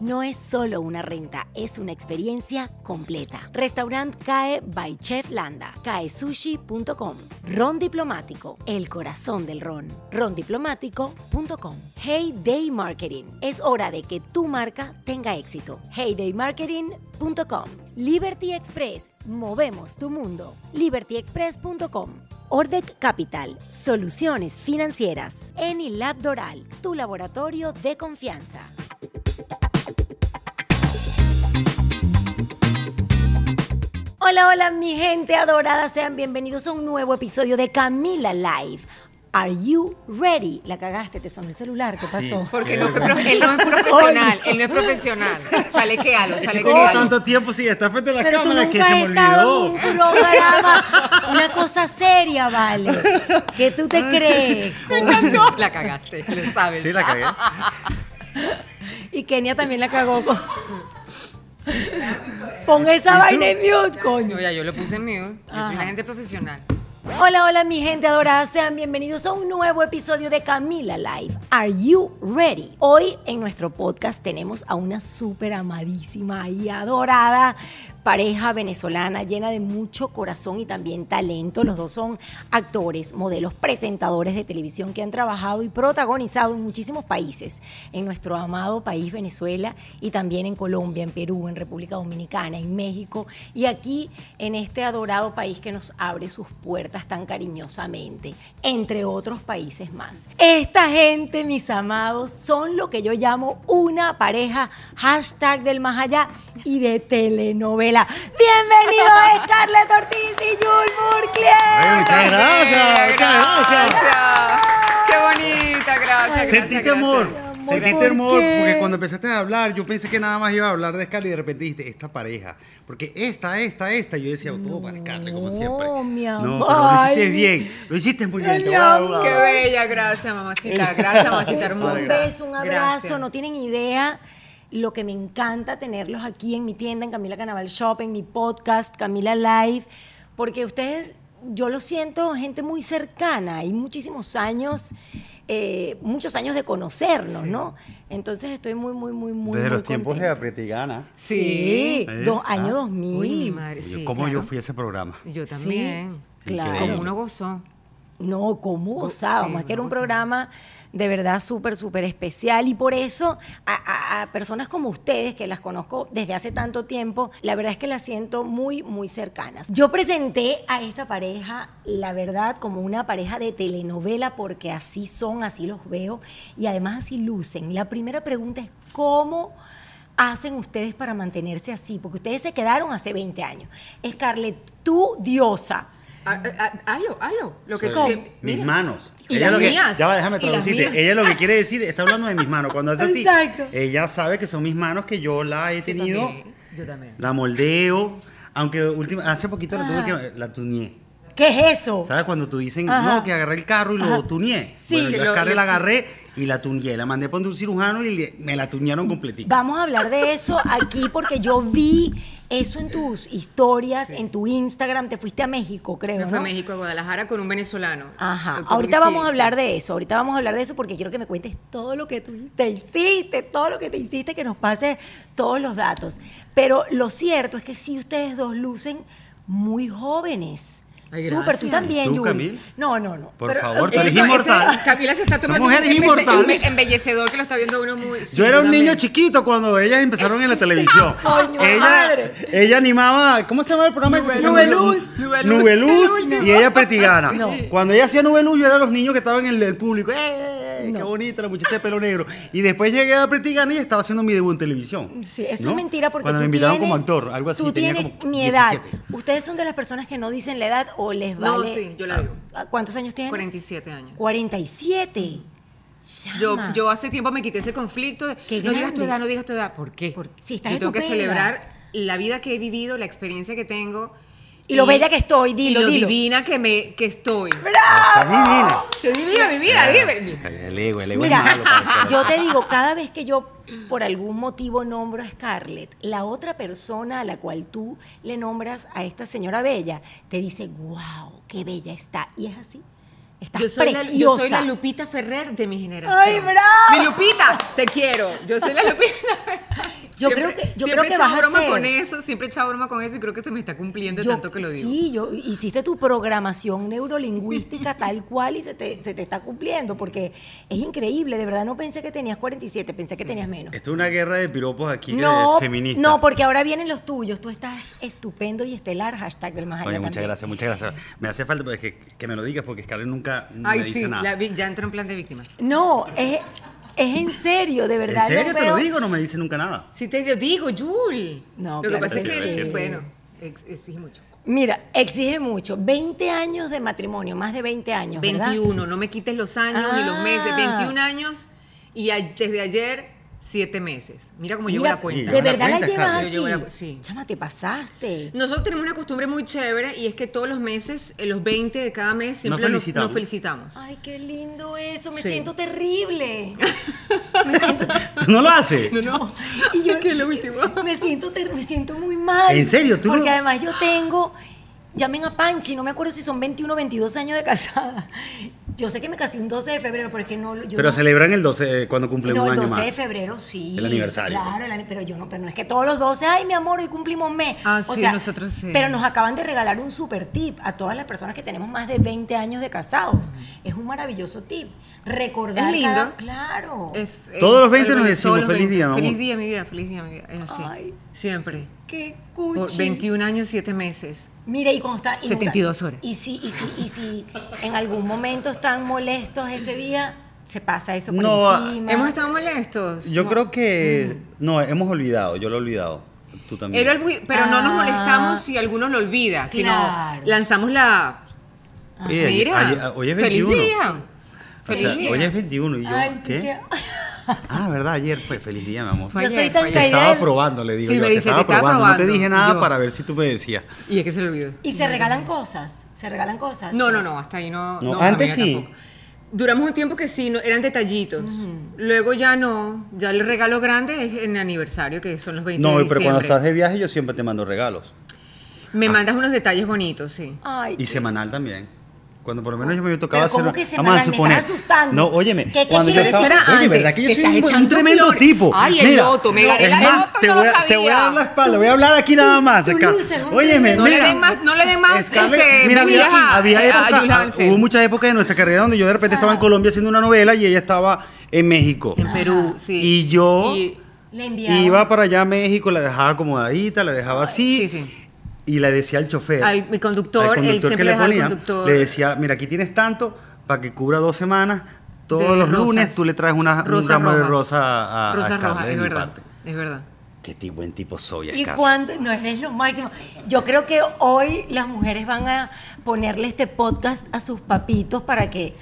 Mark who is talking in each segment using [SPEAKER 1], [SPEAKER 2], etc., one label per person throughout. [SPEAKER 1] No es solo una renta, es una experiencia completa. Restaurant CAE by Chef Landa. CAESushi.com. Ron Diplomático, el corazón del ron. Rondiplomático.com. Heyday Marketing. Es hora de que tu marca tenga éxito. HeyDayMarketing.com. Liberty Express. Movemos tu mundo. LibertyExpress.com. Ordec Capital. Soluciones financieras. Enilab Doral. Tu laboratorio de confianza. Hola, hola, mi gente adorada. Sean bienvenidos a un nuevo episodio de Camila Live. Are you ready? La cagaste, te sonó el celular. ¿Qué pasó?
[SPEAKER 2] Porque no fue profe- él no es profesional, él no es profesional. Chalequealo,
[SPEAKER 3] Tengo
[SPEAKER 2] chalequealo.
[SPEAKER 3] tanto tiempo sin estar frente a la
[SPEAKER 1] Pero tú
[SPEAKER 3] cámara que
[SPEAKER 1] nunca
[SPEAKER 3] se
[SPEAKER 1] has
[SPEAKER 3] me
[SPEAKER 1] estado en
[SPEAKER 3] olvidó.
[SPEAKER 1] un programa, una cosa seria, vale. ¿Qué tú te crees?
[SPEAKER 2] La cagaste, lo sabes. Ah,
[SPEAKER 3] Sí, la cagué.
[SPEAKER 1] Ah, Y Kenia también la cagó. con- Pon esa vaina en mute, coño.
[SPEAKER 2] No, ya yo lo puse en mío. Yo soy una gente profesional.
[SPEAKER 1] Hola, hola mi gente adorada, sean bienvenidos a un nuevo episodio de Camila Live. Are you ready? Hoy en nuestro podcast tenemos a una súper amadísima y adorada pareja venezolana llena de mucho corazón y también talento. Los dos son actores, modelos, presentadores de televisión que han trabajado y protagonizado en muchísimos países, en nuestro amado país Venezuela y también en Colombia, en Perú, en República Dominicana, en México y aquí en este adorado país que nos abre sus puertas tan cariñosamente, entre otros países más. Esta gente, mis amados, son lo que yo llamo una pareja hashtag del más allá y de telenovela. Bienvenido Scarlett Ortiz y Jules
[SPEAKER 3] Ay,
[SPEAKER 1] Burkle.
[SPEAKER 3] muchas gracias, muchas gracias.
[SPEAKER 2] Qué bonita, gracias. gracias,
[SPEAKER 3] Sentiste
[SPEAKER 2] gracias.
[SPEAKER 3] amor,
[SPEAKER 2] Gracias.
[SPEAKER 3] sentiste
[SPEAKER 1] ¿Por
[SPEAKER 3] amor,
[SPEAKER 1] qué?
[SPEAKER 3] porque cuando empezaste a hablar, yo pensé que nada más iba a hablar de Scarlett y de repente dijiste, esta pareja, porque esta, esta, esta, yo decía, todo para Scarlett, como siempre.
[SPEAKER 1] Oh, mi
[SPEAKER 3] No,
[SPEAKER 1] amor.
[SPEAKER 3] pero lo hiciste
[SPEAKER 1] Ay,
[SPEAKER 3] bien, lo hiciste muy bien.
[SPEAKER 1] Ay,
[SPEAKER 3] te
[SPEAKER 1] mi
[SPEAKER 3] voy a-
[SPEAKER 1] amor.
[SPEAKER 2] Qué bella, gracias, mamacita. Gracias, mamacita hermosa.
[SPEAKER 1] Un beso, un abrazo,
[SPEAKER 2] Gracias.
[SPEAKER 1] no tienen idea lo que me encanta tenerlos aquí en mi tienda, en Camila Canaval Shop, en mi podcast, Camila Live, porque ustedes, yo lo siento, gente muy cercana, hay muchísimos años, eh, muchos años de conocernos, ¿no? Entonces estoy muy, muy, muy, muy...
[SPEAKER 3] Desde
[SPEAKER 1] muy
[SPEAKER 3] los tiempos de
[SPEAKER 1] contenta.
[SPEAKER 3] Apretigana,
[SPEAKER 1] Sí,
[SPEAKER 2] Sí.
[SPEAKER 3] Sí.
[SPEAKER 1] dos,
[SPEAKER 3] Ah.
[SPEAKER 1] año 2000.
[SPEAKER 2] Uy, mi madre, sí.
[SPEAKER 3] ¿cómo yo
[SPEAKER 2] claro.
[SPEAKER 3] fui a ese programa?
[SPEAKER 2] Yo
[SPEAKER 1] Sí,
[SPEAKER 2] también.
[SPEAKER 1] claro.
[SPEAKER 3] Increíble.
[SPEAKER 2] Como uno gozó.
[SPEAKER 1] No, cómo
[SPEAKER 2] Go-
[SPEAKER 1] gozábamos.
[SPEAKER 2] sí,
[SPEAKER 1] es que era un
[SPEAKER 2] gozábamos.
[SPEAKER 1] programa de verdad súper, súper especial. Y por eso a, a- a personas como ustedes, que las conozco desde hace tanto tiempo, la verdad es que las siento muy, muy cercanas. Yo presenté a esta pareja, la verdad, como una pareja de telenovela, porque así son, así los veo y además así lucen. La primera pregunta es, ¿cómo hacen ustedes para mantenerse así? Porque ustedes se quedaron hace 20 años. Scarlett, tú, diosa.
[SPEAKER 2] Ah, ah, ah, Halo, halo. Lo que
[SPEAKER 3] Sí.
[SPEAKER 2] tú-
[SPEAKER 3] Mis
[SPEAKER 2] mira.
[SPEAKER 3] manos.
[SPEAKER 2] Y
[SPEAKER 3] Ella
[SPEAKER 2] las
[SPEAKER 3] lo que-
[SPEAKER 2] mías.
[SPEAKER 3] Ya va, déjame
[SPEAKER 2] Y las mías.
[SPEAKER 3] traducirte. Ella lo que quiere decir, está hablando de mis manos. Cuando hace así,
[SPEAKER 1] Exacto.
[SPEAKER 3] ella sabe que son mis manos que yo la he
[SPEAKER 2] Yo
[SPEAKER 3] tenido,
[SPEAKER 2] también. Yo también.
[SPEAKER 3] la moldeo, aunque última, hace poquito la tuve
[SPEAKER 1] Ajá.
[SPEAKER 3] que la tuñé.
[SPEAKER 1] ¿Qué es eso?
[SPEAKER 3] ¿Sabes? Cuando tú dicen,
[SPEAKER 1] Ajá.
[SPEAKER 3] no, que agarré el carro y lo tuñé.
[SPEAKER 1] Sí,
[SPEAKER 3] bueno, yo
[SPEAKER 2] lo-
[SPEAKER 3] a Scarlett
[SPEAKER 2] lo-
[SPEAKER 3] la agarré y la tuñé. La mandé a poner un cirujano y le- me la tuñaron completita.
[SPEAKER 1] Vamos a hablar de eso aquí porque yo vi eso en tus historias, en tu Instagram. Te fuiste a México, creo.
[SPEAKER 2] Me fue a
[SPEAKER 1] ¿no?
[SPEAKER 2] México, a Guadalajara, con un venezolano.
[SPEAKER 1] Ajá.
[SPEAKER 2] Doctor
[SPEAKER 1] Ahorita vamos a
[SPEAKER 2] Cristina.
[SPEAKER 1] hablar de eso. Ahorita vamos a hablar de eso porque quiero que me cuentes todo lo que tú te hiciste, todo lo que te hiciste, que nos pases todos los datos. Pero lo cierto es que sí, ustedes dos lucen muy jóvenes.
[SPEAKER 2] Ay,
[SPEAKER 1] Súper, tú
[SPEAKER 2] gracias.
[SPEAKER 1] también,
[SPEAKER 3] ¿Tú,
[SPEAKER 1] Yuri.
[SPEAKER 3] Camil?
[SPEAKER 1] No, no, no.
[SPEAKER 3] Por
[SPEAKER 1] Pero-
[SPEAKER 3] favor, tú
[SPEAKER 2] Eso-
[SPEAKER 3] eres
[SPEAKER 2] eso-
[SPEAKER 3] inmortal.
[SPEAKER 2] Camila se está
[SPEAKER 3] Esa
[SPEAKER 2] tomando
[SPEAKER 3] mujer
[SPEAKER 2] un
[SPEAKER 3] es
[SPEAKER 2] embe-
[SPEAKER 3] inmortal.
[SPEAKER 2] embe- embellecedor que lo está viendo uno muy.
[SPEAKER 3] Yo era un niño
[SPEAKER 2] seguramente.
[SPEAKER 3] chiquito cuando ellas empezaron en la televisión.
[SPEAKER 1] Coño,
[SPEAKER 3] ella,
[SPEAKER 1] madre.
[SPEAKER 3] ella animaba, ¿cómo se llama el programa? ese que se llama?
[SPEAKER 2] Nubeluz. Nubeluz.
[SPEAKER 3] Nubeluz
[SPEAKER 2] Nubeluz.
[SPEAKER 3] y ella pretigana.
[SPEAKER 1] No.
[SPEAKER 3] Cuando ella hacía Nubeluz, yo era los niños que estaban en el, el público. ¡Eh, eh, eh, ¡Qué
[SPEAKER 1] No.
[SPEAKER 3] bonita la muchacha de pelo negro! Y después llegué a pretigana y estaba haciendo mi debut en televisión.
[SPEAKER 1] Sí, eso
[SPEAKER 3] ¿no?
[SPEAKER 1] es mentira porque
[SPEAKER 3] Cuando
[SPEAKER 1] tú
[SPEAKER 3] me invitaron
[SPEAKER 1] tienes-
[SPEAKER 3] como actor, algo así.
[SPEAKER 1] Tú
[SPEAKER 3] tenía
[SPEAKER 1] tienes
[SPEAKER 3] como
[SPEAKER 1] mi edad.
[SPEAKER 3] 17.
[SPEAKER 1] Ustedes son de las personas que no dicen la edad o les vale.
[SPEAKER 2] No, sí, yo la digo.
[SPEAKER 1] ¿A ¿Cuántos años tienes?
[SPEAKER 2] 47 años.
[SPEAKER 1] 47.
[SPEAKER 2] Yo,
[SPEAKER 1] Llama.
[SPEAKER 2] yo hace tiempo me quité ese conflicto de,
[SPEAKER 1] Ah. Qué
[SPEAKER 2] no digas tu
[SPEAKER 1] grande.
[SPEAKER 2] edad, no digas tu edad. ¿Por qué?
[SPEAKER 1] ¿Por qué? Sí, estás
[SPEAKER 2] yo tengo que
[SPEAKER 1] estupenda.
[SPEAKER 2] celebrar la vida que he vivido, la experiencia que tengo.
[SPEAKER 1] Y lo bella que estoy, dilo,
[SPEAKER 2] y lo
[SPEAKER 1] dilo.
[SPEAKER 2] divina que, me, que estoy.
[SPEAKER 3] Está divina.
[SPEAKER 2] Estoy divina, mi vida, dime.
[SPEAKER 3] El ego, el ego es
[SPEAKER 1] Mira,
[SPEAKER 3] malo. para el
[SPEAKER 1] yo
[SPEAKER 3] corazón.
[SPEAKER 1] te digo, cada vez que yo por algún motivo nombro a Scarlett, la otra persona a la cual tú le nombras a esta señora bella, te dice, wow, qué bella está. Y es así. Estás
[SPEAKER 2] Yo soy, la,
[SPEAKER 1] preciosa.
[SPEAKER 2] yo soy la Lupita Ferrer de mi generación.
[SPEAKER 1] ¡Ay, bravo!
[SPEAKER 2] ¡Mi Lupita! Te quiero. Yo soy la Lupita.
[SPEAKER 1] Yo
[SPEAKER 2] Siempre-
[SPEAKER 1] creo que- yo
[SPEAKER 2] siempre
[SPEAKER 1] creo que
[SPEAKER 2] he echado
[SPEAKER 1] vas a
[SPEAKER 2] broma
[SPEAKER 1] ser.
[SPEAKER 2] con eso, siempre he echado broma con eso y creo que se me está cumpliendo
[SPEAKER 1] Yo-
[SPEAKER 2] tanto que lo digo.
[SPEAKER 1] Sí, yo hiciste tu programación neurolingüística tal cual y se te, se te está cumpliendo, porque es increíble, de verdad no pensé que tenías 47, pensé que tenías menos.
[SPEAKER 3] Esto es una guerra de piropos aquí
[SPEAKER 1] No,
[SPEAKER 3] de feministas.
[SPEAKER 1] no, porque ahora vienen los tuyos, tú estás estupendo y estelar, hashtag del
[SPEAKER 2] Ah,
[SPEAKER 1] más allá
[SPEAKER 3] Oye, muchas
[SPEAKER 1] también.
[SPEAKER 3] gracias, muchas gracias. Me hace falta pero es que, que me lo digas porque Scarlett nunca
[SPEAKER 2] Ay,
[SPEAKER 3] me dice
[SPEAKER 2] sí,
[SPEAKER 3] nada.
[SPEAKER 2] la vi- ya entró en plan de víctima.
[SPEAKER 1] No, es, es en serio, de
[SPEAKER 3] ¿En
[SPEAKER 1] verdad.
[SPEAKER 3] serio te
[SPEAKER 1] veo-
[SPEAKER 3] lo digo? No me dice nunca nada.
[SPEAKER 2] Sí te digo, Jul.
[SPEAKER 1] No,
[SPEAKER 2] lo que
[SPEAKER 1] claro
[SPEAKER 2] pasa
[SPEAKER 3] que
[SPEAKER 2] es que,
[SPEAKER 3] sí.
[SPEAKER 2] bueno, ex- exige mucho.
[SPEAKER 1] Mira, exige mucho, 20 años de matrimonio, más de 20 años, ¿verdad?
[SPEAKER 2] 21, no me quites los años ni los meses.
[SPEAKER 1] Ah.
[SPEAKER 2] 21 años y a- desde ayer, 7 meses. Mira cómo llevo
[SPEAKER 1] Mira,
[SPEAKER 2] la cuenta.
[SPEAKER 1] De
[SPEAKER 3] Lleva la
[SPEAKER 1] verdad la
[SPEAKER 3] cuenta,
[SPEAKER 1] llevas
[SPEAKER 3] Scarlett.
[SPEAKER 1] así.
[SPEAKER 2] Yo llevo la- sí.
[SPEAKER 1] Chama, te pasaste.
[SPEAKER 2] Nosotros tenemos una costumbre muy chévere y es que todos los meses, en los 20 de cada mes, siempre
[SPEAKER 3] Nos
[SPEAKER 2] nos
[SPEAKER 3] felicitamos.
[SPEAKER 2] nos felicitamos.
[SPEAKER 1] Ay, qué lindo eso, me
[SPEAKER 2] Sí.
[SPEAKER 1] siento terrible.
[SPEAKER 3] ¿Tú no lo haces?
[SPEAKER 2] no.
[SPEAKER 1] Y yo
[SPEAKER 2] que lo último.
[SPEAKER 1] Me siento, ter- me siento muy mal.
[SPEAKER 3] ¿En serio? ¿Tú
[SPEAKER 1] Porque
[SPEAKER 3] no?
[SPEAKER 1] además yo tengo, llamen a Panchi, no me acuerdo si son 21 o 22 años de casada. Yo sé que me casé un 12 de febrero, pero es que no... yo
[SPEAKER 3] Pero
[SPEAKER 1] no-
[SPEAKER 3] celebran el 12 eh, cuando cumplen
[SPEAKER 1] no,
[SPEAKER 3] un
[SPEAKER 1] el
[SPEAKER 3] año
[SPEAKER 1] 12
[SPEAKER 3] más.
[SPEAKER 1] de febrero sí.
[SPEAKER 3] El aniversario.
[SPEAKER 1] Claro, el ani- pero yo no, pero no es que todos los 12, ay, mi amor, hoy cumplimos mes.
[SPEAKER 2] Ah, sí, nosotros sí.
[SPEAKER 1] Pero nos acaban de regalar un super tip a todas las personas que tenemos más de 20 años de casados. Es un maravilloso tip. Recordar.
[SPEAKER 2] Es lindo.
[SPEAKER 1] cada- claro.
[SPEAKER 2] Es- es
[SPEAKER 3] Todos los 20
[SPEAKER 2] algo
[SPEAKER 3] nos
[SPEAKER 2] de-
[SPEAKER 3] decimos,
[SPEAKER 2] todos los
[SPEAKER 3] "Feliz día, mi amor".
[SPEAKER 2] Feliz día, mi vida, feliz día, mi vida. Es así.
[SPEAKER 1] Ay.
[SPEAKER 2] Siempre.
[SPEAKER 1] Qué
[SPEAKER 2] Por
[SPEAKER 1] cuchi.
[SPEAKER 2] 21 años, 7 meses.
[SPEAKER 1] Mira, y cuando está. y nunca-
[SPEAKER 2] 72 horas.
[SPEAKER 1] Y si, y si, y si en algún momento están molestos ese día, se pasa eso por
[SPEAKER 3] No, ah,
[SPEAKER 1] encima.
[SPEAKER 2] Hemos estado molestos.
[SPEAKER 3] Yo creo que... No, hemos olvidado. Yo lo he olvidado. Tú también.
[SPEAKER 2] Mm. Era el bu- pero no nos
[SPEAKER 1] Ah.
[SPEAKER 2] molestamos si alguno lo olvida,
[SPEAKER 1] Claro.
[SPEAKER 2] sino lanzamos la.
[SPEAKER 3] Oye, ayer-
[SPEAKER 2] Mira,
[SPEAKER 3] a- hoy es
[SPEAKER 2] feliz
[SPEAKER 3] 21.
[SPEAKER 2] día.
[SPEAKER 3] O
[SPEAKER 2] Feliz
[SPEAKER 3] sea,
[SPEAKER 2] día.
[SPEAKER 3] hoy es 21 y yo...
[SPEAKER 1] Ay,
[SPEAKER 3] ¿Qué?
[SPEAKER 1] qué-
[SPEAKER 3] Ah, verdad, ayer fue. Feliz día, mi amor.
[SPEAKER 2] Fue
[SPEAKER 1] Yo
[SPEAKER 2] ayer,
[SPEAKER 1] soy tan
[SPEAKER 2] fue
[SPEAKER 3] Te
[SPEAKER 2] ayer.
[SPEAKER 3] estaba
[SPEAKER 1] caída.
[SPEAKER 3] probando, le digo
[SPEAKER 2] Sí,
[SPEAKER 3] yo.
[SPEAKER 2] me
[SPEAKER 3] te
[SPEAKER 2] dice,
[SPEAKER 3] estaba
[SPEAKER 2] te estaba
[SPEAKER 3] probando. No te
[SPEAKER 2] probando.
[SPEAKER 3] dije nada
[SPEAKER 2] Yo.
[SPEAKER 3] para ver si tú me decías.
[SPEAKER 2] Y es que se lo olvidó.
[SPEAKER 1] Y se regalan cosas. Se regalan cosas.
[SPEAKER 2] No, no, no, hasta ahí no.
[SPEAKER 3] No,
[SPEAKER 2] no,
[SPEAKER 3] antes
[SPEAKER 2] amiga,
[SPEAKER 3] sí.
[SPEAKER 2] tampoco. Duramos un tiempo que sí, no, eran detallitos. Luego ya no. Ya el regalo grande es en aniversario, que son los 20
[SPEAKER 3] No,
[SPEAKER 2] de
[SPEAKER 3] pero cuando
[SPEAKER 2] diciembre.
[SPEAKER 3] estás Ah. de viaje yo siempre te mando regalos.
[SPEAKER 2] Me mandas unos detalles bonitos, sí.
[SPEAKER 1] Ay,
[SPEAKER 3] Y
[SPEAKER 1] qué-
[SPEAKER 3] semanal también. Cuando por lo menos yo me
[SPEAKER 1] ¿Pero
[SPEAKER 3] tocaba hacer.
[SPEAKER 1] cómo
[SPEAKER 3] una-
[SPEAKER 1] que semanal?
[SPEAKER 3] Vamos a
[SPEAKER 1] Me
[SPEAKER 3] suponer-
[SPEAKER 1] estás asustando.
[SPEAKER 3] No, óyeme.
[SPEAKER 1] ¿Qué- qué
[SPEAKER 3] cuando yo
[SPEAKER 1] quieres
[SPEAKER 3] estaba.
[SPEAKER 2] decir
[SPEAKER 3] Oye,
[SPEAKER 2] antes?
[SPEAKER 3] ¿verdad que yo
[SPEAKER 2] Te
[SPEAKER 3] soy
[SPEAKER 2] estás
[SPEAKER 3] un, un
[SPEAKER 2] echando
[SPEAKER 3] tremendo
[SPEAKER 2] flores.
[SPEAKER 3] tipo?
[SPEAKER 2] Ay, el
[SPEAKER 3] Mira,
[SPEAKER 2] loto, me gané
[SPEAKER 3] es
[SPEAKER 2] la
[SPEAKER 3] más,
[SPEAKER 2] loto,
[SPEAKER 3] te
[SPEAKER 2] no
[SPEAKER 3] voy
[SPEAKER 2] lo
[SPEAKER 3] a- Te voy a dar
[SPEAKER 2] sabía.
[SPEAKER 3] la espalda, voy a hablar aquí nada más.
[SPEAKER 1] Tú
[SPEAKER 3] Scar-
[SPEAKER 1] luces un
[SPEAKER 3] Óyeme,
[SPEAKER 1] tremendo
[SPEAKER 2] No le
[SPEAKER 3] mira.
[SPEAKER 2] den más- no le den más,
[SPEAKER 3] Scarlett,
[SPEAKER 2] este,
[SPEAKER 3] mira, había,
[SPEAKER 2] bombillas a-
[SPEAKER 3] había
[SPEAKER 2] a- a
[SPEAKER 3] época-
[SPEAKER 2] Jules Hansen. Ah.
[SPEAKER 3] hubo muchas épocas de nuestra carrera donde yo de repente estaba en Colombia haciendo una novela y ella estaba en México.
[SPEAKER 2] En Perú, sí.
[SPEAKER 3] Ah. Y yo-
[SPEAKER 1] Le enviaron.
[SPEAKER 3] Iba para allá a México, la dejaba acomodadita, la dejaba así.
[SPEAKER 2] sí, sí.
[SPEAKER 3] Y le decía al chofer.
[SPEAKER 2] Al- mi conductor,
[SPEAKER 3] al
[SPEAKER 2] él siempre
[SPEAKER 3] que le
[SPEAKER 2] deja al
[SPEAKER 3] ponía,
[SPEAKER 2] conductor.
[SPEAKER 3] Le decía, mira, aquí tienes tanto para que cubra dos semanas. Todos
[SPEAKER 2] de
[SPEAKER 3] los lunes
[SPEAKER 2] rosas.
[SPEAKER 3] tú le traes una, un
[SPEAKER 2] Rosas
[SPEAKER 3] ramo de
[SPEAKER 2] rojas.
[SPEAKER 3] rosa a, a
[SPEAKER 2] Rosa
[SPEAKER 3] Scarlett
[SPEAKER 2] roja,
[SPEAKER 3] de
[SPEAKER 2] es
[SPEAKER 3] mi
[SPEAKER 2] verdad.
[SPEAKER 3] parte.
[SPEAKER 2] Es verdad.
[SPEAKER 3] Qué ti- buen tipo soy,
[SPEAKER 1] Y
[SPEAKER 3] Scarlett.
[SPEAKER 1] cuando no eres lo máximo. Yo creo que hoy las mujeres van a ponerle este podcast a sus papitos para que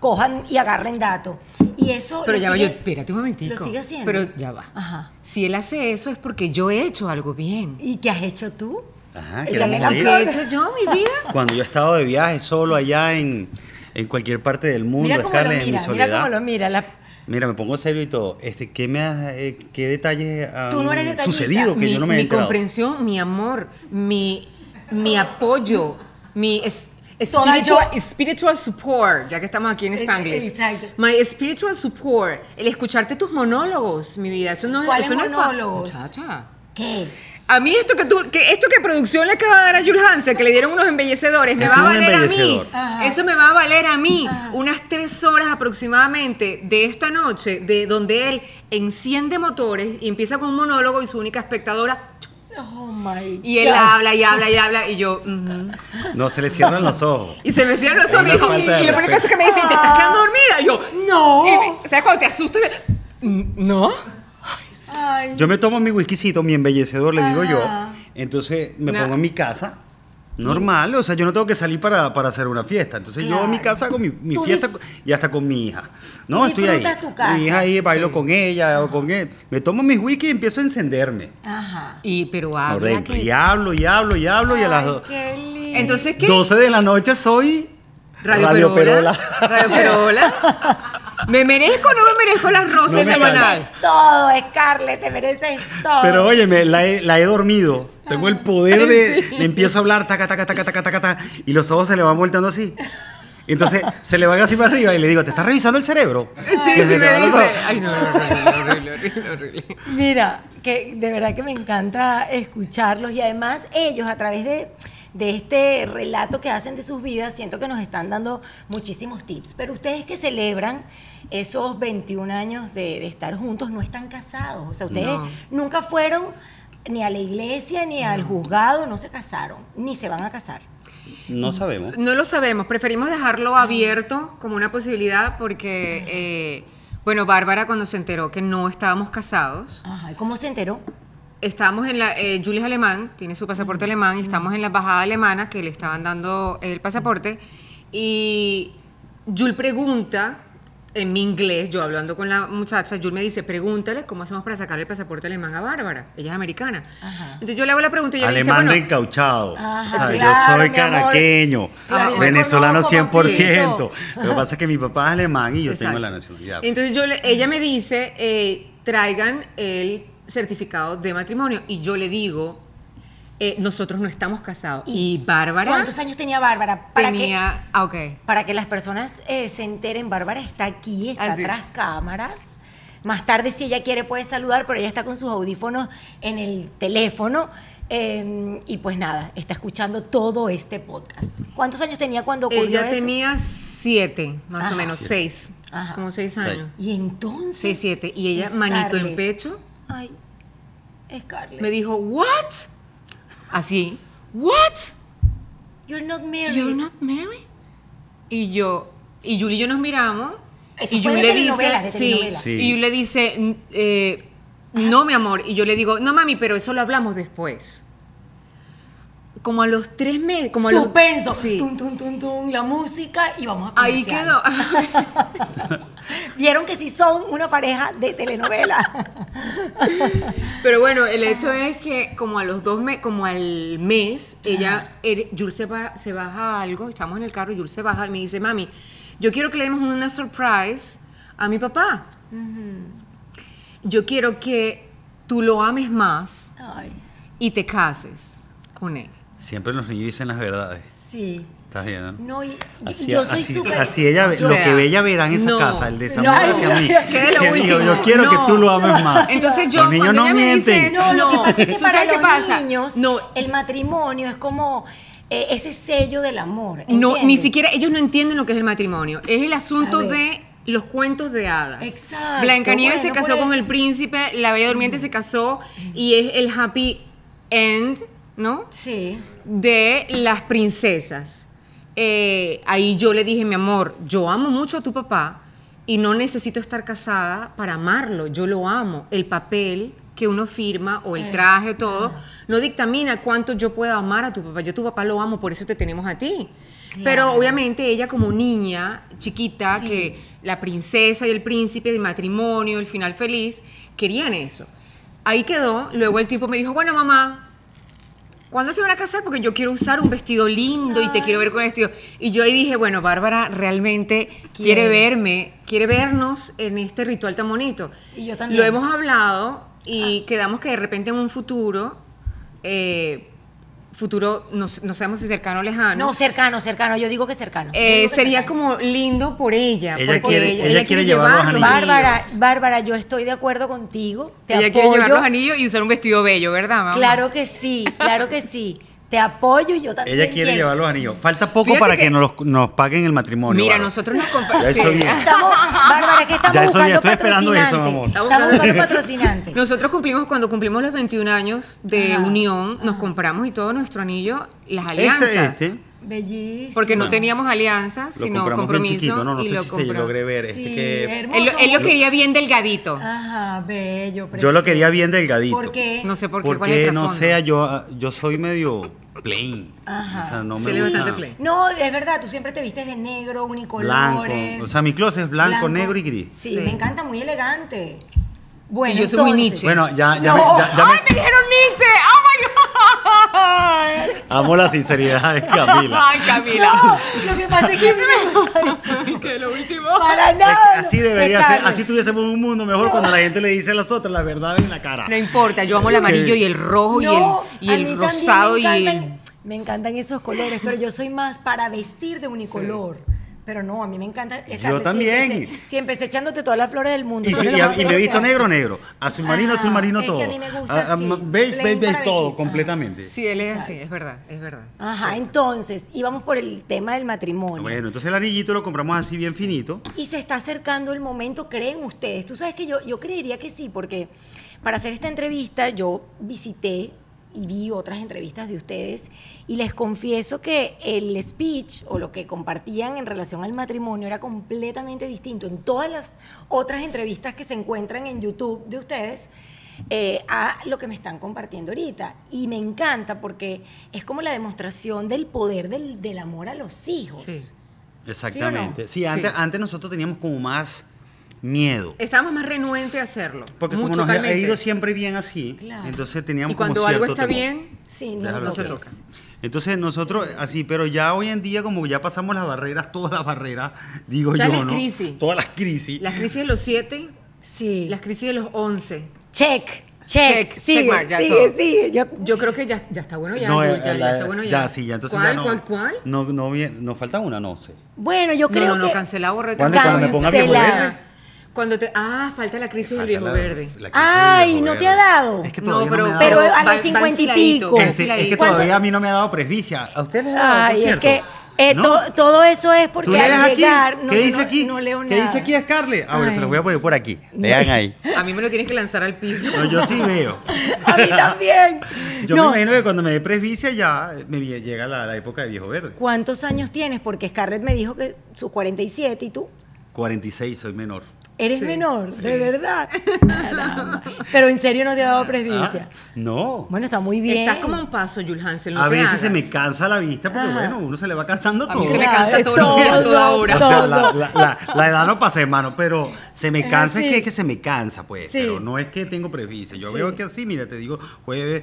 [SPEAKER 1] cojan y agarren datos. Y eso.
[SPEAKER 2] Pero
[SPEAKER 1] lo
[SPEAKER 2] ya va, yo,
[SPEAKER 1] sigue-
[SPEAKER 2] espérate un momentico.
[SPEAKER 1] lo sigue haciendo. Ah.
[SPEAKER 2] Pero ya va.
[SPEAKER 1] Ajá.
[SPEAKER 2] Si él hace eso es porque yo he hecho algo bien.
[SPEAKER 1] ¿Y qué has hecho tú?
[SPEAKER 3] Ajá,
[SPEAKER 4] Échale
[SPEAKER 3] queremos
[SPEAKER 4] la
[SPEAKER 3] oír.
[SPEAKER 2] ¿Qué he hecho yo, mi vida?
[SPEAKER 3] Cuando yo he estado de viaje solo allá en, en cualquier parte del mundo,
[SPEAKER 4] Mira cómo lo
[SPEAKER 3] Scarlett, en mi
[SPEAKER 4] mira, mira
[SPEAKER 3] soledad.
[SPEAKER 4] cómo lo mira. la-
[SPEAKER 3] Mira, me pongo serio y todo. Este, ¿qué, me has- eh, ¿Qué detalles han
[SPEAKER 4] Tú no eres detallista.
[SPEAKER 3] sucedido que
[SPEAKER 2] mi,
[SPEAKER 3] yo no me he
[SPEAKER 2] mi
[SPEAKER 3] enterado?
[SPEAKER 2] comprensión, mi amor, mi, mi apoyo, mi es-
[SPEAKER 4] Toda
[SPEAKER 2] spiritual, spiritual support, ya que estamos aquí en
[SPEAKER 4] Ex-
[SPEAKER 2] Spanglish.
[SPEAKER 4] exacto.
[SPEAKER 2] My spiritual support, el escucharte tus monólogos, mi vida, eso no es
[SPEAKER 4] ¿Cuáles
[SPEAKER 2] eso no es fa-
[SPEAKER 4] monólogos?
[SPEAKER 2] Muchacha.
[SPEAKER 4] ¿Qué?
[SPEAKER 2] A mí esto que tú, que esto que producción le acaba de dar a Jules Hansen, que le dieron unos embellecedores, me
[SPEAKER 3] Esto
[SPEAKER 2] va a
[SPEAKER 3] es un
[SPEAKER 2] valer a mí.
[SPEAKER 3] embellecedor.
[SPEAKER 4] Ajá.
[SPEAKER 2] Eso me va a valer a mí unas tres horas aproximadamente de esta noche, de donde él enciende motores y empieza con un monólogo y su única espectadora.
[SPEAKER 4] Oh my
[SPEAKER 2] Y él
[SPEAKER 4] God.
[SPEAKER 2] habla y habla y habla y yo. ujú.
[SPEAKER 3] No, se le cierran los ojos.
[SPEAKER 2] Y se me cierran los
[SPEAKER 3] Es una
[SPEAKER 2] ojos hijo,
[SPEAKER 3] falta de
[SPEAKER 2] y lo primero que hace
[SPEAKER 3] respeto.
[SPEAKER 2] es que me dice, ¿te estás quedando dormida? Y yo.
[SPEAKER 4] No.
[SPEAKER 2] y me- ¿Sabes cuando te asustas? de- "Mm, No.
[SPEAKER 4] Ay.
[SPEAKER 3] Yo me tomo mi whiskycito, mi embellecedor, le digo yo.
[SPEAKER 4] Ajá.
[SPEAKER 3] Entonces me
[SPEAKER 2] Nah.
[SPEAKER 3] pongo en mi casa. Normal, o sea, yo no tengo que salir para, para hacer una fiesta. Entonces yo en mi
[SPEAKER 4] Claro.
[SPEAKER 3] casa hago mi, mi
[SPEAKER 4] Tú
[SPEAKER 3] fiesta
[SPEAKER 4] dif-
[SPEAKER 3] co- y hasta con mi hija. No,
[SPEAKER 4] tú
[SPEAKER 3] estoy ahí.
[SPEAKER 4] disfrutas tu casa. Ah.
[SPEAKER 3] Mi hija ahí bailo
[SPEAKER 2] Sí.
[SPEAKER 3] con ella o con él. Me tomo mis whisky y empiezo a encenderme.
[SPEAKER 4] Ajá.
[SPEAKER 2] Y pero
[SPEAKER 3] Por
[SPEAKER 2] habla.
[SPEAKER 3] dentro. Y hablo, y hablo, y hablo. y a las
[SPEAKER 4] Ay,
[SPEAKER 3] do-
[SPEAKER 4] qué lindo.
[SPEAKER 2] Entonces, ¿qué?
[SPEAKER 3] 12 de la noche soy
[SPEAKER 2] Radio, Perola. Radio Perola. ¿Me merezco o no me merezco las
[SPEAKER 3] No
[SPEAKER 2] rosas
[SPEAKER 3] me
[SPEAKER 2] semanal?
[SPEAKER 4] todo, Scarlett, te mereces todo.
[SPEAKER 3] Pero óyeme, la he, la he dormido. Tengo el poder de. Le empiezo a hablar, taca, taca, taca, taca, taca, taca, y los ojos se le van volteando así. Entonces se le van así para arriba y le digo, ¿te estás revisando el cerebro?
[SPEAKER 2] Sí,
[SPEAKER 3] Que
[SPEAKER 2] sí,
[SPEAKER 3] se
[SPEAKER 2] me
[SPEAKER 3] le van los
[SPEAKER 2] dice.
[SPEAKER 3] ojos.
[SPEAKER 2] Ay, no, horrible, horrible, horrible, horrible.
[SPEAKER 4] Mira, que de verdad que me encanta escucharlos y además ellos a través de, de este relato que hacen de sus vidas, siento que nos están dando muchísimos tips. Pero ustedes que celebran esos 21 años de, de estar juntos no están casados, o sea, ustedes
[SPEAKER 2] No.
[SPEAKER 4] nunca fueron ni a la iglesia ni al juzgado, no se casaron, ni se van a casar.
[SPEAKER 3] No sabemos.
[SPEAKER 2] No lo sabemos, preferimos dejarlo abierto como una posibilidad porque, eh, bueno, Bárbara cuando se enteró que no estábamos casados,
[SPEAKER 4] Ajá, ¿y cómo se enteró?
[SPEAKER 2] estábamos en la, eh, Julie es alemán, tiene su pasaporte alemán y estamos en la embajada alemana que le estaban dando el pasaporte y Jules pregunta, en mi inglés, yo hablando con la muchacha, Jules me dice, pregúntale cómo hacemos para sacar el pasaporte alemán a Bárbara, ella es americana.
[SPEAKER 4] Ajá.
[SPEAKER 2] Entonces yo le hago la pregunta y ella me dice,
[SPEAKER 3] Alemán
[SPEAKER 2] bueno,
[SPEAKER 3] reencauchado.
[SPEAKER 4] Ajá,
[SPEAKER 3] O
[SPEAKER 4] claro,
[SPEAKER 3] sea, yo soy
[SPEAKER 4] mi amor.
[SPEAKER 3] caraqueño,
[SPEAKER 4] Claro, yo
[SPEAKER 3] venezolano
[SPEAKER 4] conozco,
[SPEAKER 3] 100%.
[SPEAKER 4] papito.
[SPEAKER 3] Lo que pasa es que mi papá es alemán y yo
[SPEAKER 2] Exacto.
[SPEAKER 3] tengo la nacionalidad.
[SPEAKER 2] Entonces yo le- ella me dice, eh, traigan el certificado de matrimonio. Y yo le digo, eh, nosotros no estamos casados. Y, Bárbara
[SPEAKER 4] ¿Cuántos años tenía Bárbara? ¿Para que-
[SPEAKER 2] tenía... Ah, ok.
[SPEAKER 4] Para que las personas eh, se enteren, Bárbara está aquí, está
[SPEAKER 2] Así.
[SPEAKER 4] tras cámaras. Más tarde, si ella quiere, puede saludar, pero ella está con sus audífonos en el teléfono. eh, y pues nada, está escuchando todo este podcast. ¿Cuántos años tenía cuando ocurrió
[SPEAKER 2] Ella
[SPEAKER 4] eso?
[SPEAKER 2] Eh, tenía siete, más
[SPEAKER 4] Ajá.
[SPEAKER 2] o menos,
[SPEAKER 3] Siete.
[SPEAKER 2] seis.
[SPEAKER 4] Ajá.
[SPEAKER 2] Como seis
[SPEAKER 3] Seis.
[SPEAKER 2] años.
[SPEAKER 4] Y entonces...
[SPEAKER 2] Seis, siete. Y ella, manito en
[SPEAKER 4] Scarlett.
[SPEAKER 2] pecho,
[SPEAKER 4] Ay, Scarlett.
[SPEAKER 2] me dijo, ¿what? Así, ¿what?
[SPEAKER 4] You're not married.
[SPEAKER 2] You're not married. Y yo, y Julie y yo nos miramos.
[SPEAKER 4] Eso
[SPEAKER 2] y
[SPEAKER 4] fue
[SPEAKER 2] Julie
[SPEAKER 4] de
[SPEAKER 2] le dice,
[SPEAKER 4] telenovela, de
[SPEAKER 2] sí,
[SPEAKER 4] telenovela.
[SPEAKER 3] Sí.
[SPEAKER 2] Y Julie le dice, "N- eh, no, mi amor. Y yo le digo, no, mami, pero eso lo hablamos después. Como a los tres meses. Como a los-
[SPEAKER 4] Suspenso.
[SPEAKER 2] Sí.
[SPEAKER 4] Tum, tum, tum, tum, la música y vamos a
[SPEAKER 2] Ahí
[SPEAKER 4] comercial.
[SPEAKER 2] quedó.
[SPEAKER 4] Vieron que sí son una pareja de telenovela.
[SPEAKER 2] pero bueno, el hecho es que como a los dos meses, como al mes, ella, er- Jules se, ba- se baja algo, estamos en el carro, y Jules se baja y me dice, mami, yo quiero que le demos una surprise a mi papá. Yo quiero que tú lo ames más
[SPEAKER 4] Ay,
[SPEAKER 2] y te cases con él.
[SPEAKER 3] Siempre los niños dicen las verdades.
[SPEAKER 4] sí.
[SPEAKER 3] ¿Estás viendo?
[SPEAKER 4] No, y-
[SPEAKER 3] Así,
[SPEAKER 4] yo soy
[SPEAKER 3] así-
[SPEAKER 4] súper.
[SPEAKER 3] así ella ve-
[SPEAKER 2] yo-
[SPEAKER 3] lo que ella verá en esa
[SPEAKER 2] No.
[SPEAKER 3] casa, el desamor
[SPEAKER 4] No.
[SPEAKER 3] hacia mí.
[SPEAKER 2] Que de lo
[SPEAKER 3] Que digo,
[SPEAKER 2] último.
[SPEAKER 3] yo quiero
[SPEAKER 2] No.
[SPEAKER 3] que tú lo ames más.
[SPEAKER 2] Entonces yo,
[SPEAKER 3] los niños
[SPEAKER 2] cuando
[SPEAKER 3] no
[SPEAKER 2] ella me dice
[SPEAKER 3] mienten.
[SPEAKER 2] eso, No,
[SPEAKER 4] lo que pasa es que
[SPEAKER 2] ¿Tú
[SPEAKER 4] para
[SPEAKER 2] sabes qué
[SPEAKER 4] los
[SPEAKER 2] pasa?
[SPEAKER 4] niños
[SPEAKER 2] No.
[SPEAKER 4] el matrimonio es como eh, ese sello del amor.
[SPEAKER 2] No, ni
[SPEAKER 4] ¿entiendes?
[SPEAKER 2] siquiera ellos no entienden lo que es el matrimonio. Es el asunto
[SPEAKER 4] A ver.
[SPEAKER 2] de los cuentos de hadas.
[SPEAKER 4] Exacto,
[SPEAKER 2] Blancanieves
[SPEAKER 4] bueno,
[SPEAKER 2] se casó
[SPEAKER 4] por
[SPEAKER 2] con
[SPEAKER 4] eso.
[SPEAKER 2] el príncipe, la Bella Durmiente se casó y es el happy end, ¿no?
[SPEAKER 4] Sí.
[SPEAKER 2] de las princesas. Eh, ahí yo le dije, mi amor, yo amo mucho a tu papá y no necesito estar casada para amarlo, yo lo amo. El papel que uno firma o el traje o todo, no dictamina cuánto yo pueda amar a tu papá. Yo a tu papá lo amo, por eso te tenemos a ti. Pero obviamente ella como niña chiquita,
[SPEAKER 4] Sí.
[SPEAKER 2] que la princesa y el príncipe, el matrimonio, el final feliz, querían eso. Ahí quedó, luego el tipo me dijo, bueno mamá, ¿Cuándo se van a casar? Porque yo quiero usar un vestido lindo y te quiero ver con este vestido. Y yo ahí dije, bueno, Bárbara realmente quiere,
[SPEAKER 4] Quiere.
[SPEAKER 2] verme, quiere vernos en este ritual tan bonito.
[SPEAKER 4] Y yo también. Ah.
[SPEAKER 2] Lo hemos hablado y quedamos que de repente en un futuro, eh, futuro, no, s- no sabemos si cercano o lejano.
[SPEAKER 4] No, cercano, cercano. Yo digo que cercano.
[SPEAKER 2] eh, sería como lindo por ella.
[SPEAKER 3] Ella
[SPEAKER 2] porque
[SPEAKER 3] quiere- ella quiere llevar los anillos.
[SPEAKER 4] Bárbara, Bárbara, yo estoy de acuerdo contigo. Te
[SPEAKER 2] ella
[SPEAKER 4] apoyo.
[SPEAKER 2] quiere llevar los anillos y usar un vestido bello, ¿verdad? mamá?
[SPEAKER 4] Claro que sí, claro que sí. Te apoyo y yo también.
[SPEAKER 3] Ella quiere
[SPEAKER 4] quiero.
[SPEAKER 3] llevar los anillos. Falta poco
[SPEAKER 2] Fíjate
[SPEAKER 3] para que,
[SPEAKER 2] que-
[SPEAKER 3] nos, los- nos paguen el matrimonio.
[SPEAKER 2] Mira,
[SPEAKER 3] Bárbara.
[SPEAKER 2] nosotros nos
[SPEAKER 3] Ya
[SPEAKER 2] compartimos.
[SPEAKER 3] eso bien.
[SPEAKER 4] Estamos, Bárbara, que estamos
[SPEAKER 3] Ya eso- ya
[SPEAKER 4] buscando
[SPEAKER 3] estoy esperando eso,
[SPEAKER 4] patrocinante.
[SPEAKER 3] mamón.
[SPEAKER 4] Estamos buscando patrocinante.
[SPEAKER 2] Nosotros cumplimos, cuando cumplimos los 21 años de
[SPEAKER 4] Ajá.
[SPEAKER 2] unión, nos compramos y todo nuestro anillo, las alianzas.
[SPEAKER 3] Este, este,
[SPEAKER 4] Bellísimo.
[SPEAKER 2] Porque no teníamos alianzas,
[SPEAKER 3] lo
[SPEAKER 2] sino
[SPEAKER 3] compramos bien
[SPEAKER 2] compromiso.
[SPEAKER 3] chiquito. No, no
[SPEAKER 2] y
[SPEAKER 3] sé
[SPEAKER 2] lo
[SPEAKER 3] si se
[SPEAKER 2] compramos.
[SPEAKER 3] logré ver. Este
[SPEAKER 4] Sí,
[SPEAKER 3] que-
[SPEAKER 4] hermoso. Ah,
[SPEAKER 2] Él, lo- él lo quería bien delgadito.
[SPEAKER 4] Ajá, bello, precioso.
[SPEAKER 3] Yo lo quería bien delgadito.
[SPEAKER 4] ¿Por qué?
[SPEAKER 2] No sé por qué. ¿cuál es el
[SPEAKER 3] Porque no
[SPEAKER 2] trasfondo?
[SPEAKER 3] sea yo, yo soy medio plain.
[SPEAKER 4] Ajá.
[SPEAKER 3] O sea, no me
[SPEAKER 2] Se le ve
[SPEAKER 3] gusta-
[SPEAKER 2] bastante plain.
[SPEAKER 4] No, es verdad, tú siempre te vistes de negro, unicolores.
[SPEAKER 3] Blanco. O sea, mi closet es blanco, negro y gris.
[SPEAKER 4] Sí,
[SPEAKER 2] Sí.
[SPEAKER 4] me encanta, muy elegante. Bueno,
[SPEAKER 2] Y yo soy muy
[SPEAKER 4] entonces-
[SPEAKER 2] Nietzsche.
[SPEAKER 3] Bueno, ya, ya,
[SPEAKER 2] No.
[SPEAKER 3] me- ya- ya
[SPEAKER 2] ¡Ay, te dijeron Nietzsche! ¡Oh, my God!
[SPEAKER 3] me- Amo la sinceridad de Camila.
[SPEAKER 2] ¡Ay, Camila!
[SPEAKER 4] No, lo que pasa es que
[SPEAKER 2] que lo último...
[SPEAKER 4] para
[SPEAKER 3] Es que
[SPEAKER 4] nada.
[SPEAKER 3] así
[SPEAKER 4] no,
[SPEAKER 3] debería ser,
[SPEAKER 4] pecarle.
[SPEAKER 3] así tuviésemos un mundo mejor cuando la gente le dice a las otras la verdad en la cara.
[SPEAKER 2] No importa, yo amo el amarillo y el rojo
[SPEAKER 4] No,
[SPEAKER 2] y el,
[SPEAKER 4] a
[SPEAKER 2] y
[SPEAKER 4] mí también
[SPEAKER 2] el rosado
[SPEAKER 4] me
[SPEAKER 2] y el...
[SPEAKER 4] encantan- Me encantan esos colores, pero yo soy más para vestir de unicolor. Pero no, a mí me encanta. Scarlett,
[SPEAKER 3] también.
[SPEAKER 4] Siempre, se- siempre se echándote todas las flores del mundo.
[SPEAKER 3] Y,
[SPEAKER 4] Eso
[SPEAKER 3] sí,
[SPEAKER 4] es lo
[SPEAKER 3] y a-
[SPEAKER 4] más
[SPEAKER 3] y me he visto
[SPEAKER 4] bonito.
[SPEAKER 3] negro, negro. Azul marino, azul marino,
[SPEAKER 4] es que
[SPEAKER 3] todo.
[SPEAKER 4] a mí me gusta así,
[SPEAKER 3] m- ¿Veis?
[SPEAKER 4] plain
[SPEAKER 3] ¿Veis? ¿Veis?
[SPEAKER 4] para
[SPEAKER 3] Todo,
[SPEAKER 4] vestir.
[SPEAKER 3] completamente.
[SPEAKER 2] Sí, él es así, es verdad, es verdad.
[SPEAKER 4] Ajá, entonces íbamos por el tema del matrimonio.
[SPEAKER 3] Bueno, entonces el anillito lo compramos así bien finito.
[SPEAKER 4] Y se está acercando el momento, creen ustedes. Tú sabes que yo, yo creería que sí, porque para hacer esta entrevista yo visité y vi otras entrevistas de ustedes y les confieso que el speech o lo que compartían en relación al matrimonio era completamente distinto. En todas las otras entrevistas que se encuentran en YouTube de ustedes, eh, a lo que me están compartiendo ahorita. Y me encanta porque es como la demostración del poder del, del amor a los hijos.
[SPEAKER 2] Sí.
[SPEAKER 3] Exactamente. Sí,
[SPEAKER 2] Sí.
[SPEAKER 3] antes, antes nosotros teníamos como más miedo.
[SPEAKER 2] Estábamos más renuentes a hacerlo.
[SPEAKER 3] Porque
[SPEAKER 2] mucho,
[SPEAKER 3] como nos ha- ha
[SPEAKER 2] realmente.
[SPEAKER 3] ido siempre bien así,
[SPEAKER 4] Claro.
[SPEAKER 3] entonces teníamos
[SPEAKER 2] Y cuando
[SPEAKER 3] como
[SPEAKER 2] algo
[SPEAKER 3] cierto
[SPEAKER 2] está
[SPEAKER 3] temor.
[SPEAKER 2] bien,
[SPEAKER 4] Sí, no,
[SPEAKER 3] Déjalo
[SPEAKER 4] no
[SPEAKER 2] se
[SPEAKER 4] es.
[SPEAKER 2] toca.
[SPEAKER 3] Entonces nosotros así, pero ya hoy en día como ya pasamos las barreras, todas las barreras, digo
[SPEAKER 2] Ya
[SPEAKER 3] yo,
[SPEAKER 2] las
[SPEAKER 3] ¿no?
[SPEAKER 2] crisis.
[SPEAKER 3] Todas las crisis.
[SPEAKER 2] las crisis de los 7,
[SPEAKER 4] Sí.
[SPEAKER 2] las crisis de los 11.
[SPEAKER 4] Check, check,
[SPEAKER 2] Check,
[SPEAKER 4] sigue,
[SPEAKER 2] check mark, ya
[SPEAKER 4] sigue,
[SPEAKER 2] todo.
[SPEAKER 4] sigue. Yo,
[SPEAKER 2] Yo creo que ya, ya está bueno ya,
[SPEAKER 3] No,
[SPEAKER 2] Yul,
[SPEAKER 3] eh,
[SPEAKER 2] ya, ya
[SPEAKER 3] la-
[SPEAKER 2] está bueno ya.
[SPEAKER 3] ya, sí, ya entonces
[SPEAKER 2] ¿Cuál,
[SPEAKER 3] ya no,
[SPEAKER 2] cuál, cuál?
[SPEAKER 3] No, no, bien, nos falta una, no sé.
[SPEAKER 4] bueno, yo creo
[SPEAKER 2] no, no, no,
[SPEAKER 4] que
[SPEAKER 2] cancela, borra.
[SPEAKER 3] ¿Cuándo? Cuando me ponga viejo
[SPEAKER 4] Cancela.
[SPEAKER 3] verde.
[SPEAKER 2] Cuando te, ah, falta la crisis del
[SPEAKER 3] Falta
[SPEAKER 2] viejo
[SPEAKER 3] la-
[SPEAKER 2] verde.
[SPEAKER 3] la crisis
[SPEAKER 4] Ay,
[SPEAKER 3] del viejo
[SPEAKER 4] ¿no te
[SPEAKER 3] verde.
[SPEAKER 4] ha dado?
[SPEAKER 3] Es que
[SPEAKER 2] No,
[SPEAKER 3] todavía no,
[SPEAKER 2] pero-
[SPEAKER 3] me ha
[SPEAKER 4] Pero
[SPEAKER 3] dado.
[SPEAKER 2] va-
[SPEAKER 4] a
[SPEAKER 2] va
[SPEAKER 4] los cincuenta y
[SPEAKER 2] enfiladito,
[SPEAKER 4] pico.
[SPEAKER 2] va
[SPEAKER 3] Este, es que
[SPEAKER 2] enfiladito.
[SPEAKER 3] todavía a mí no me ha dado presbicia. ¿A usted le ha dado, por
[SPEAKER 4] Ay, es
[SPEAKER 3] cierto?
[SPEAKER 4] que eh,
[SPEAKER 3] ¿No?
[SPEAKER 4] to- todo eso es
[SPEAKER 3] ¿Tú
[SPEAKER 4] porque
[SPEAKER 3] lees
[SPEAKER 4] al
[SPEAKER 3] aquí?
[SPEAKER 4] llegar. no,
[SPEAKER 3] ¿Qué
[SPEAKER 4] yo
[SPEAKER 3] dice
[SPEAKER 4] no-
[SPEAKER 3] aquí?
[SPEAKER 4] No leo
[SPEAKER 3] ¿Qué
[SPEAKER 4] nada.
[SPEAKER 3] dice aquí Scarlett? Ah, bueno, se
[SPEAKER 4] Ay.
[SPEAKER 3] los voy a poner por aquí. Vean ahí.
[SPEAKER 2] A mí me lo tienes que lanzar al piso.
[SPEAKER 3] No, yo sí veo.
[SPEAKER 4] A mí también.
[SPEAKER 3] Yo
[SPEAKER 4] no.
[SPEAKER 3] me imagino que cuando me dé presbicia ya me vie- llega la, la época de viejo verde.
[SPEAKER 4] ¿Cuántos años tienes? Porque Scarlett me dijo que sus 47 y tú.
[SPEAKER 3] 46, soy menor.
[SPEAKER 4] Eres
[SPEAKER 2] Sí,
[SPEAKER 4] menor, de
[SPEAKER 2] sí.
[SPEAKER 4] verdad. Caramba. Pero en serio no te ha dado presbicia.
[SPEAKER 3] Ah, no.
[SPEAKER 4] Bueno, está muy bien.
[SPEAKER 2] Estás como a un paso, Jul Hansel. no
[SPEAKER 3] a
[SPEAKER 2] te
[SPEAKER 3] veces
[SPEAKER 2] hagas.
[SPEAKER 3] se me cansa la vista porque,
[SPEAKER 4] Ajá.
[SPEAKER 3] bueno, uno se le va cansando
[SPEAKER 2] A
[SPEAKER 3] todo.
[SPEAKER 2] mí se me
[SPEAKER 4] Claro,
[SPEAKER 2] cansa
[SPEAKER 4] es
[SPEAKER 2] todos los días,
[SPEAKER 4] todo,
[SPEAKER 2] toda hora.
[SPEAKER 3] O sea, la,
[SPEAKER 4] todo.
[SPEAKER 3] la- la- la edad no pasa, hermano, pero se me
[SPEAKER 4] Es
[SPEAKER 3] cansa, es
[SPEAKER 4] así.
[SPEAKER 3] que, es que se me cansa, pues.
[SPEAKER 4] Sí.
[SPEAKER 3] Pero no es que tengo presbicia. Yo
[SPEAKER 4] Sí.
[SPEAKER 3] veo que así, mira, te digo, jueves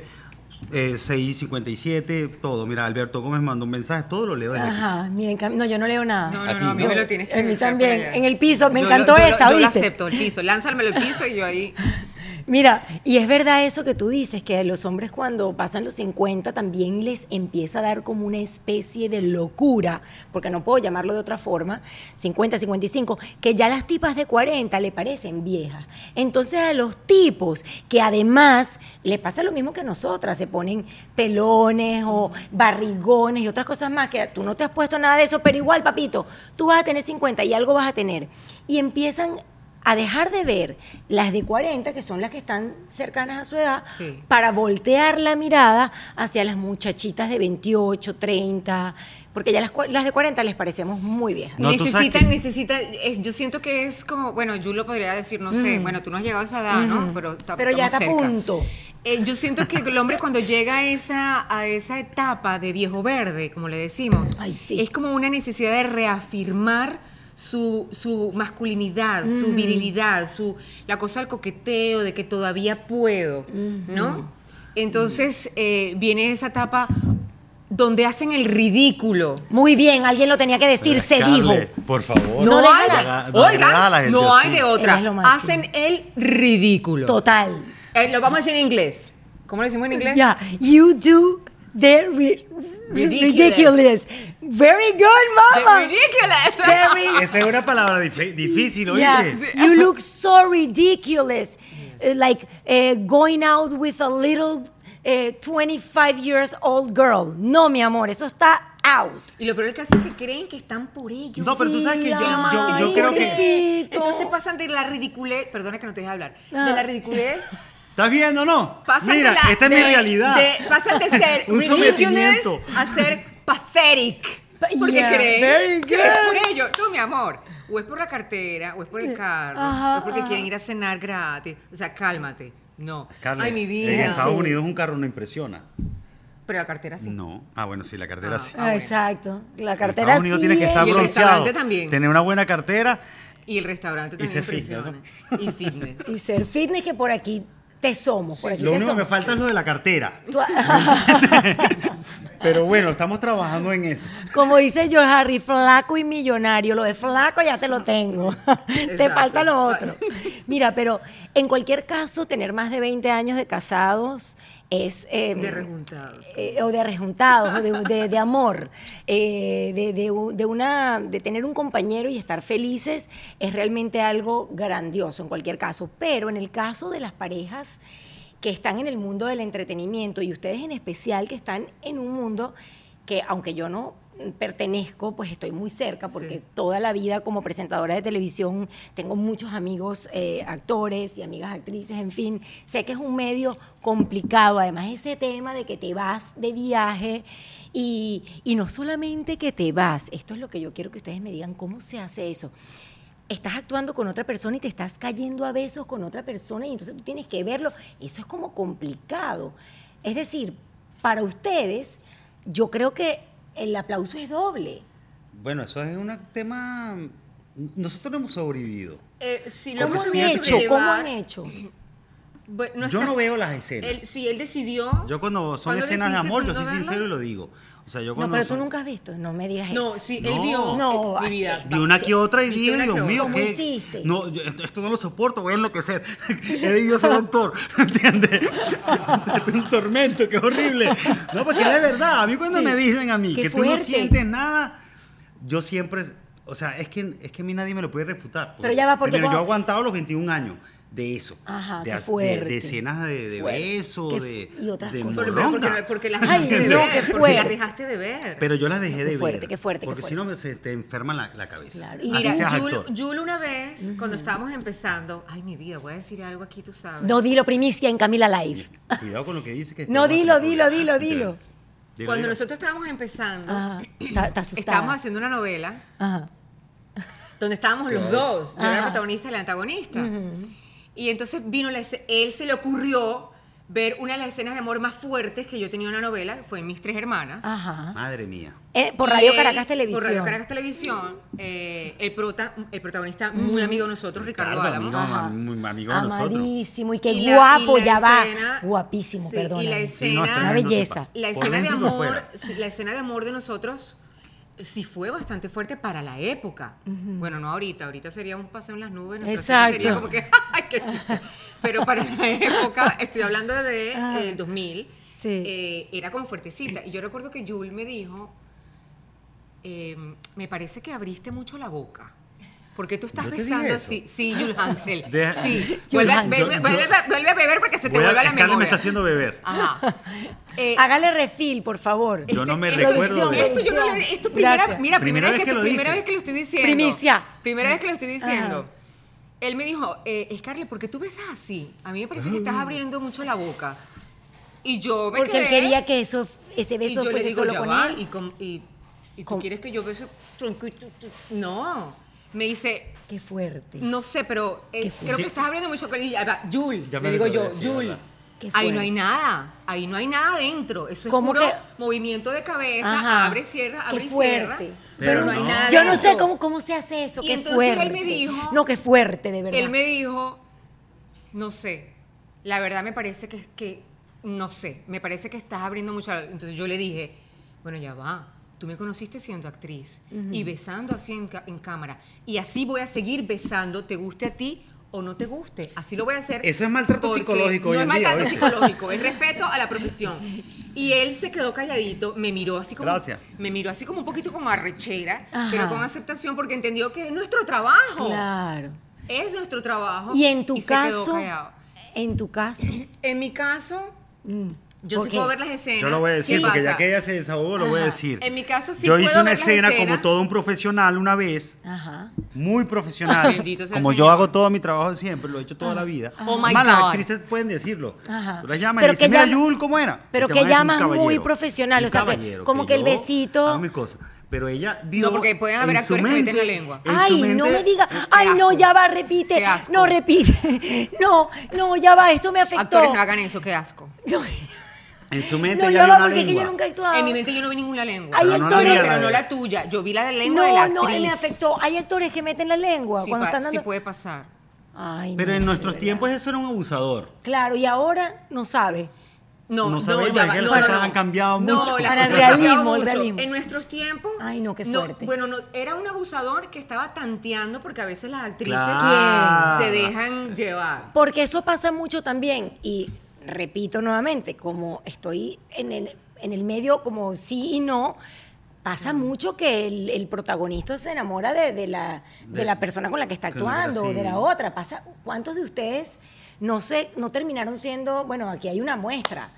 [SPEAKER 3] eh, 6.57, todo. Mira, Alberto Gómez mandó un mensaje, todo lo leo desde aquí.
[SPEAKER 4] Ajá, miren, cam- no, yo no leo nada.
[SPEAKER 2] No, no,
[SPEAKER 3] Aquí.
[SPEAKER 2] no, a mí me lo tienes que
[SPEAKER 4] A mí
[SPEAKER 2] lanzar
[SPEAKER 4] eh, también,
[SPEAKER 2] para allá.
[SPEAKER 4] en el piso, me
[SPEAKER 2] Yo
[SPEAKER 4] encantó
[SPEAKER 2] lo- yo lo-
[SPEAKER 4] esa,
[SPEAKER 2] Yo lo
[SPEAKER 4] ¿oíste?
[SPEAKER 2] acepto, el piso, lánzarmelo el piso y yo ahí.
[SPEAKER 4] Mira, y es verdad eso que tú dices, que a los hombres cuando pasan los 50 también les empieza a dar como una especie de locura, porque no puedo llamarlo de otra forma, 50, 55, que ya las tipas de 40 le parecen viejas. Entonces a los tipos que además les pasa lo mismo que a nosotras, se ponen pelones o barrigones y otras cosas más, que tú no te has puesto nada de eso, pero igual, papito, tú vas a tener 50 y algo vas a tener. Y empiezan a dejar de ver las de 40, que son las que están cercanas a su edad,
[SPEAKER 2] Sí.
[SPEAKER 4] para voltear la mirada hacia las muchachitas de 28, 30, porque ya las, cua- las de 40 les parecemos muy viejas.
[SPEAKER 3] No, tú sabes
[SPEAKER 2] necesitan,
[SPEAKER 3] que-
[SPEAKER 2] necesitan, es- yo siento que es como, bueno, yo lo podría decir, no sé, bueno, tú no has llegado a esa edad, ¿no? Pero, ta-
[SPEAKER 4] Mm. Pero ya está a
[SPEAKER 2] estamos cerca.
[SPEAKER 4] punto.
[SPEAKER 2] Eh, yo siento que el hombre cuando llega a esa, a esa etapa de viejo verde, como le decimos,
[SPEAKER 4] Ay, sí.
[SPEAKER 2] es como una necesidad de reafirmar su, su masculinidad,
[SPEAKER 4] Mm.
[SPEAKER 2] su virilidad, su, la cosa del coqueteo, de que todavía puedo, ¿no? Entonces eh, viene esa etapa donde hacen el ridículo.
[SPEAKER 4] Muy bien, alguien lo tenía que decir, se dijo.
[SPEAKER 3] Carle, Por favor.
[SPEAKER 4] No le
[SPEAKER 2] hay,
[SPEAKER 4] hagas.
[SPEAKER 3] Haga- no le hagas a la
[SPEAKER 2] oigan,
[SPEAKER 3] gente
[SPEAKER 2] no hay
[SPEAKER 3] así.
[SPEAKER 2] de
[SPEAKER 4] Eres
[SPEAKER 2] otra.
[SPEAKER 4] lo máximo.
[SPEAKER 2] Hacen el ridículo.
[SPEAKER 4] Total.
[SPEAKER 2] Eh, lo vamos a decir en inglés. ¿Cómo lo decimos en inglés?
[SPEAKER 4] Yeah, you do the ri-
[SPEAKER 2] Ridiculous.
[SPEAKER 4] ridiculous. Very good,
[SPEAKER 2] The
[SPEAKER 4] mama.
[SPEAKER 2] ridiculous.
[SPEAKER 4] Very-
[SPEAKER 3] Esa es una palabra dif- difícil, ¿oíste?
[SPEAKER 4] yeah, you look so ridiculous. Uh, Like eh, going out with a little eh, 25 years old girl. No, mi amor, eso está out.
[SPEAKER 2] Y lo peor del caso es que creen que están por ellos.
[SPEAKER 3] No, pero tú sabes que yo,
[SPEAKER 2] Pero más
[SPEAKER 3] yo- yo
[SPEAKER 2] triste.
[SPEAKER 3] creo que.
[SPEAKER 4] Pobrecito. Ah.
[SPEAKER 2] Entonces pasan de la ridiculez, perdona que no te deje hablar, de la ridiculez,
[SPEAKER 3] ¿Estás viendo o no?
[SPEAKER 2] pasan
[SPEAKER 3] Mira,
[SPEAKER 2] de la,
[SPEAKER 3] esta es mi
[SPEAKER 2] de-
[SPEAKER 3] realidad.
[SPEAKER 2] de- pasan de ser
[SPEAKER 3] Un
[SPEAKER 2] ridiculous
[SPEAKER 3] sometimiento.
[SPEAKER 2] a ser pathetic.
[SPEAKER 4] Pa-
[SPEAKER 2] Porque
[SPEAKER 4] yeah,
[SPEAKER 2] creen
[SPEAKER 4] very
[SPEAKER 2] que es
[SPEAKER 4] good. Eh,
[SPEAKER 2] por ellos. No, mi amor, o es por la cartera, o es por el carro,
[SPEAKER 4] Ajá,
[SPEAKER 2] o es porque
[SPEAKER 4] ajá.
[SPEAKER 2] quieren ir a cenar gratis. O sea, cálmate. No.
[SPEAKER 3] Carle,
[SPEAKER 2] Ay, mi
[SPEAKER 3] En
[SPEAKER 2] vida.
[SPEAKER 3] Estados Unidos un carro no impresiona.
[SPEAKER 2] Pero la cartera sí.
[SPEAKER 3] No. Ah, bueno, sí, la cartera
[SPEAKER 2] Ah,
[SPEAKER 3] sí.
[SPEAKER 2] ah, bueno.
[SPEAKER 4] Exacto. La
[SPEAKER 3] En
[SPEAKER 4] cartera
[SPEAKER 3] Estados Unidos
[SPEAKER 4] sí
[SPEAKER 3] tienes que
[SPEAKER 4] es-
[SPEAKER 3] estar
[SPEAKER 2] Y el
[SPEAKER 3] bronceado.
[SPEAKER 2] restaurante también.
[SPEAKER 3] Tener una buena cartera.
[SPEAKER 2] Y el restaurante
[SPEAKER 3] Y se
[SPEAKER 2] también
[SPEAKER 3] fitness, ¿no?
[SPEAKER 2] impresiona. Y fitness.
[SPEAKER 4] Y ser fitness que por aquí te somos. Por aquí
[SPEAKER 3] Lo
[SPEAKER 4] te
[SPEAKER 3] único que me
[SPEAKER 4] somos.
[SPEAKER 3] falta es lo de la cartera.
[SPEAKER 4] Tú-
[SPEAKER 3] Pero bueno, estamos trabajando en eso.
[SPEAKER 4] Como dice George Harry, flaco y millonario. Lo de flaco ya te lo tengo. te
[SPEAKER 2] Exacto.
[SPEAKER 4] falta lo otro. Mira, pero en cualquier caso, tener más de 20 años de casados es... eh,
[SPEAKER 2] De rejuntados.
[SPEAKER 4] eh, o de rejuntados, o de, de- de amor, eh, de, de u- de una, de tener un compañero y estar felices es realmente algo grandioso en cualquier caso. Pero en el caso de las parejas que están en el mundo del entretenimiento y ustedes en especial que están en un mundo que aunque yo no pertenezco, pues estoy muy cerca porque
[SPEAKER 2] Sí.
[SPEAKER 4] toda la vida como presentadora de televisión tengo muchos amigos eh, actores y amigas actrices, en fin, sé que es un medio complicado, además ese tema de que te vas de viaje y, y no solamente que te vas, esto es lo que yo quiero que ustedes me digan, ¿cómo se hace eso? Estás actuando con otra persona y te estás cayendo a besos con otra persona y entonces tú tienes que verlo, eso es como complicado. Es decir, para ustedes, yo creo que el aplauso es doble.
[SPEAKER 3] Bueno, eso es un tema. Nosotros no hemos sobrevivido.
[SPEAKER 2] Eh, si lo
[SPEAKER 4] ¿Cómo
[SPEAKER 2] hemos
[SPEAKER 4] han
[SPEAKER 2] tenido que
[SPEAKER 4] hecho? ¿Cómo
[SPEAKER 2] llevar-
[SPEAKER 4] han hecho?
[SPEAKER 2] Bueno,
[SPEAKER 3] Yo
[SPEAKER 2] nuestra-
[SPEAKER 3] no veo las escenas.
[SPEAKER 2] Él, sí, él decidió.
[SPEAKER 3] Yo cuando son
[SPEAKER 2] ¿Cuándo
[SPEAKER 3] escenas de
[SPEAKER 2] decidiste
[SPEAKER 3] amor,
[SPEAKER 2] tú
[SPEAKER 3] yo
[SPEAKER 2] no
[SPEAKER 3] soy
[SPEAKER 2] verlo?
[SPEAKER 3] sincero y lo digo. O sea, yo
[SPEAKER 4] No,
[SPEAKER 3] cuando
[SPEAKER 4] pero tú
[SPEAKER 3] son-
[SPEAKER 4] nunca has visto, no me digas
[SPEAKER 2] No,
[SPEAKER 4] eso.
[SPEAKER 2] sí,
[SPEAKER 3] No.
[SPEAKER 2] él vio.
[SPEAKER 4] No,
[SPEAKER 2] mi
[SPEAKER 4] así.
[SPEAKER 2] vida.
[SPEAKER 3] Vi una que otra y
[SPEAKER 2] Viste
[SPEAKER 3] dije,
[SPEAKER 2] una que
[SPEAKER 3] Dios
[SPEAKER 2] otra.
[SPEAKER 3] mío,
[SPEAKER 4] ¿Cómo
[SPEAKER 3] ¿qué?
[SPEAKER 4] hiciste?
[SPEAKER 3] No, yo- esto, esto no lo soporto, voy a enloquecer. He debido ser doctor, ¿entiendes? Este es un tormento, qué horrible. No, porque es la verdad. A mí cuando
[SPEAKER 4] Sí.
[SPEAKER 3] me dicen a mí
[SPEAKER 4] Qué
[SPEAKER 3] que tú no
[SPEAKER 4] fuerte.
[SPEAKER 3] sientes nada, yo siempre... O sea, es que, es que a mí nadie me lo puede refutar.
[SPEAKER 4] Pero ya va, porque
[SPEAKER 3] primero, yo he
[SPEAKER 4] cuando-
[SPEAKER 3] aguantado los 21 años de eso.
[SPEAKER 4] Ajá,
[SPEAKER 3] de,
[SPEAKER 4] qué
[SPEAKER 3] as- de-
[SPEAKER 4] fuerte.
[SPEAKER 3] de escenas de, de
[SPEAKER 4] Fuerte.
[SPEAKER 3] besos,
[SPEAKER 4] Qué
[SPEAKER 3] de,
[SPEAKER 4] fu- y otras
[SPEAKER 3] de
[SPEAKER 4] cosas.
[SPEAKER 2] Pero- pero
[SPEAKER 3] moronga.
[SPEAKER 2] porque, porque las
[SPEAKER 4] Ay,
[SPEAKER 2] dejaste de
[SPEAKER 4] no,
[SPEAKER 2] ver.
[SPEAKER 4] qué
[SPEAKER 2] Porque las
[SPEAKER 4] fuerte.
[SPEAKER 2] dejaste de ver.
[SPEAKER 3] Pero yo las dejé
[SPEAKER 4] Qué
[SPEAKER 3] de
[SPEAKER 4] fuerte,
[SPEAKER 3] ver.
[SPEAKER 4] qué fuerte, qué
[SPEAKER 3] Porque
[SPEAKER 4] fuerte.
[SPEAKER 3] si no, me- se te enferma la, la cabeza.
[SPEAKER 4] Claro.
[SPEAKER 3] Así
[SPEAKER 2] Mira,
[SPEAKER 3] seas
[SPEAKER 2] Yul-
[SPEAKER 3] actor.
[SPEAKER 2] Yul una vez, cuando estábamos empezando, ay, mi vida, voy a decir algo aquí, tú sabes.
[SPEAKER 4] No dilo primicia en Camila Live.
[SPEAKER 3] Cuidado con lo que dice. Que este
[SPEAKER 4] No,
[SPEAKER 3] estamos
[SPEAKER 4] dilo,
[SPEAKER 3] haciendo
[SPEAKER 4] dilo,
[SPEAKER 3] publicidad.
[SPEAKER 4] dilo, dilo.
[SPEAKER 3] Dilo, dilo.
[SPEAKER 2] cuando nosotros estábamos empezando,
[SPEAKER 1] Ah,
[SPEAKER 4] Ajá. Está, está asustada.
[SPEAKER 2] estábamos haciendo una novela
[SPEAKER 4] Ajá.
[SPEAKER 2] donde estábamos los
[SPEAKER 3] Claro.
[SPEAKER 2] dos. Yo era
[SPEAKER 4] Ajá.
[SPEAKER 2] la protagonista y la antagonista. Y entonces vino la escena, él se le ocurrió ver una de las escenas de amor más fuertes que yo tenía en una novela, que fue en Mis Tres Hermanas.
[SPEAKER 4] Ajá.
[SPEAKER 3] Madre mía.
[SPEAKER 4] Eh, Ah, por
[SPEAKER 2] Y
[SPEAKER 4] Radio
[SPEAKER 2] él,
[SPEAKER 4] Caracas Televisión.
[SPEAKER 2] Por Radio Caracas Televisión, eh, el, prota- el protagonista muy amigo de nosotros, Ricardo,
[SPEAKER 3] Ricardo,
[SPEAKER 2] Álamo.
[SPEAKER 3] amigo. No, am- amigo de nosotros.
[SPEAKER 4] Amadísimo y qué
[SPEAKER 2] Y la-
[SPEAKER 4] guapo,
[SPEAKER 2] y la
[SPEAKER 4] ya
[SPEAKER 2] escena-
[SPEAKER 4] va. Guapísimo,
[SPEAKER 2] sí,
[SPEAKER 4] perdón.
[SPEAKER 2] Y
[SPEAKER 3] Sí,
[SPEAKER 2] la
[SPEAKER 3] no, es
[SPEAKER 2] escena,
[SPEAKER 4] Una
[SPEAKER 3] tremendo,
[SPEAKER 4] belleza.
[SPEAKER 3] tipa.
[SPEAKER 2] la
[SPEAKER 3] Por
[SPEAKER 2] escena de
[SPEAKER 3] dentro y por
[SPEAKER 2] amor,
[SPEAKER 3] fuera.
[SPEAKER 2] sí, la escena de amor de nosotros eh, sí fue bastante fuerte para la época. Bueno, no ahorita, ahorita sería un paseo en las nubes, nuestra escena sería
[SPEAKER 4] Exacto.
[SPEAKER 2] como que ¡ay, qué chiste! Pero para la época, estoy hablando de eh,
[SPEAKER 4] Ah.
[SPEAKER 2] el 2000,
[SPEAKER 4] Sí.
[SPEAKER 2] eh, era como fuertecita y yo recuerdo que Yul me dijo eh, me parece que abriste mucho la boca. Porque tú estás
[SPEAKER 3] ¿Yo te dije
[SPEAKER 2] besando
[SPEAKER 3] eso?
[SPEAKER 2] así. Sí, Jules Hansel.
[SPEAKER 3] Deja-
[SPEAKER 2] sí.
[SPEAKER 4] Jul
[SPEAKER 2] Vuelve, a-
[SPEAKER 4] Hansel.
[SPEAKER 2] vuelve-
[SPEAKER 3] Yo-
[SPEAKER 2] vuelve a- vuelve a beber porque se te
[SPEAKER 3] Voy a-
[SPEAKER 2] vuelve a la
[SPEAKER 3] Carla
[SPEAKER 2] memoria. Ah,
[SPEAKER 3] me está haciendo beber.
[SPEAKER 2] Ajá. Eh,
[SPEAKER 4] Hágale refil, por favor.
[SPEAKER 3] Yo no me
[SPEAKER 2] eh,
[SPEAKER 3] recuerdo de
[SPEAKER 2] Esto
[SPEAKER 3] eso.
[SPEAKER 2] yo no le- esto primera,
[SPEAKER 4] Gracias.
[SPEAKER 2] mira, primera,
[SPEAKER 3] Primera
[SPEAKER 2] vez
[SPEAKER 3] vez
[SPEAKER 2] que,
[SPEAKER 3] que lo
[SPEAKER 2] primera
[SPEAKER 3] dice.
[SPEAKER 2] vez que lo estoy diciendo.
[SPEAKER 4] Primicia.
[SPEAKER 2] Primera vez que lo estoy diciendo. Él me dijo, eh, Scarlett, ¿por qué tú besas así? A mí me parece que estás
[SPEAKER 3] Ah.
[SPEAKER 2] abriendo mucho la boca. Y yo me
[SPEAKER 4] Porque él
[SPEAKER 2] quedé-
[SPEAKER 4] quería que eso, ese
[SPEAKER 2] y
[SPEAKER 4] beso
[SPEAKER 2] yo le
[SPEAKER 4] fuese
[SPEAKER 2] digo,
[SPEAKER 4] solo
[SPEAKER 2] "Ya
[SPEAKER 4] con
[SPEAKER 2] va,
[SPEAKER 4] él.
[SPEAKER 2] Y, con- y- y tú
[SPEAKER 4] Con-
[SPEAKER 2] quieres que yo bese. tronco y tu- tu- No. Me dice,
[SPEAKER 4] Qué fuerte.
[SPEAKER 2] no sé, pero eh,
[SPEAKER 4] Qué
[SPEAKER 2] creo
[SPEAKER 3] Sí.
[SPEAKER 2] que estás abriendo mucho cariño. Ya va, Yul,
[SPEAKER 3] Ya
[SPEAKER 2] le
[SPEAKER 3] me
[SPEAKER 2] digo yo,
[SPEAKER 3] recordé, sí,
[SPEAKER 2] Yul.
[SPEAKER 3] verdad.
[SPEAKER 4] Qué
[SPEAKER 2] Ahí no hay
[SPEAKER 4] fuerte.
[SPEAKER 2] nada, ahí no hay nada adentro. Eso es
[SPEAKER 4] ¿Cómo
[SPEAKER 2] puro
[SPEAKER 4] que-
[SPEAKER 2] movimiento de cabeza,
[SPEAKER 4] Ajá.
[SPEAKER 2] abre, cierra,
[SPEAKER 4] Qué
[SPEAKER 2] abre y
[SPEAKER 4] fuerte.
[SPEAKER 2] cierra. Pero,
[SPEAKER 3] Pero
[SPEAKER 2] no hay
[SPEAKER 3] no.
[SPEAKER 2] nada.
[SPEAKER 4] Yo no sé
[SPEAKER 2] adentro.
[SPEAKER 4] cómo, cómo se hace eso.
[SPEAKER 2] Y
[SPEAKER 4] qué
[SPEAKER 2] entonces él me
[SPEAKER 4] fuerte.
[SPEAKER 2] dijo-
[SPEAKER 4] No, qué fuerte, de verdad.
[SPEAKER 2] Él me dijo, no sé, la verdad me parece que, que no sé, me parece que estás abriendo mucha... Entonces yo le dije, bueno, ya va, tú me conociste siendo actriz y besando así en, ca- en cámara. Y así voy a seguir besando, te guste a ti o no te guste. Así lo voy a hacer.
[SPEAKER 3] Eso es maltrato
[SPEAKER 2] porque
[SPEAKER 3] psicológico
[SPEAKER 2] No
[SPEAKER 3] hoy
[SPEAKER 2] es
[SPEAKER 3] en día,
[SPEAKER 2] maltrato
[SPEAKER 3] ¿oíste?
[SPEAKER 2] psicológico, es respeto a la profesión. Y él se quedó calladito, me miró así como...
[SPEAKER 3] Gracias.
[SPEAKER 2] Me miró así como un poquito con arrechera,
[SPEAKER 4] Ajá.
[SPEAKER 2] pero con aceptación porque entendió que es nuestro trabajo.
[SPEAKER 4] Claro.
[SPEAKER 2] Es nuestro trabajo.
[SPEAKER 4] Y en tu
[SPEAKER 2] se quedó
[SPEAKER 4] caso,
[SPEAKER 2] callado.
[SPEAKER 4] en tu caso,
[SPEAKER 2] En mi caso,
[SPEAKER 4] mm,
[SPEAKER 2] yo sí
[SPEAKER 4] ok.
[SPEAKER 2] puedo ver las escenas.
[SPEAKER 3] Yo lo voy a decir,
[SPEAKER 2] ¿Qué
[SPEAKER 3] porque ya
[SPEAKER 2] pasa?
[SPEAKER 3] que ella se desahogó, lo voy a
[SPEAKER 4] Ajá.
[SPEAKER 3] decir.
[SPEAKER 2] En mi caso sí
[SPEAKER 3] Yo
[SPEAKER 2] puedo
[SPEAKER 3] hice una
[SPEAKER 2] ver las
[SPEAKER 3] escena como
[SPEAKER 2] escenas.
[SPEAKER 3] todo un profesional una vez,
[SPEAKER 4] Ajá.
[SPEAKER 3] muy profesional,
[SPEAKER 2] Bendito sea el
[SPEAKER 3] como yo
[SPEAKER 2] Señor.
[SPEAKER 3] hago todo mi trabajo siempre, lo he hecho toda la vida.
[SPEAKER 2] Oh my
[SPEAKER 3] Además, las
[SPEAKER 2] God.
[SPEAKER 3] actrices pueden decirlo.
[SPEAKER 4] Ajá.
[SPEAKER 3] Tú las llamas
[SPEAKER 4] Pero
[SPEAKER 3] y dices,
[SPEAKER 4] que
[SPEAKER 3] mira,
[SPEAKER 4] llama-
[SPEAKER 3] Yul, ¿cómo era?
[SPEAKER 4] pero
[SPEAKER 3] Y te
[SPEAKER 4] que
[SPEAKER 3] van a decir un
[SPEAKER 4] llaman muy
[SPEAKER 3] caballero.
[SPEAKER 4] profesional, o sea, que
[SPEAKER 3] caballero,
[SPEAKER 4] como que el
[SPEAKER 3] yo
[SPEAKER 4] besito-
[SPEAKER 3] hago mis cosas. Pero ella vio
[SPEAKER 2] porque pueden haber
[SPEAKER 3] en su
[SPEAKER 2] actores que meten
[SPEAKER 3] mente-
[SPEAKER 2] la lengua.
[SPEAKER 3] en su
[SPEAKER 4] Ay, no
[SPEAKER 3] mente-
[SPEAKER 4] me diga, ay, no,
[SPEAKER 2] asco.
[SPEAKER 4] ya va, repite,
[SPEAKER 2] Qué asco.
[SPEAKER 4] no, repite, no, no, ya va, esto me afectó.
[SPEAKER 2] Actores no hagan eso, qué asco.
[SPEAKER 4] No,
[SPEAKER 3] En su mente
[SPEAKER 4] no,
[SPEAKER 3] ella
[SPEAKER 4] ya
[SPEAKER 3] vio
[SPEAKER 4] va,
[SPEAKER 3] una
[SPEAKER 4] porque es que
[SPEAKER 3] lengua.
[SPEAKER 4] yo nunca he actuado.
[SPEAKER 2] En mi mente yo no vi ninguna lengua.
[SPEAKER 4] ah. Hay
[SPEAKER 2] Pero no la
[SPEAKER 4] actores-
[SPEAKER 2] mía, Pero no la tuya. Yo vi la de lengua de la
[SPEAKER 4] no,
[SPEAKER 2] actriz.
[SPEAKER 4] no, él me afectó. Hay actores que meten la lengua
[SPEAKER 2] Sí,
[SPEAKER 4] cuando
[SPEAKER 2] pa-
[SPEAKER 4] están
[SPEAKER 2] sí
[SPEAKER 4] dando.
[SPEAKER 2] puede pasar.
[SPEAKER 4] Ay,
[SPEAKER 3] Pero
[SPEAKER 4] no,
[SPEAKER 3] en
[SPEAKER 4] de
[SPEAKER 3] nuestros
[SPEAKER 4] verdad.
[SPEAKER 3] tiempos eso era un abusador.
[SPEAKER 4] Claro, y ahora no sabe.
[SPEAKER 3] No
[SPEAKER 2] No, no,
[SPEAKER 3] sabemos,
[SPEAKER 2] ya va,
[SPEAKER 3] que
[SPEAKER 2] no,
[SPEAKER 3] las
[SPEAKER 2] no,
[SPEAKER 3] cosas
[SPEAKER 2] no.
[SPEAKER 3] han cambiado
[SPEAKER 2] No,
[SPEAKER 3] mucho.
[SPEAKER 2] las
[SPEAKER 4] Para el
[SPEAKER 2] cosas han
[SPEAKER 4] realismo,
[SPEAKER 2] cambiado
[SPEAKER 4] el
[SPEAKER 2] mucho.
[SPEAKER 4] realismo.
[SPEAKER 2] En nuestros tiempos.
[SPEAKER 4] Ay, no, qué fuerte.
[SPEAKER 2] bueno, no, era un abusador que estaba tanteando porque a veces las actrices
[SPEAKER 3] Claro.
[SPEAKER 2] se dejan llevar.
[SPEAKER 4] Porque eso pasa mucho también. Y repito nuevamente, como estoy en el, en el medio como sí y no, pasa mucho que el, el protagonista se enamora de, de la, de,
[SPEAKER 3] De-
[SPEAKER 4] la persona con la que está
[SPEAKER 3] con la que
[SPEAKER 4] actuando o de
[SPEAKER 3] sí.
[SPEAKER 4] la otra. Pasa, ¿Cuántos de ustedes no, se, no terminaron siendo, bueno, aquí hay una muestra,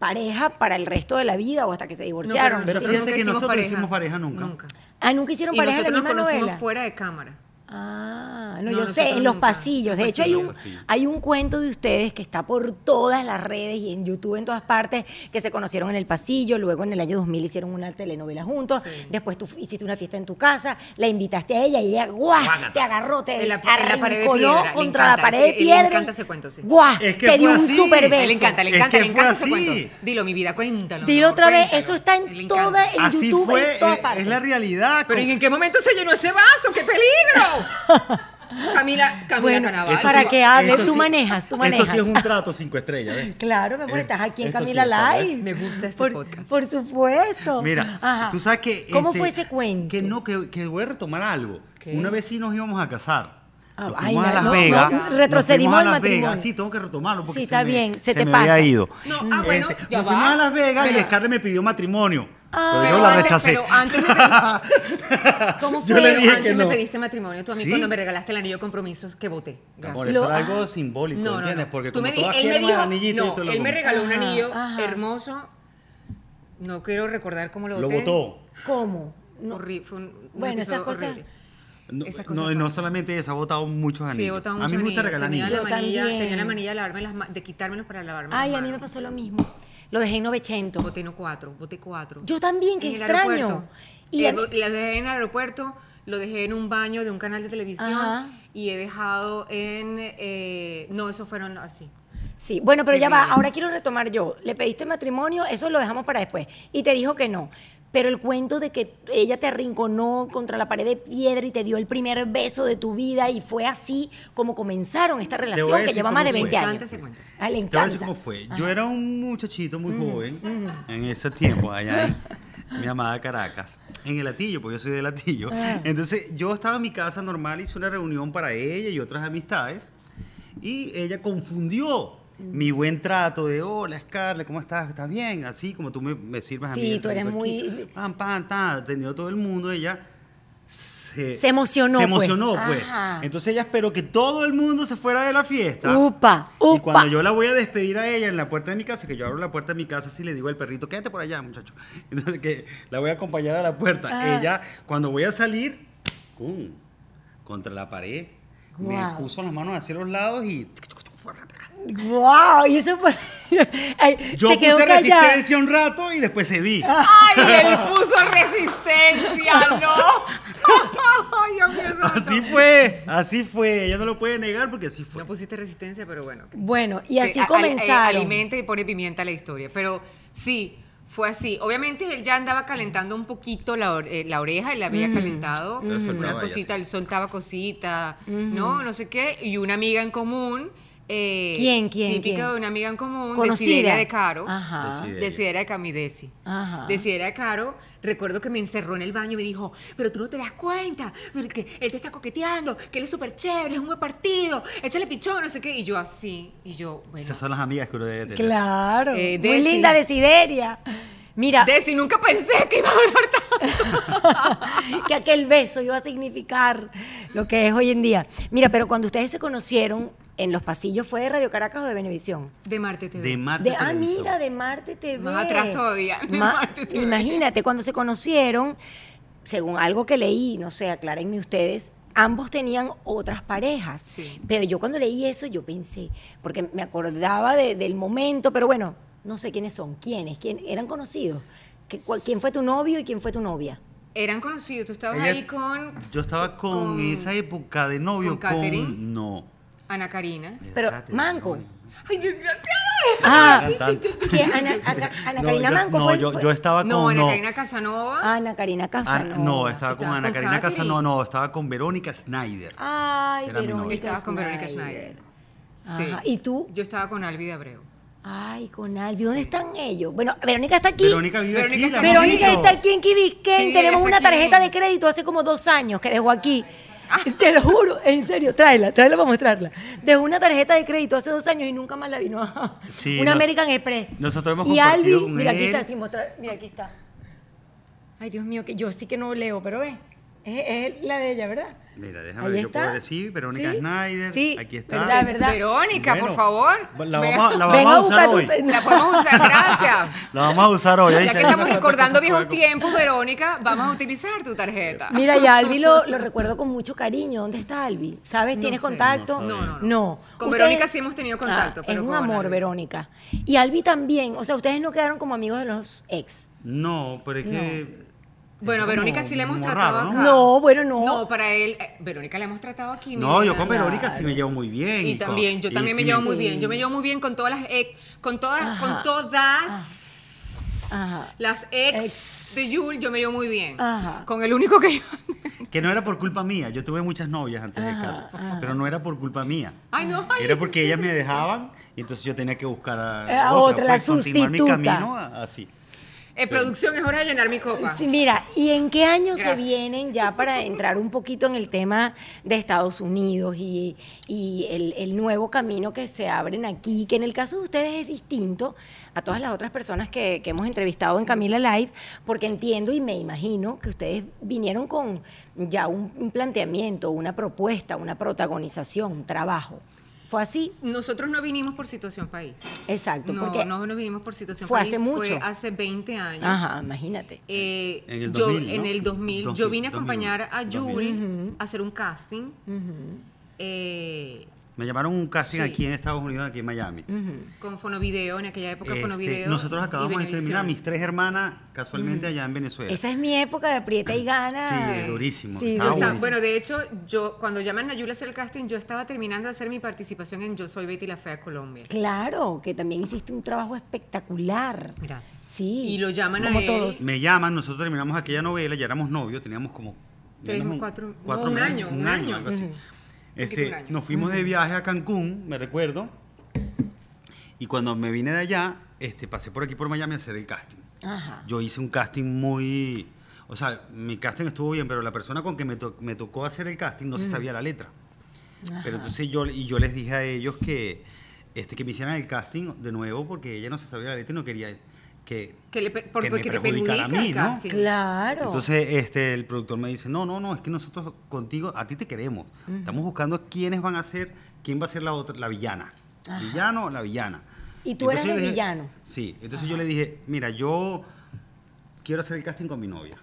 [SPEAKER 4] pareja para el resto de la vida o hasta que se divorciaron?
[SPEAKER 2] nosotros
[SPEAKER 3] Pero fíjate
[SPEAKER 2] nunca
[SPEAKER 3] que
[SPEAKER 2] hicimos
[SPEAKER 3] nosotros hicimos pareja nunca.
[SPEAKER 4] ah, nunca hicieron
[SPEAKER 2] Y
[SPEAKER 4] pareja en la
[SPEAKER 2] nosotros nos
[SPEAKER 4] misma
[SPEAKER 2] conocimos
[SPEAKER 4] novela.
[SPEAKER 2] fuera de cámara.
[SPEAKER 4] Ah, no,
[SPEAKER 2] No,
[SPEAKER 4] yo sé,
[SPEAKER 2] nosotros
[SPEAKER 4] en los
[SPEAKER 2] nunca. Pues
[SPEAKER 4] pasillos. De hecho, hay
[SPEAKER 2] Pasillo,
[SPEAKER 4] un,
[SPEAKER 3] pasillo.
[SPEAKER 4] hay un cuento de ustedes que está por todas las redes y en YouTube, en todas partes, que se conocieron en el pasillo, luego en el año 2000 hicieron una telenovela juntos, después tú fu- hiciste una fiesta en tu casa, la invitaste a ella y ella, guau,
[SPEAKER 3] Guácata.
[SPEAKER 4] te agarró, te
[SPEAKER 2] En la- en la pared de
[SPEAKER 4] arrinconó
[SPEAKER 2] piedra, le
[SPEAKER 4] contra
[SPEAKER 2] encanta,
[SPEAKER 4] la pared de
[SPEAKER 2] sí, él le
[SPEAKER 4] piedra.
[SPEAKER 2] encanta ese cuento, sí.
[SPEAKER 4] Guau,
[SPEAKER 3] Es que
[SPEAKER 4] te
[SPEAKER 3] fue
[SPEAKER 4] dio un
[SPEAKER 3] así.
[SPEAKER 4] super
[SPEAKER 2] A él
[SPEAKER 4] beso.
[SPEAKER 2] le encanta, le
[SPEAKER 3] Es
[SPEAKER 2] encanta,
[SPEAKER 3] que
[SPEAKER 2] le encanta ese
[SPEAKER 3] fue así.
[SPEAKER 2] cuento. Dilo, mi vida, cuéntalo. mi
[SPEAKER 4] Dilo
[SPEAKER 2] amor,
[SPEAKER 4] otra vez,
[SPEAKER 2] cuéntalo.
[SPEAKER 4] eso está
[SPEAKER 2] Le
[SPEAKER 4] en
[SPEAKER 2] encanta.
[SPEAKER 4] toda, en
[SPEAKER 3] Así
[SPEAKER 4] YouTube,
[SPEAKER 3] fue,
[SPEAKER 4] en todas
[SPEAKER 3] es-
[SPEAKER 4] partes.
[SPEAKER 3] es la realidad.
[SPEAKER 2] Pero
[SPEAKER 3] con-
[SPEAKER 2] ¿en qué momento se llenó ese vaso? ¡Qué peligro! Camila, Camila
[SPEAKER 4] Bueno,
[SPEAKER 2] Canaval.
[SPEAKER 3] Esto
[SPEAKER 4] para
[SPEAKER 3] sí-
[SPEAKER 4] que hable,
[SPEAKER 3] esto
[SPEAKER 4] tú
[SPEAKER 3] sí-
[SPEAKER 4] manejas, tú manejas.
[SPEAKER 3] Esto sí es un trato cinco estrellas, ¿ves?
[SPEAKER 4] Claro, me amor,
[SPEAKER 3] Eh,
[SPEAKER 4] estás aquí en
[SPEAKER 3] esto sí
[SPEAKER 4] Camila
[SPEAKER 3] está bueno.
[SPEAKER 4] Live.
[SPEAKER 2] Me gusta este
[SPEAKER 4] por,
[SPEAKER 2] podcast.
[SPEAKER 4] Por supuesto.
[SPEAKER 3] Mira,
[SPEAKER 4] Ajá.
[SPEAKER 3] tú sabes que...
[SPEAKER 4] ¿Cómo
[SPEAKER 3] este,
[SPEAKER 4] fue ese cuento?
[SPEAKER 3] Que no, que, que voy a retomar algo.
[SPEAKER 2] ¿Qué?
[SPEAKER 3] Una vez sí nos íbamos a casar.
[SPEAKER 4] Ah,
[SPEAKER 3] Nos
[SPEAKER 4] ay,
[SPEAKER 3] fuimos a
[SPEAKER 4] no,
[SPEAKER 3] Las
[SPEAKER 4] no,
[SPEAKER 3] Vegas.
[SPEAKER 4] no,
[SPEAKER 3] nos
[SPEAKER 4] retrocedimos
[SPEAKER 3] fuimos a
[SPEAKER 4] al
[SPEAKER 3] Las Vegas.
[SPEAKER 4] matrimonio.
[SPEAKER 3] Sí, tengo que retomarlo porque
[SPEAKER 4] Sí,
[SPEAKER 3] se
[SPEAKER 4] está
[SPEAKER 3] me-
[SPEAKER 4] bien, se te
[SPEAKER 3] me
[SPEAKER 4] pasa.
[SPEAKER 3] había ido.
[SPEAKER 2] No, ah, bueno,
[SPEAKER 3] Este,
[SPEAKER 2] ya
[SPEAKER 3] nos
[SPEAKER 2] va.
[SPEAKER 3] fuimos a Las Vegas y
[SPEAKER 2] Pero-
[SPEAKER 3] Scarlett me pidió matrimonio.
[SPEAKER 4] Ah.
[SPEAKER 3] pero yo
[SPEAKER 2] Pero
[SPEAKER 3] la
[SPEAKER 2] antes-
[SPEAKER 3] rechacé.
[SPEAKER 2] pero antes me pediste-
[SPEAKER 4] ¿Cómo
[SPEAKER 3] Yo
[SPEAKER 4] fue?
[SPEAKER 3] le
[SPEAKER 2] Pero
[SPEAKER 3] dije
[SPEAKER 2] antes
[SPEAKER 3] que
[SPEAKER 2] me
[SPEAKER 3] no.
[SPEAKER 2] pediste matrimonio tú a mí
[SPEAKER 3] Sí.
[SPEAKER 2] cuando me regalaste el anillo de compromisos que voté. Gracias.
[SPEAKER 3] Amor, eso
[SPEAKER 4] Lo-
[SPEAKER 3] era algo
[SPEAKER 4] ah.
[SPEAKER 3] simbólico,
[SPEAKER 2] no, no,
[SPEAKER 3] ¿entiendes?
[SPEAKER 2] no.
[SPEAKER 3] Porque
[SPEAKER 2] Tú
[SPEAKER 3] como
[SPEAKER 2] me di-
[SPEAKER 3] todas
[SPEAKER 2] él me
[SPEAKER 3] quieren
[SPEAKER 2] dijo,
[SPEAKER 3] el anillito, yo
[SPEAKER 2] no,
[SPEAKER 3] te lo
[SPEAKER 2] él me
[SPEAKER 3] compro.
[SPEAKER 2] regaló un
[SPEAKER 4] Ajá,
[SPEAKER 2] anillo
[SPEAKER 4] ajá.
[SPEAKER 2] hermoso. No quiero recordar cómo lo
[SPEAKER 3] Lo
[SPEAKER 2] voté.
[SPEAKER 3] votó.
[SPEAKER 4] ¿Cómo? No.
[SPEAKER 2] Horri- fue un- un
[SPEAKER 4] Bueno, esas
[SPEAKER 2] episodio
[SPEAKER 4] cosas-
[SPEAKER 2] horrible.
[SPEAKER 3] No,
[SPEAKER 2] Esas cosas
[SPEAKER 3] no, y no
[SPEAKER 2] pasan.
[SPEAKER 3] solamente eso, ha votado muchos anillos.
[SPEAKER 2] Sí, he votado
[SPEAKER 3] a mí
[SPEAKER 2] mucho
[SPEAKER 3] me gusta
[SPEAKER 2] anillo.
[SPEAKER 3] regalar
[SPEAKER 2] tenía
[SPEAKER 3] anillos.
[SPEAKER 4] anillos.
[SPEAKER 2] La
[SPEAKER 4] Yo
[SPEAKER 2] manilla,
[SPEAKER 4] también.
[SPEAKER 2] tenía la manilla de, lavarme las ma- de quitármelos para lavarme
[SPEAKER 4] Ay,
[SPEAKER 2] las
[SPEAKER 4] a mí me
[SPEAKER 2] manos.
[SPEAKER 4] pasó lo mismo. Lo dejé en 900.
[SPEAKER 2] Boté no cuatro, boté cuatro.
[SPEAKER 4] Yo también, qué
[SPEAKER 2] En el
[SPEAKER 4] extraño.
[SPEAKER 2] aeropuerto.
[SPEAKER 4] Y
[SPEAKER 2] Eh,
[SPEAKER 4] a mí-
[SPEAKER 2] lo lo dejé en el aeropuerto, lo dejé en un baño de un canal de televisión
[SPEAKER 4] Ajá.
[SPEAKER 2] y he dejado en... eh, no, esos fueron así.
[SPEAKER 4] Sí, bueno, pero
[SPEAKER 2] Qué
[SPEAKER 4] ya va,
[SPEAKER 2] bien.
[SPEAKER 4] ahora quiero retomar yo. Le pediste matrimonio, eso lo dejamos para después. Y te dijo que no. Pero el cuento de que ella te arrinconó contra la pared de piedra y te dio el primer beso de tu vida y fue así como comenzaron esta
[SPEAKER 3] voy a
[SPEAKER 4] relación que
[SPEAKER 3] decir
[SPEAKER 4] lleva
[SPEAKER 3] cómo
[SPEAKER 4] más de
[SPEAKER 3] fue.
[SPEAKER 4] 20
[SPEAKER 2] Me encanta
[SPEAKER 4] años.
[SPEAKER 2] ese cuento.
[SPEAKER 4] Ah, le
[SPEAKER 3] Te voy a decir
[SPEAKER 4] encanta.
[SPEAKER 3] cómo fue. Yo era un muchachito muy
[SPEAKER 4] Mm,
[SPEAKER 3] joven en ese tiempo, allá en mi amada Caracas, en el Latillo, porque yo soy de Latillo.
[SPEAKER 4] Ah.
[SPEAKER 3] Entonces, yo estaba en mi casa normal, hice una reunión para ella y otras amistades, y ella confundió
[SPEAKER 4] Mm.
[SPEAKER 3] mi buen trato de, hola, Scarlett, ¿cómo estás? ¿Estás bien? Así como tú me, me sirves a mí.
[SPEAKER 4] Sí,
[SPEAKER 3] el
[SPEAKER 4] tú eres
[SPEAKER 3] traguito aquí.
[SPEAKER 4] muy-
[SPEAKER 3] Pam, pam, tan, atendió a todo el mundo, ella... Se,
[SPEAKER 4] Se emocionó,
[SPEAKER 3] Se
[SPEAKER 4] pues.
[SPEAKER 3] emocionó, pues.
[SPEAKER 4] Ajá.
[SPEAKER 3] Entonces ella esperó que todo el mundo se fuera de la fiesta.
[SPEAKER 4] Upa,
[SPEAKER 3] Y
[SPEAKER 4] upa.
[SPEAKER 3] cuando yo la voy a despedir a ella en la puerta de mi casa, que yo abro la puerta de mi casa, así le digo al perrito, quédate por allá, muchacho. Entonces, que la voy a acompañar a la puerta.
[SPEAKER 4] Ah.
[SPEAKER 3] Ella, cuando voy a salir, ¡pum! Contra la pared. Me
[SPEAKER 4] Guau.
[SPEAKER 3] puso las manos hacia los lados y.
[SPEAKER 4] ¡Wow! Y eso fue. Ay,
[SPEAKER 3] Yo
[SPEAKER 4] se quedó
[SPEAKER 3] puse
[SPEAKER 4] callada. Ah.
[SPEAKER 3] resistencia un rato y después cedí.
[SPEAKER 2] ¡Ay, él puso resistencia! ¡No! Ay, Dios mío, santo.
[SPEAKER 3] Así fue, así fue. Ella no lo puede negar porque así fue.
[SPEAKER 4] pues,
[SPEAKER 2] No pusiste resistencia, pero bueno.
[SPEAKER 4] Bueno, y así
[SPEAKER 2] que a- al- eh,
[SPEAKER 4] comenzaron.
[SPEAKER 2] alimenta y pone pimienta a la historia. Pero sí, fue así. Obviamente él ya andaba calentando un poquito la, or- eh, la oreja, él la
[SPEAKER 4] Mm.
[SPEAKER 2] había calentado.
[SPEAKER 3] Pero
[SPEAKER 2] una
[SPEAKER 3] soltaba ya,
[SPEAKER 2] cosita,
[SPEAKER 3] sí.
[SPEAKER 2] él soltaba cosita, ¿no? No sé qué. Y una amiga en común eh,
[SPEAKER 4] ¿Quién, quién,
[SPEAKER 2] típica
[SPEAKER 4] quién?
[SPEAKER 2] de una amiga en común,
[SPEAKER 4] Conocida.
[SPEAKER 2] Desideria de Caro.
[SPEAKER 4] Ajá.
[SPEAKER 3] Desideria.
[SPEAKER 2] Desideria de Camidesi.
[SPEAKER 4] Ajá.
[SPEAKER 2] Desideria de Caro, recuerdo que me encerró en el baño y me dijo, pero tú no te das cuenta, pero que él te está coqueteando, que él es súper chévere, es un buen partido, échale pichón, no sé qué. Y yo así, y yo, bueno.
[SPEAKER 3] Esas son las amigas que uno debe tener.
[SPEAKER 4] Claro.
[SPEAKER 2] Eh,
[SPEAKER 4] Muy
[SPEAKER 2] Desi.
[SPEAKER 4] linda Desideria. Mira,
[SPEAKER 2] Desi, nunca pensé que iba a hablar tanto.
[SPEAKER 4] que aquel beso iba a significar lo que es hoy en día. Mira, pero cuando ustedes se conocieron en los pasillos, ¿fue de Radio Caracas o de Venevisión?
[SPEAKER 2] de Marte te
[SPEAKER 3] De Marte
[SPEAKER 4] De, ah,
[SPEAKER 3] Televisión.
[SPEAKER 4] mira, de Marte TV.
[SPEAKER 2] Más atrás todavía, de Marte TV.
[SPEAKER 4] Imagínate, cuando se conocieron, según algo que leí, no sé, aclárenme ustedes, ambos tenían otras parejas.
[SPEAKER 2] Sí.
[SPEAKER 4] Pero yo cuando leí eso, yo pensé, porque me acordaba de- del momento, pero bueno, no sé quiénes son, quiénes, quién, eran conocidos. ¿Qué- cuál- ¿Quién fue tu novio y quién fue tu novia?
[SPEAKER 2] Eran conocidos, tú estabas
[SPEAKER 3] Ella-
[SPEAKER 2] ahí con
[SPEAKER 3] Yo estaba con,
[SPEAKER 2] con-
[SPEAKER 3] esa época de novio.
[SPEAKER 2] con Catherine.
[SPEAKER 3] No.
[SPEAKER 2] Ana Karina.
[SPEAKER 3] Era
[SPEAKER 4] Pero,
[SPEAKER 3] Catherine,
[SPEAKER 4] Manco.
[SPEAKER 3] no, no.
[SPEAKER 2] Ay, desgraciada.
[SPEAKER 4] Ah,
[SPEAKER 3] Era cantante.
[SPEAKER 4] que Ana, Ana- Ana
[SPEAKER 3] No,
[SPEAKER 4] Karina
[SPEAKER 3] yo-
[SPEAKER 4] Manco
[SPEAKER 3] no,
[SPEAKER 4] fue,
[SPEAKER 3] yo,
[SPEAKER 4] fue-
[SPEAKER 3] yo estaba con.
[SPEAKER 2] No, Ana
[SPEAKER 3] Ah, no.
[SPEAKER 2] Karina Casanova.
[SPEAKER 4] Ana Karina
[SPEAKER 3] Ana-
[SPEAKER 4] Casanova.
[SPEAKER 3] no, estaba con Ana
[SPEAKER 2] con
[SPEAKER 3] Karina Casa,
[SPEAKER 2] Catherine.
[SPEAKER 3] no, no, estaba con Verónica Snyder.
[SPEAKER 4] Ay,
[SPEAKER 3] Era mi novia.
[SPEAKER 4] Verónica
[SPEAKER 2] Estabas con Verónica Schneider. Sí.
[SPEAKER 4] Ah, Ajá, ¿Y tú?
[SPEAKER 2] Yo estaba con Albi de Abreu.
[SPEAKER 4] Ay, con Albi. ¿Dónde están ellos? Bueno, Verónica está aquí.
[SPEAKER 3] Verónica vive
[SPEAKER 2] Verónica
[SPEAKER 3] aquí. la
[SPEAKER 2] está-
[SPEAKER 4] Verónica
[SPEAKER 3] hemos
[SPEAKER 4] está
[SPEAKER 3] visto.
[SPEAKER 4] aquí en Kibisken.
[SPEAKER 2] Sí,
[SPEAKER 4] Tenemos
[SPEAKER 2] está
[SPEAKER 4] una
[SPEAKER 2] aquí. Ah.
[SPEAKER 4] tarjeta de crédito hace como dos años que dejó aquí. Te lo juro, en serio, tráela, tráela para mostrarla. Dejó una tarjeta de crédito hace dos años y nunca más la vino.
[SPEAKER 3] Sí,
[SPEAKER 4] una
[SPEAKER 3] nos-
[SPEAKER 4] American Express.
[SPEAKER 3] nosotros hemos
[SPEAKER 4] y
[SPEAKER 3] compartido
[SPEAKER 4] Albi,
[SPEAKER 3] con
[SPEAKER 4] mira, aquí
[SPEAKER 3] él.
[SPEAKER 4] está, sin mostrar, mira, aquí está. Ay, Dios mío, que yo sí que no leo, pero ve, es, es la de ella, ¿verdad?
[SPEAKER 3] Mira, déjame
[SPEAKER 4] Ahí
[SPEAKER 3] ver, yo
[SPEAKER 4] está.
[SPEAKER 3] puedo decir, Verónica
[SPEAKER 4] Sí,
[SPEAKER 3] Snyder.
[SPEAKER 4] sí,
[SPEAKER 3] aquí está.
[SPEAKER 4] verdad, verdad.
[SPEAKER 2] Verónica,
[SPEAKER 3] Bueno,
[SPEAKER 2] por favor.
[SPEAKER 3] La
[SPEAKER 2] Ve-
[SPEAKER 3] vamos, a- la
[SPEAKER 4] Ven
[SPEAKER 3] vamos
[SPEAKER 4] a
[SPEAKER 3] a usar
[SPEAKER 4] buscar tu
[SPEAKER 3] hoy.
[SPEAKER 4] te-
[SPEAKER 2] La podemos usar, gracias.
[SPEAKER 3] La vamos a usar hoy.
[SPEAKER 2] Ya que estamos recordando viejos
[SPEAKER 3] tiempos.
[SPEAKER 2] tiempos, Verónica, vamos a utilizar tu tarjeta.
[SPEAKER 4] Mira, y a Albi lo, lo recuerdo con mucho cariño. ¿Dónde está Albi? ¿Sabes?
[SPEAKER 2] No
[SPEAKER 4] ¿Tienes
[SPEAKER 2] sé.
[SPEAKER 4] contacto?
[SPEAKER 2] No, no, no.
[SPEAKER 4] Ustedes-
[SPEAKER 2] Con Verónica sí hemos tenido contacto,
[SPEAKER 4] Ah,
[SPEAKER 2] pero
[SPEAKER 4] es un
[SPEAKER 2] con
[SPEAKER 4] amor,
[SPEAKER 2] Albi.
[SPEAKER 4] Verónica. Y Albi también. O sea, ustedes no quedaron como amigos de los ex.
[SPEAKER 3] No, pero es que.
[SPEAKER 2] Bueno,
[SPEAKER 3] es
[SPEAKER 2] Verónica
[SPEAKER 3] como
[SPEAKER 2] sí la hemos
[SPEAKER 3] como
[SPEAKER 2] tratado
[SPEAKER 3] raro,
[SPEAKER 2] acá.
[SPEAKER 3] ¿no?
[SPEAKER 4] No, Oh, bueno, no.
[SPEAKER 2] No, para él, eh, Verónica la hemos tratado aquí.
[SPEAKER 3] No,
[SPEAKER 2] mira.
[SPEAKER 3] yo con Verónica sí me llevo muy bien.
[SPEAKER 2] Y
[SPEAKER 3] con-
[SPEAKER 2] también, yo
[SPEAKER 3] y
[SPEAKER 2] también me
[SPEAKER 3] sí,
[SPEAKER 2] llevo
[SPEAKER 3] sí.
[SPEAKER 2] muy bien. Yo me llevo muy bien con todas las ex, con todas,
[SPEAKER 4] Ajá.
[SPEAKER 2] con todas
[SPEAKER 4] Ajá.
[SPEAKER 2] las ex,
[SPEAKER 4] Ex. Ah.
[SPEAKER 2] de Yul, yo me llevo muy bien.
[SPEAKER 4] Ajá.
[SPEAKER 2] Con el único que yo.
[SPEAKER 3] Que no era por culpa mía. Yo tuve muchas novias antes de Carla. Pero no era por culpa mía.
[SPEAKER 2] Ay, no. ay,
[SPEAKER 3] Era porque ellas me dejaban y entonces yo tenía que buscar a,
[SPEAKER 4] Eh, A otra, la
[SPEAKER 3] pues, continuar mi
[SPEAKER 4] sustituta.
[SPEAKER 3] camino a- así.
[SPEAKER 2] Eh, producción, es hora de llenar mi copa.
[SPEAKER 4] Sí, mira, ¿y en qué año se
[SPEAKER 2] Gracias.
[SPEAKER 4] vienen ya para entrar un poquito en el tema de Estados Unidos y, y el, el nuevo camino que se abren aquí, que en el caso de ustedes es distinto a todas las otras personas que, que hemos entrevistado en Camila Live, porque entiendo y me imagino que ustedes vinieron con ya un, un planteamiento, una propuesta, una protagonización, un trabajo. ¿Fue así?
[SPEAKER 2] Nosotros no vinimos por situación país.
[SPEAKER 4] Exacto,
[SPEAKER 2] No,
[SPEAKER 4] porque...
[SPEAKER 2] no, no vinimos por situación
[SPEAKER 4] fue
[SPEAKER 2] país.
[SPEAKER 4] hace mucho.
[SPEAKER 2] Fue hace 20 años.
[SPEAKER 4] Ajá, imagínate.
[SPEAKER 2] Eh,
[SPEAKER 3] En el
[SPEAKER 2] yo
[SPEAKER 3] 2000, ¿no?
[SPEAKER 2] en el 2000, yo
[SPEAKER 3] 2000,
[SPEAKER 2] vine a acompañar a
[SPEAKER 3] 2000.
[SPEAKER 2] Yul a hacer un casting. eh,
[SPEAKER 3] Me llamaron un casting
[SPEAKER 2] Sí.
[SPEAKER 3] aquí en Estados Unidos, aquí en Miami.
[SPEAKER 4] Mm.
[SPEAKER 2] con Fonovideo, en aquella época
[SPEAKER 3] Este,
[SPEAKER 2] Fonovideo.
[SPEAKER 3] nosotros
[SPEAKER 2] y
[SPEAKER 3] acabamos de terminar
[SPEAKER 2] Venevisión.
[SPEAKER 3] mis tres hermanas casualmente allá en Venezuela.
[SPEAKER 4] Mm. Esa es mi época de aprieta y gana.
[SPEAKER 3] Sí, durísimo.
[SPEAKER 4] Sí, durísimo.
[SPEAKER 3] Estaba
[SPEAKER 2] Está-
[SPEAKER 3] buenísimo.
[SPEAKER 2] bueno, de hecho, yo cuando llaman a Yul a hacer el casting, yo estaba terminando de hacer mi participación en Yo Soy Betty la Fea Colombia.
[SPEAKER 4] Claro, que también hiciste un trabajo espectacular.
[SPEAKER 2] Gracias.
[SPEAKER 4] Sí.
[SPEAKER 2] Y lo llaman a
[SPEAKER 4] como
[SPEAKER 2] él.
[SPEAKER 4] todos.
[SPEAKER 3] Me llaman, nosotros terminamos aquella novela, ya éramos novios, teníamos como...
[SPEAKER 2] Tres o
[SPEAKER 3] menos un-
[SPEAKER 2] cuatro- no, un
[SPEAKER 3] meses,
[SPEAKER 2] año, un año.
[SPEAKER 3] algo así.
[SPEAKER 2] Ujú.
[SPEAKER 3] Este,
[SPEAKER 2] poquito un año.
[SPEAKER 3] Nos fuimos de viaje a Cancún, me recuerdo, y cuando me vine de allá, este, pasé por aquí por Miami a hacer el casting.
[SPEAKER 4] Ajá.
[SPEAKER 3] Yo hice un casting muy... O sea, mi casting estuvo bien, pero la persona con que me, to- me tocó hacer el casting no se sabía la letra. Pero entonces yo, y yo les dije a ellos que, este, que me hicieran el casting de nuevo porque ella no se sabía la letra y no quería que,
[SPEAKER 2] Que le, per- por-
[SPEAKER 3] que me
[SPEAKER 2] porque te
[SPEAKER 3] perjudicara a
[SPEAKER 2] perjudica el
[SPEAKER 3] mí, ¿no?
[SPEAKER 2] casting.
[SPEAKER 4] Claro.
[SPEAKER 3] Entonces, este, el productor me dice, no, no, no, es que nosotros contigo, a ti te queremos. Estamos buscando quiénes van a ser, quién va a ser la otra, la villana. Villano, la villana.
[SPEAKER 4] Y tú eras
[SPEAKER 3] yo
[SPEAKER 4] el
[SPEAKER 3] le dije-
[SPEAKER 4] villano.
[SPEAKER 3] Sí, entonces yo le dije, mira, yo quiero hacer el casting con mi novia.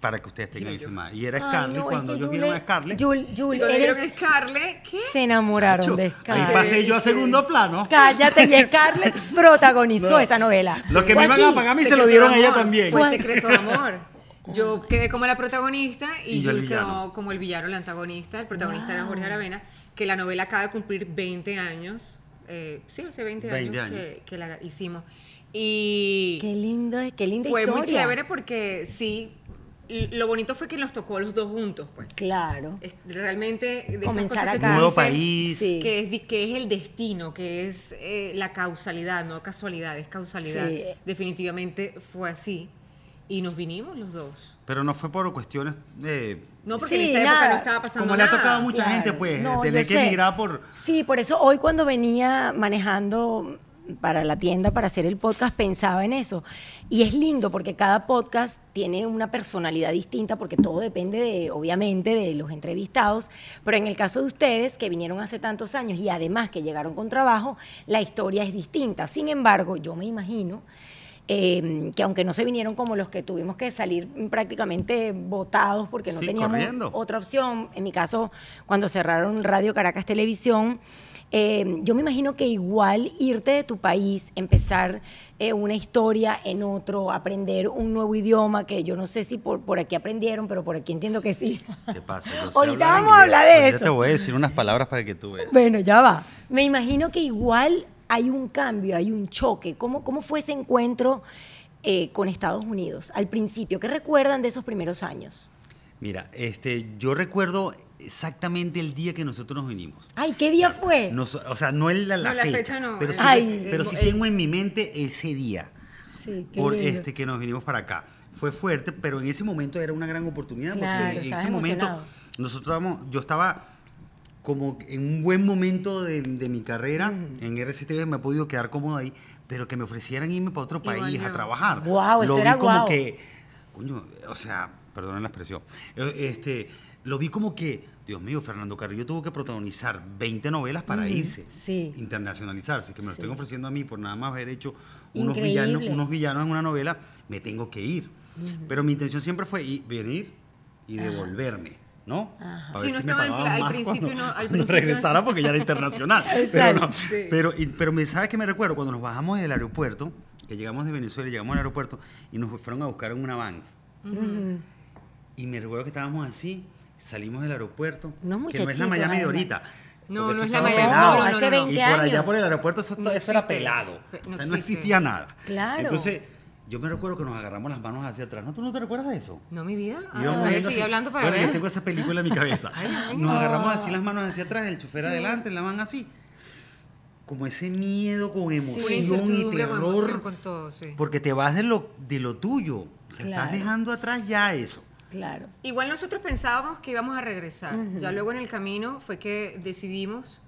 [SPEAKER 3] Para que ustedes tengan ese más. Y era
[SPEAKER 4] Ay,
[SPEAKER 3] Scarlett,
[SPEAKER 4] no, es
[SPEAKER 3] cuando
[SPEAKER 4] que
[SPEAKER 3] ellos
[SPEAKER 4] Yule-
[SPEAKER 3] vieron a Scarlett,
[SPEAKER 4] Yul, Yul,
[SPEAKER 2] Y cuando vieron
[SPEAKER 4] eres-
[SPEAKER 2] a Scarlett, ¿qué?
[SPEAKER 4] se enamoraron
[SPEAKER 3] yo-
[SPEAKER 4] de
[SPEAKER 3] ahí
[SPEAKER 4] Scarlett.
[SPEAKER 3] pasé yo a segundo plano.
[SPEAKER 4] Cállate, y Scarlett protagonizó esa novela.
[SPEAKER 3] Lo que
[SPEAKER 4] Fue
[SPEAKER 3] me iban
[SPEAKER 4] así.
[SPEAKER 3] a pagar a mí se
[SPEAKER 2] Secreto
[SPEAKER 3] lo
[SPEAKER 2] de
[SPEAKER 3] dieron a ella
[SPEAKER 2] Amor,
[SPEAKER 3] también.
[SPEAKER 2] Fue secreto de amor. Yo quedé como la protagonista y,
[SPEAKER 3] Y yo el
[SPEAKER 2] Yul quedó
[SPEAKER 3] villano.
[SPEAKER 2] como el villano, el antagonista. El protagonista era Jorge Aravena, que la novela acaba de cumplir 20 años. eh, sí, hace 20,
[SPEAKER 3] 20
[SPEAKER 2] años,
[SPEAKER 3] años.
[SPEAKER 2] Que, que la hicimos. Y
[SPEAKER 4] Qué lindo, qué linda
[SPEAKER 2] fue muy
[SPEAKER 4] historia.
[SPEAKER 2] chévere porque sí lo bonito fue que nos tocó los dos juntos, pues.
[SPEAKER 4] Claro.
[SPEAKER 2] Es- Realmente de esas
[SPEAKER 4] Comenzar
[SPEAKER 2] cosas que
[SPEAKER 4] acá.
[SPEAKER 2] tú
[SPEAKER 3] Nuevo
[SPEAKER 2] dices,
[SPEAKER 3] país.
[SPEAKER 4] Sí.
[SPEAKER 2] que es, di- que es el destino, que es eh, la causalidad, no casualidad, es causalidad.
[SPEAKER 4] Sí.
[SPEAKER 2] Definitivamente fue así. Y nos vinimos los dos.
[SPEAKER 3] Pero no fue por cuestiones de...
[SPEAKER 2] No porque
[SPEAKER 4] Sí,
[SPEAKER 2] en esa época
[SPEAKER 4] nada.
[SPEAKER 2] no estaba pasando
[SPEAKER 3] Como le ha
[SPEAKER 2] nada.
[SPEAKER 3] tocado mucha gente, pues,
[SPEAKER 4] No,
[SPEAKER 3] tener
[SPEAKER 4] yo
[SPEAKER 3] que
[SPEAKER 4] sé.
[SPEAKER 3] emigrar por...
[SPEAKER 4] Sí, por eso hoy cuando venía manejando para la tienda para hacer el podcast pensaba en eso. Y es lindo porque cada podcast tiene una personalidad distinta porque todo depende de obviamente de los entrevistados, pero en el caso de ustedes que vinieron hace tantos años y además que llegaron con trabajo, la historia es distinta. Sin embargo, yo me imagino eh, que aunque no se vinieron como los que tuvimos que salir prácticamente votados porque no
[SPEAKER 3] Sí,
[SPEAKER 4] teníamos
[SPEAKER 3] corriendo.
[SPEAKER 4] otra opción. En mi caso, cuando cerraron Radio Caracas Televisión, eh, yo me imagino que igual irte de tu país, empezar eh, una historia en otro, aprender un nuevo idioma, que yo no sé si por, por aquí aprendieron, pero por aquí entiendo que sí.
[SPEAKER 3] ¿Qué pasa? Yo sé
[SPEAKER 4] Ahorita
[SPEAKER 3] hablar
[SPEAKER 4] vamos a
[SPEAKER 3] inglés.
[SPEAKER 4] hablar de
[SPEAKER 3] Ahorita
[SPEAKER 4] eso.
[SPEAKER 3] te voy a decir unas palabras para que tú veas.
[SPEAKER 4] Bueno, ya va. Me imagino que igual hay un cambio, hay un choque. ¿Cómo, cómo fue ese encuentro eh, con Estados Unidos al principio? ¿Qué recuerdan de esos primeros años?
[SPEAKER 3] Mira, este, yo recuerdo exactamente el día que nosotros nos vinimos.
[SPEAKER 4] Ay, ¿qué día fue?
[SPEAKER 3] Nos- o sea, no el, la, la
[SPEAKER 2] No, la
[SPEAKER 3] fecha,
[SPEAKER 2] fecha no,
[SPEAKER 3] pero
[SPEAKER 2] el-
[SPEAKER 3] sí,
[SPEAKER 4] Ay.
[SPEAKER 3] pero sí
[SPEAKER 2] el-
[SPEAKER 3] tengo en mi mente ese día
[SPEAKER 4] Sí, qué
[SPEAKER 3] por
[SPEAKER 4] lindo.
[SPEAKER 3] este que nos vinimos para acá. Fue fuerte, pero en ese momento era una gran oportunidad
[SPEAKER 4] Claro,
[SPEAKER 3] porque en
[SPEAKER 4] estabas
[SPEAKER 3] ese momento
[SPEAKER 4] emocionado.
[SPEAKER 3] nosotros estábamos- yo estaba como en un buen momento de, de mi carrera en RCTV me he podido quedar cómodo ahí, pero que me ofrecieran irme para otro
[SPEAKER 2] Igual
[SPEAKER 3] país a
[SPEAKER 2] yo.
[SPEAKER 3] trabajar.
[SPEAKER 4] Guau,
[SPEAKER 3] Lo
[SPEAKER 4] eso
[SPEAKER 3] vi
[SPEAKER 4] era
[SPEAKER 3] como
[SPEAKER 4] guau.
[SPEAKER 3] que coño, o sea, perdonen la expresión. eh, Este, lo vi como que Dios mío, Fernando Carrillo tuvo que protagonizar 20 novelas para irse,
[SPEAKER 4] sí.
[SPEAKER 3] internacionalizarse, que me lo estén ofreciendo a mí por nada más haber hecho unos
[SPEAKER 4] Increíble.
[SPEAKER 3] villanos, unos villanos en una novela, me tengo que ir. Pero mi intención siempre fue i- venir y devolverme, ¿no? Para
[SPEAKER 2] Sí,
[SPEAKER 3] ver
[SPEAKER 2] no
[SPEAKER 3] si me
[SPEAKER 2] estaba en
[SPEAKER 3] pagaban
[SPEAKER 2] pla- al
[SPEAKER 3] más
[SPEAKER 2] principio
[SPEAKER 3] cuando-
[SPEAKER 2] no- al
[SPEAKER 3] cuando
[SPEAKER 2] principio-
[SPEAKER 3] regresara porque ya era internacional. pero, no,
[SPEAKER 2] sí.
[SPEAKER 3] pero, y- pero me sabes que me recuerdo cuando nos bajamos del aeropuerto, que llegamos de Venezuela, llegamos al aeropuerto y nos fueron a buscar en una Vans. Y me recuerdo que estábamos así, salimos del aeropuerto,
[SPEAKER 4] Unos
[SPEAKER 3] que no es la
[SPEAKER 4] muchachitos,
[SPEAKER 3] Miami de
[SPEAKER 4] además.
[SPEAKER 3] ahorita.
[SPEAKER 2] No,
[SPEAKER 3] porque eso
[SPEAKER 2] no es la
[SPEAKER 3] estaba
[SPEAKER 2] Miami-
[SPEAKER 3] pelado.
[SPEAKER 4] no, no, no, Hace no. 20
[SPEAKER 3] Y por allá
[SPEAKER 4] años.
[SPEAKER 3] por el aeropuerto eso,
[SPEAKER 2] No
[SPEAKER 3] eso era
[SPEAKER 2] existe.
[SPEAKER 3] pelado.
[SPEAKER 2] Pe-
[SPEAKER 3] o
[SPEAKER 2] no
[SPEAKER 3] sea, no
[SPEAKER 2] existe.
[SPEAKER 3] existía nada.
[SPEAKER 4] Claro.
[SPEAKER 3] Entonces, yo me recuerdo que nos agarramos las manos hacia atrás. ¿No tú no te recuerdas de eso?
[SPEAKER 2] No, mi vida. Ah,
[SPEAKER 3] Y íbamos
[SPEAKER 2] voy a
[SPEAKER 3] viendo así.
[SPEAKER 2] seguir hablando para
[SPEAKER 3] Bueno, este yo
[SPEAKER 2] ver.
[SPEAKER 3] tengo esa película en mi cabeza. Nos agarramos así las manos hacia atrás, el chofer adelante, la van así. Como ese miedo con
[SPEAKER 2] Pura
[SPEAKER 3] emoción y
[SPEAKER 2] incertidumbre con emoción,
[SPEAKER 3] terror.
[SPEAKER 2] con todo, sí.
[SPEAKER 3] Porque te vas de lo, de lo tuyo. O sea,
[SPEAKER 4] Claro.
[SPEAKER 3] estás dejando atrás ya eso.
[SPEAKER 4] Claro.
[SPEAKER 2] Igual nosotros pensábamos que íbamos a regresar. Ya luego en el camino fue que decidimos.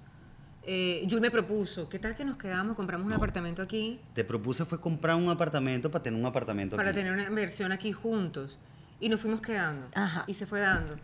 [SPEAKER 2] Eh, Yul me propuso, ¿qué tal que nos quedamos? Compramos un apartamento aquí
[SPEAKER 3] Te propuse fue comprar un apartamento para tener un apartamento
[SPEAKER 2] para
[SPEAKER 3] aquí.
[SPEAKER 2] tener una inversión aquí juntos. Y nos fuimos quedando.
[SPEAKER 4] Ajá.
[SPEAKER 2] Y se fue dando.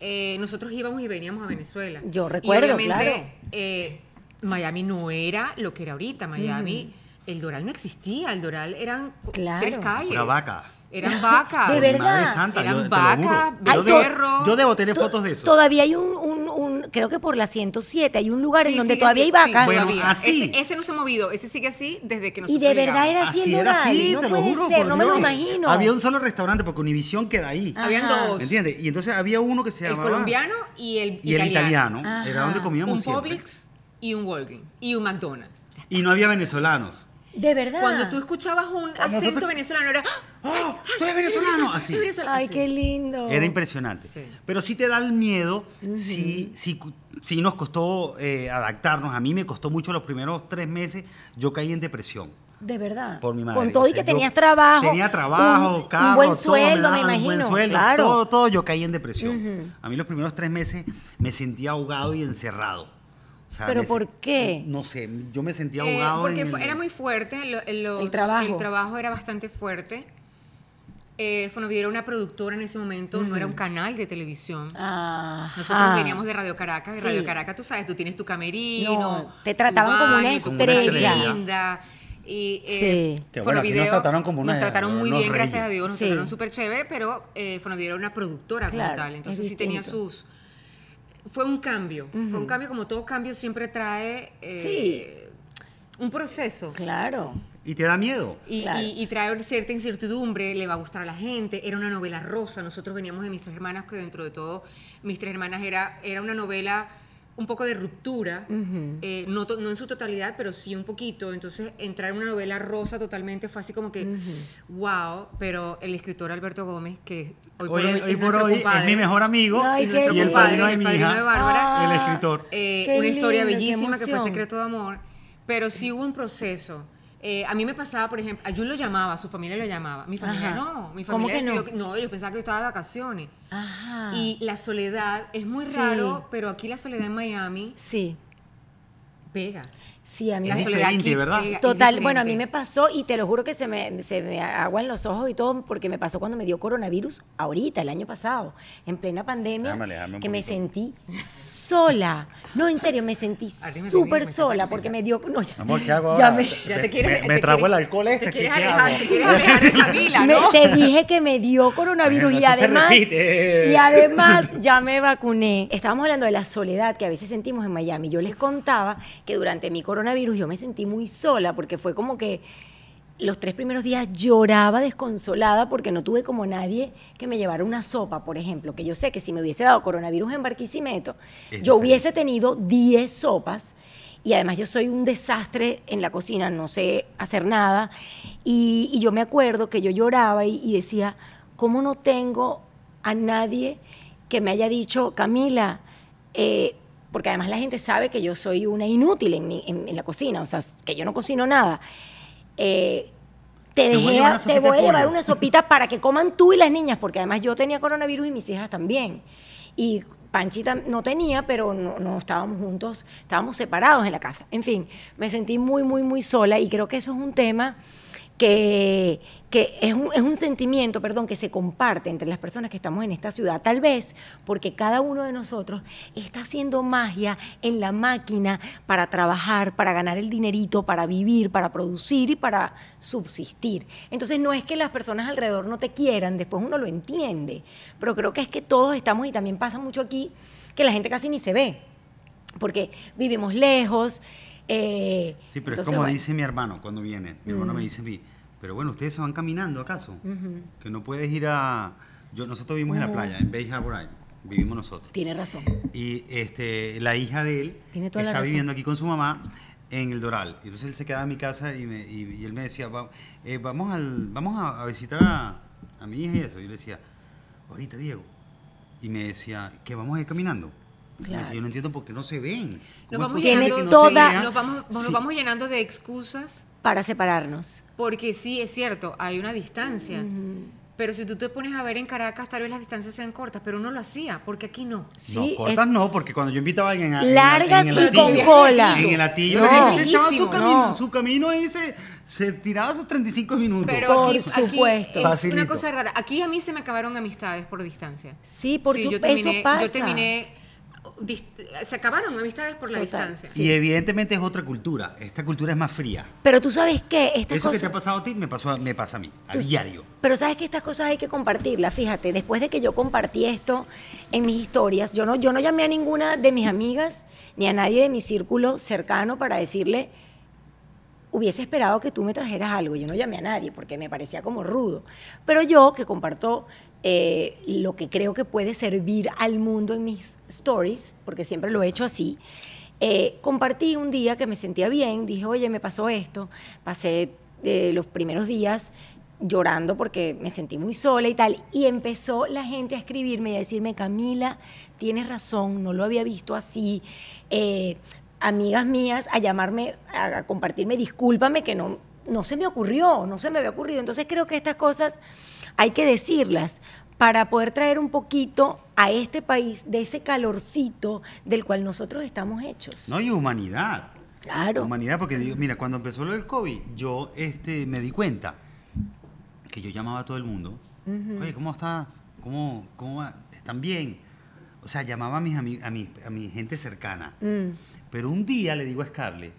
[SPEAKER 2] Eh, nosotros íbamos y veníamos a Venezuela.
[SPEAKER 4] Yo
[SPEAKER 2] Y
[SPEAKER 4] recuerdo,
[SPEAKER 2] obviamente,
[SPEAKER 4] claro.
[SPEAKER 2] eh, Miami no era lo que era ahorita. Miami, el Doral no existía. El Doral eran cu-
[SPEAKER 4] Claro.
[SPEAKER 2] tres calles.
[SPEAKER 3] Pura vaca.
[SPEAKER 2] Eran vacas.
[SPEAKER 4] De
[SPEAKER 3] Por mi
[SPEAKER 4] verdad.
[SPEAKER 3] madre santa,
[SPEAKER 2] Eran
[SPEAKER 3] yo, te lo
[SPEAKER 2] vaca,
[SPEAKER 3] juro. Yo debo-
[SPEAKER 2] becerro.
[SPEAKER 3] Yo debo tener
[SPEAKER 4] To-
[SPEAKER 3] fotos de eso.
[SPEAKER 4] Todavía hay un, un- un- creo que por la 107, hay un lugar en
[SPEAKER 2] Sí,
[SPEAKER 4] donde
[SPEAKER 2] sigue
[SPEAKER 4] todavía hay
[SPEAKER 2] así,
[SPEAKER 4] vacas.
[SPEAKER 2] sí,
[SPEAKER 3] Bueno,
[SPEAKER 2] todavía.
[SPEAKER 3] así.
[SPEAKER 2] Ese, ese no se ha movido, ese sigue así desde
[SPEAKER 4] y
[SPEAKER 2] que nosotros
[SPEAKER 4] de verdad
[SPEAKER 2] llegamos.
[SPEAKER 4] era así el
[SPEAKER 3] era
[SPEAKER 4] lugar.
[SPEAKER 3] así,
[SPEAKER 4] no
[SPEAKER 3] te lo
[SPEAKER 4] puede
[SPEAKER 3] juro.
[SPEAKER 4] ser,
[SPEAKER 3] por
[SPEAKER 4] no me lo
[SPEAKER 3] Dios.
[SPEAKER 4] imagino.
[SPEAKER 3] Había un solo restaurante porque Univisión queda ahí.
[SPEAKER 4] Ah,
[SPEAKER 2] Habían
[SPEAKER 4] Ajá.
[SPEAKER 2] dos.
[SPEAKER 3] ¿Me entiendes? Y entonces había uno que se
[SPEAKER 2] pues. El
[SPEAKER 3] llamaba.
[SPEAKER 2] colombiano y el Ah.
[SPEAKER 3] Y el italiano. Era
[SPEAKER 4] Ajá.
[SPEAKER 3] donde comíamos
[SPEAKER 2] un
[SPEAKER 3] siempre.
[SPEAKER 2] Publix y un Walgreens y un McDonald's.
[SPEAKER 3] Y no había venezolanos.
[SPEAKER 4] De verdad.
[SPEAKER 2] Cuando tú escuchabas un acento
[SPEAKER 3] nosotros-
[SPEAKER 2] venezolano era ¡Ah!
[SPEAKER 3] ¡Oh! ¡Tú eres venezolano! Así.
[SPEAKER 2] Es venezolano.
[SPEAKER 4] Ay,
[SPEAKER 2] Así.
[SPEAKER 4] qué lindo.
[SPEAKER 3] Era impresionante.
[SPEAKER 2] Sí.
[SPEAKER 3] Pero sí te da el miedo, sí, sí, cu- sí nos costó eh, adaptarnos. A mí me costó mucho los primeros tres meses. Yo caí en depresión.
[SPEAKER 4] De verdad.
[SPEAKER 3] Por mi madre.
[SPEAKER 4] Con todo
[SPEAKER 3] O
[SPEAKER 4] y
[SPEAKER 3] sea,
[SPEAKER 4] que
[SPEAKER 3] yo
[SPEAKER 4] tenías trabajo.
[SPEAKER 3] Tenía trabajo,
[SPEAKER 4] un-
[SPEAKER 3] carro,
[SPEAKER 4] Un buen
[SPEAKER 3] todo,
[SPEAKER 4] sueldo, me,
[SPEAKER 3] daban
[SPEAKER 4] imagino.
[SPEAKER 3] Un buen sueldo,
[SPEAKER 4] claro.
[SPEAKER 3] todo, todo, yo caí en depresión. A mí los primeros tres meses me sentía ahogado y encerrado. O sea,
[SPEAKER 4] ¿Pero
[SPEAKER 3] me
[SPEAKER 4] por
[SPEAKER 3] sen-
[SPEAKER 4] qué?
[SPEAKER 3] No sé, yo me sentía
[SPEAKER 2] Eh,
[SPEAKER 3] ahogado.
[SPEAKER 2] porque
[SPEAKER 3] en
[SPEAKER 2] fue-
[SPEAKER 3] el-
[SPEAKER 2] era muy fuerte, lo- en los-
[SPEAKER 4] El trabajo.
[SPEAKER 2] era bastante fuerte. Eh, Fonovida era una productora en ese momento, no era un canal de televisión. Nosotros
[SPEAKER 4] Ajá.
[SPEAKER 2] veníamos de Radio Caracas, de
[SPEAKER 4] Sí.
[SPEAKER 2] Radio Caracas, tú sabes, tú tienes tu camerino.
[SPEAKER 4] No, te
[SPEAKER 2] tu
[SPEAKER 4] trataban como una
[SPEAKER 2] baño, tu
[SPEAKER 3] estrella.
[SPEAKER 2] cama linda. Y, eh,
[SPEAKER 4] Sí.
[SPEAKER 3] Que bueno, aquí nos
[SPEAKER 2] Fonovideo-
[SPEAKER 3] trataron como una-
[SPEAKER 2] Nos trataron muy
[SPEAKER 3] unos
[SPEAKER 2] bien, gracias a
[SPEAKER 3] reyes.
[SPEAKER 2] Dios, nos
[SPEAKER 4] Sí.
[SPEAKER 2] trataron súper chévere, pero eh, Fonovideo era una productora
[SPEAKER 4] Claro,
[SPEAKER 2] como tal,
[SPEAKER 4] es
[SPEAKER 2] entonces sí tenía
[SPEAKER 4] distinto.
[SPEAKER 2] sus... Fue un cambio, fue un cambio, como todo cambio siempre trae eh, un proceso.
[SPEAKER 4] Claro.
[SPEAKER 3] Y te da miedo.
[SPEAKER 2] Y,
[SPEAKER 4] Claro.
[SPEAKER 2] y- y trae cierta incertidumbre, le va a gustar a la gente. Era una novela rosa. Nosotros veníamos de Mis Tres Hermanas, que dentro de todo, Mis Tres Hermanas era, era una novela un poco de ruptura, eh, no, to- no en su totalidad, pero sí un poquito. Entonces, entrar en una novela rosa totalmente fue así como que, wow, pero el escritor Alberto Gómez, que hoy por hoy,
[SPEAKER 3] Hoy,
[SPEAKER 2] es
[SPEAKER 3] hoy por
[SPEAKER 2] nuestro
[SPEAKER 3] hoy
[SPEAKER 2] compadre,
[SPEAKER 3] es mi mejor amigo
[SPEAKER 4] Ay,
[SPEAKER 3] y
[SPEAKER 4] qué
[SPEAKER 3] el
[SPEAKER 4] lindo.
[SPEAKER 3] padrino
[SPEAKER 2] El
[SPEAKER 3] de mi
[SPEAKER 2] padrino
[SPEAKER 3] hija,
[SPEAKER 2] de Bárbara.
[SPEAKER 4] Ah,
[SPEAKER 3] el escritor.
[SPEAKER 2] eh,
[SPEAKER 4] Qué
[SPEAKER 2] una historia
[SPEAKER 4] lindo, qué
[SPEAKER 2] bellísima que fue
[SPEAKER 4] emoción.
[SPEAKER 2] Secreto de Amor, pero sí hubo un proceso. Eh, a mí me pasaba, por ejemplo, a Jun lo llamaba, su familia lo llamaba, mi familia
[SPEAKER 4] Ajá.
[SPEAKER 2] no, mi
[SPEAKER 4] ¿Cómo
[SPEAKER 2] familia
[SPEAKER 4] que no?
[SPEAKER 2] decidió que- no, ellos pensaban que yo estaba de vacaciones.
[SPEAKER 4] Ajá.
[SPEAKER 2] Y la soledad es muy
[SPEAKER 4] Sí.
[SPEAKER 2] raro, pero aquí la soledad en Miami
[SPEAKER 4] sí,
[SPEAKER 2] pega.
[SPEAKER 4] sí, a mí
[SPEAKER 3] Es
[SPEAKER 2] La
[SPEAKER 4] me-
[SPEAKER 2] soledad aquí
[SPEAKER 3] diferente, ¿verdad?
[SPEAKER 2] pega, es
[SPEAKER 4] Total, bueno, a mí me
[SPEAKER 2] diferente.
[SPEAKER 4] pasó y te lo juro que se me, se me aguan los ojos y todo porque me pasó cuando me dio coronavirus ahorita, el año pasado, en plena pandemia,
[SPEAKER 3] Déjame alejarme un
[SPEAKER 4] que me
[SPEAKER 3] poquito.
[SPEAKER 4] sentí sola. No, en serio, me sentí
[SPEAKER 2] Alguien
[SPEAKER 4] súper
[SPEAKER 2] me tiene que comenzar a
[SPEAKER 4] sola porque me dio... No, ya,
[SPEAKER 3] Amor, ¿qué hago
[SPEAKER 4] ya
[SPEAKER 3] ahora?
[SPEAKER 4] me-
[SPEAKER 2] Ya
[SPEAKER 3] Me-
[SPEAKER 2] te quieres,
[SPEAKER 3] me-
[SPEAKER 2] te
[SPEAKER 3] me trago
[SPEAKER 2] quieres-
[SPEAKER 3] el alcohol este,
[SPEAKER 2] Te
[SPEAKER 3] ¿qué-
[SPEAKER 2] quieres
[SPEAKER 3] qué
[SPEAKER 2] alejar,
[SPEAKER 3] hago?
[SPEAKER 2] te quieres alejar de Camila,
[SPEAKER 4] Me-
[SPEAKER 2] ¿no?
[SPEAKER 4] te dije que me dio coronavirus
[SPEAKER 3] Bueno,
[SPEAKER 4] y
[SPEAKER 3] eso se
[SPEAKER 4] además
[SPEAKER 3] repite.
[SPEAKER 4] y además ya me vacuné. Estábamos hablando de la soledad que a veces sentimos en Miami. Yo les contaba que durante mi coronavirus yo me sentí muy sola porque fue como que los tres primeros días lloraba desconsolada porque no tuve como nadie que me llevara una sopa, por ejemplo, que yo sé que si me hubiese dado coronavirus en Barquisimeto,
[SPEAKER 3] Es
[SPEAKER 4] yo
[SPEAKER 3] diferente.
[SPEAKER 4] hubiese tenido 10 sopas y además yo soy un desastre en la cocina, no sé hacer nada. Y, y yo me acuerdo que yo lloraba y, y decía, ¿cómo no tengo a nadie que me haya dicho, Camila, eh, porque además la gente sabe que yo soy una inútil en, mi- en- en la cocina, o sea, que yo no cocino nada. Eh, te,
[SPEAKER 3] Te voy a
[SPEAKER 4] dejé, a-
[SPEAKER 3] llevar
[SPEAKER 4] te
[SPEAKER 3] una sopita de
[SPEAKER 4] voy a llevar
[SPEAKER 3] pollo.
[SPEAKER 4] una sopita para que coman tú y las niñas, porque además yo tenía coronavirus y mis hijas también. Y Panchita no tenía, pero no, no estábamos juntos, estábamos separados en la casa. En fin, me sentí muy, muy, muy sola y creo que eso es un tema que, que es, un, es un sentimiento, perdón, que se comparte entre las personas que estamos en esta ciudad, tal vez porque cada uno de nosotros está haciendo magia en la máquina para trabajar, para ganar el dinerito, para vivir, para producir y para subsistir. Entonces no es que las personas alrededor no te quieran, después uno lo entiende, pero creo que es que todos estamos, y también pasa mucho aquí, que la gente casi ni se ve, porque vivimos lejos. eh,
[SPEAKER 3] Sí, pero
[SPEAKER 4] entonces,
[SPEAKER 3] es como
[SPEAKER 4] bueno.
[SPEAKER 3] dice mi hermano cuando viene. Mi hermano me dice a mí, pero bueno, ¿ustedes se van caminando acaso? Que no puedes ir a... Yo, nosotros vivimos en la playa, en Bay Harbor Island. Vivimos nosotros.
[SPEAKER 4] Tiene razón.
[SPEAKER 3] Y este, la hija de él
[SPEAKER 4] Tiene toda la
[SPEAKER 3] está
[SPEAKER 4] razón.
[SPEAKER 3] viviendo aquí con su mamá en el Doral. Y Entonces él se quedaba en mi casa y, me- y- y él me decía, "Va- eh, vamos, al, vamos a, a visitar a, a mi hija y eso. Y yo le decía, ahorita Diego. Y me decía, que vamos a ir caminando. Y me decía,
[SPEAKER 4] Claro.
[SPEAKER 3] yo no entiendo por qué no se ven. ¿Cómo
[SPEAKER 2] Nos
[SPEAKER 3] es
[SPEAKER 2] vamos,
[SPEAKER 3] posible
[SPEAKER 4] Tiene
[SPEAKER 2] llenando,
[SPEAKER 3] que no se
[SPEAKER 4] toda-
[SPEAKER 3] vean?
[SPEAKER 2] nos, vamos, nos
[SPEAKER 3] Sí.
[SPEAKER 2] vamos llenando de excusas,
[SPEAKER 4] Para separarnos.
[SPEAKER 2] porque sí, es cierto, hay una distancia. Pero si tú te pones a ver en Caracas, tal vez las distancias sean cortas, pero uno lo hacía, porque aquí no.
[SPEAKER 4] Sí,
[SPEAKER 3] no,
[SPEAKER 4] es-
[SPEAKER 3] cortas no, porque cuando yo invitaba a alguien a. en la-
[SPEAKER 4] largas
[SPEAKER 3] en el
[SPEAKER 4] y con
[SPEAKER 3] latillo-
[SPEAKER 4] cola.
[SPEAKER 3] En el latillo,
[SPEAKER 4] No.
[SPEAKER 3] la gente se echaba su
[SPEAKER 2] Lejísimo,
[SPEAKER 3] camino,
[SPEAKER 4] no.
[SPEAKER 3] su camino y se, se tiraba sus 35 minutos.
[SPEAKER 2] Pero
[SPEAKER 4] Por
[SPEAKER 2] aquí, aquí
[SPEAKER 4] supuesto.
[SPEAKER 2] es
[SPEAKER 3] Facilito.
[SPEAKER 2] una cosa rara. Aquí a mí se me acabaron amistades por distancia.
[SPEAKER 4] Sí, por su-
[SPEAKER 2] yo
[SPEAKER 4] eso
[SPEAKER 2] terminé,
[SPEAKER 4] pasa.
[SPEAKER 2] Yo terminé, dis- se acabaron amistades por la
[SPEAKER 4] Total,
[SPEAKER 2] distancia.
[SPEAKER 3] Y evidentemente es otra cultura. Esta cultura es más fría.
[SPEAKER 4] Pero tú sabes que estas
[SPEAKER 3] Eso que te
[SPEAKER 4] cosas...
[SPEAKER 3] ha pasado a ti me, pasó a- me pasa a mí, a
[SPEAKER 4] tú-
[SPEAKER 3] diario.
[SPEAKER 4] Pero sabes que estas cosas hay que compartirlas, fíjate, después de que yo compartí esto en mis historias, yo no, yo no llamé a ninguna de mis amigas ni a nadie de mi círculo cercano para decirle, hubiese esperado que tú me trajeras algo. Yo no llamé a nadie porque me parecía como rudo. Pero yo, que comparto eh, lo que creo que puede servir al mundo en mis stories, porque siempre lo he hecho así, eh, compartí un día que me sentía bien, dije, oye, me pasó esto, pasé eh, los primeros días llorando porque me sentí muy sola y tal, y empezó la gente a escribirme y a decirme, Camila, tienes razón, no lo había visto así. Eh, amigas mías a llamarme, a, a compartirme, discúlpame que no, no se me ocurrió, no se me había ocurrido. Entonces creo que estas cosas hay que decirlas para poder traer un poquito a este país de ese calorcito del cual nosotros estamos hechos.
[SPEAKER 3] No, y humanidad.
[SPEAKER 4] Claro.
[SPEAKER 3] Humanidad, porque digo, mira, cuando empezó lo del COVID, yo este, me di cuenta que yo llamaba a todo el mundo. Oye, ¿cómo estás? ¿Cómo, cómo va? ¿Están bien? O sea, llamaba a, mis ami- a, mi, a mi gente cercana.
[SPEAKER 4] Mm,
[SPEAKER 3] Pero un día le digo a Scarlett,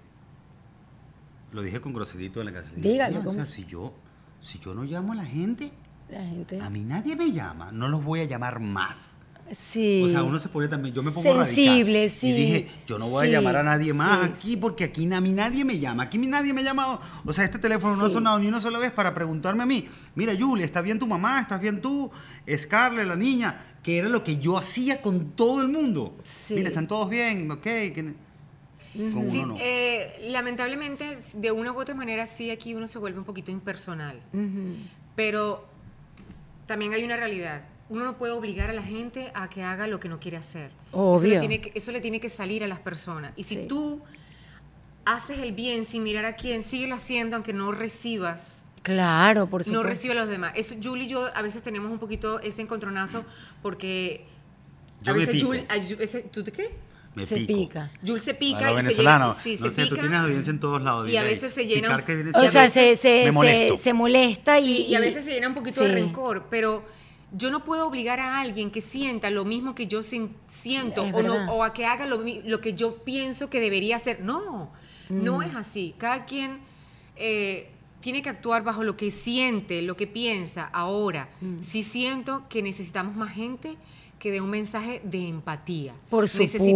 [SPEAKER 3] lo dije con groserito en la casa. le dije,
[SPEAKER 4] Dígalo,
[SPEAKER 3] "Coño, O
[SPEAKER 4] ¿cómo?
[SPEAKER 3] sea, si yo, si yo no llamo a la gente,
[SPEAKER 4] la gente.
[SPEAKER 3] a mí nadie me llama, no los voy a llamar más.
[SPEAKER 4] Sí.
[SPEAKER 3] O sea, uno se pone también, yo me pongo
[SPEAKER 4] Sensible,
[SPEAKER 3] radical.
[SPEAKER 4] sí,
[SPEAKER 3] Y dije, yo no voy
[SPEAKER 4] sí,
[SPEAKER 3] a llamar a nadie más
[SPEAKER 4] sí,
[SPEAKER 3] aquí porque aquí na- a mí nadie me llama, aquí a mí nadie me ha llamado. O sea, este teléfono no ha
[SPEAKER 4] Sí.
[SPEAKER 3] sonado ni una sola vez para preguntarme a mí, mira, Julia, ¿estás bien tu mamá? ¿Estás bien tú? Scarlett, la niña, que era lo que yo hacía con todo el mundo.
[SPEAKER 4] Sí.
[SPEAKER 3] Mira, están todos bien, ok. que- Con
[SPEAKER 2] Sí,
[SPEAKER 3] uno no.
[SPEAKER 2] eh, lamentablemente, de una u otra manera, sí, aquí uno se vuelve un poquito impersonal. Pero también hay una realidad. Uno no puede obligar a la gente a que haga lo que no quiere hacer. Eso
[SPEAKER 4] Obvio.
[SPEAKER 2] le tiene que, eso le tiene que salir a las personas. Y si
[SPEAKER 4] Sí.
[SPEAKER 2] tú haces el bien sin mirar a quién, síguelo haciendo aunque no recibas
[SPEAKER 4] Claro, por supuesto.
[SPEAKER 2] no recibe a los demás. Eso, Julie y yo a veces tenemos un poquito ese encontronazo porque
[SPEAKER 3] Yo
[SPEAKER 2] a
[SPEAKER 3] me
[SPEAKER 2] veces
[SPEAKER 3] pico.
[SPEAKER 2] Julie, a Ju- ese- ¿tú te qué?
[SPEAKER 3] Me
[SPEAKER 4] se
[SPEAKER 3] pico.
[SPEAKER 4] pica.
[SPEAKER 2] Julie se
[SPEAKER 3] a
[SPEAKER 2] pica
[SPEAKER 3] los
[SPEAKER 2] y se
[SPEAKER 3] venezolanos.
[SPEAKER 2] llena. Sí,
[SPEAKER 3] no
[SPEAKER 2] se
[SPEAKER 3] sé,
[SPEAKER 2] pica.
[SPEAKER 3] tú tienes audiencia en todos lados.
[SPEAKER 2] Y a
[SPEAKER 3] dile,
[SPEAKER 2] veces se llena
[SPEAKER 3] picar
[SPEAKER 2] un-
[SPEAKER 3] que viene
[SPEAKER 4] O
[SPEAKER 3] siendo-
[SPEAKER 4] sea, se, se-
[SPEAKER 3] me
[SPEAKER 4] se-
[SPEAKER 3] molesto.
[SPEAKER 4] se molesta y,
[SPEAKER 2] Sí, y a veces se llena un poquito de
[SPEAKER 4] sí.
[SPEAKER 2] rencor, pero yo no puedo obligar a alguien que sienta lo mismo que yo sin- siento
[SPEAKER 4] Es
[SPEAKER 2] o, no-
[SPEAKER 4] verdad.
[SPEAKER 2] o a que haga lo, mi- lo que yo pienso que debería hacer. No,
[SPEAKER 4] Mm.
[SPEAKER 2] no es así. Cada quien eh, tiene que actuar bajo lo que siente, lo que piensa. Ahora,
[SPEAKER 4] Mm.
[SPEAKER 2] sí siento que necesitamos más gente que dé un mensaje de empatía.
[SPEAKER 4] Por
[SPEAKER 2] Necesitamos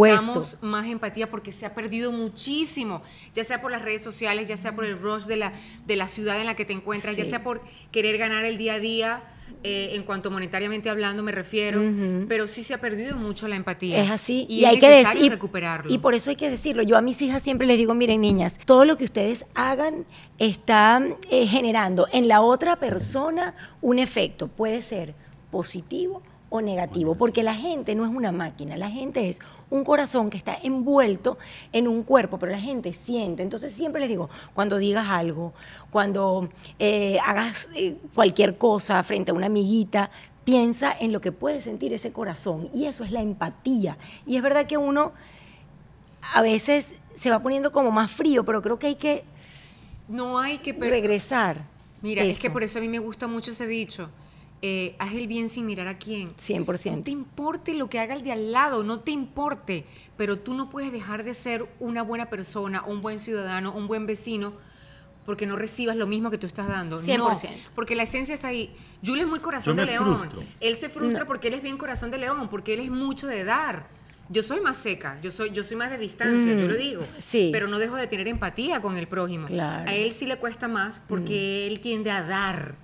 [SPEAKER 4] supuesto.
[SPEAKER 2] más empatía porque se ha perdido muchísimo, ya sea por las redes sociales, ya sea por el rush de la, de la ciudad en la que te encuentras, ya
[SPEAKER 4] Sí.
[SPEAKER 2] sea por querer ganar el día a día, eh, en cuanto monetariamente hablando me refiero, pero sí se ha perdido mucho la empatía.
[SPEAKER 4] Es así.
[SPEAKER 2] Y,
[SPEAKER 4] Y,
[SPEAKER 2] es
[SPEAKER 4] hay que
[SPEAKER 2] necesario
[SPEAKER 4] decir.
[SPEAKER 2] recuperarlo.
[SPEAKER 4] Y por eso hay que decirlo. Yo a mis hijas siempre les digo, miren, niñas, todo lo que ustedes hagan está eh, generando en la otra persona un efecto. Puede ser positivo o negativo, porque la gente no es una máquina, la gente es un corazón que está envuelto en un cuerpo, pero la gente siente. Entonces siempre les digo, cuando digas algo, cuando eh, hagas eh, cualquier cosa frente a una amiguita, piensa en lo que puede sentir ese corazón y eso es la empatía. Y es verdad que uno a veces se va poniendo como más frío, pero creo que hay que
[SPEAKER 2] no hay que per-
[SPEAKER 4] regresar.
[SPEAKER 2] Mira, es que por eso a mí me gusta mucho ese dicho. eh, haz el bien sin mirar a quién. No te
[SPEAKER 4] 100%.
[SPEAKER 2] importe lo que haga el de al lado, no te importe, pero tú no puedes dejar de ser una buena persona, un buen ciudadano, un buen vecino, porque no recibas lo mismo que tú estás dando. No,
[SPEAKER 4] 100%.
[SPEAKER 2] porque la esencia está ahí. Yul es muy corazón
[SPEAKER 3] Yo
[SPEAKER 2] de
[SPEAKER 3] me
[SPEAKER 2] león.
[SPEAKER 3] frustro.
[SPEAKER 2] Él se frustra porque él es bien corazón de león, porque él es mucho de dar. Yo soy más seca, yo soy, yo soy más de distancia,
[SPEAKER 4] Mm,
[SPEAKER 2] yo lo digo.
[SPEAKER 4] sí.
[SPEAKER 2] Pero no dejo de tener empatía con el prójimo.
[SPEAKER 4] Claro. Mm.
[SPEAKER 2] A él sí le cuesta más porque él tiende a dar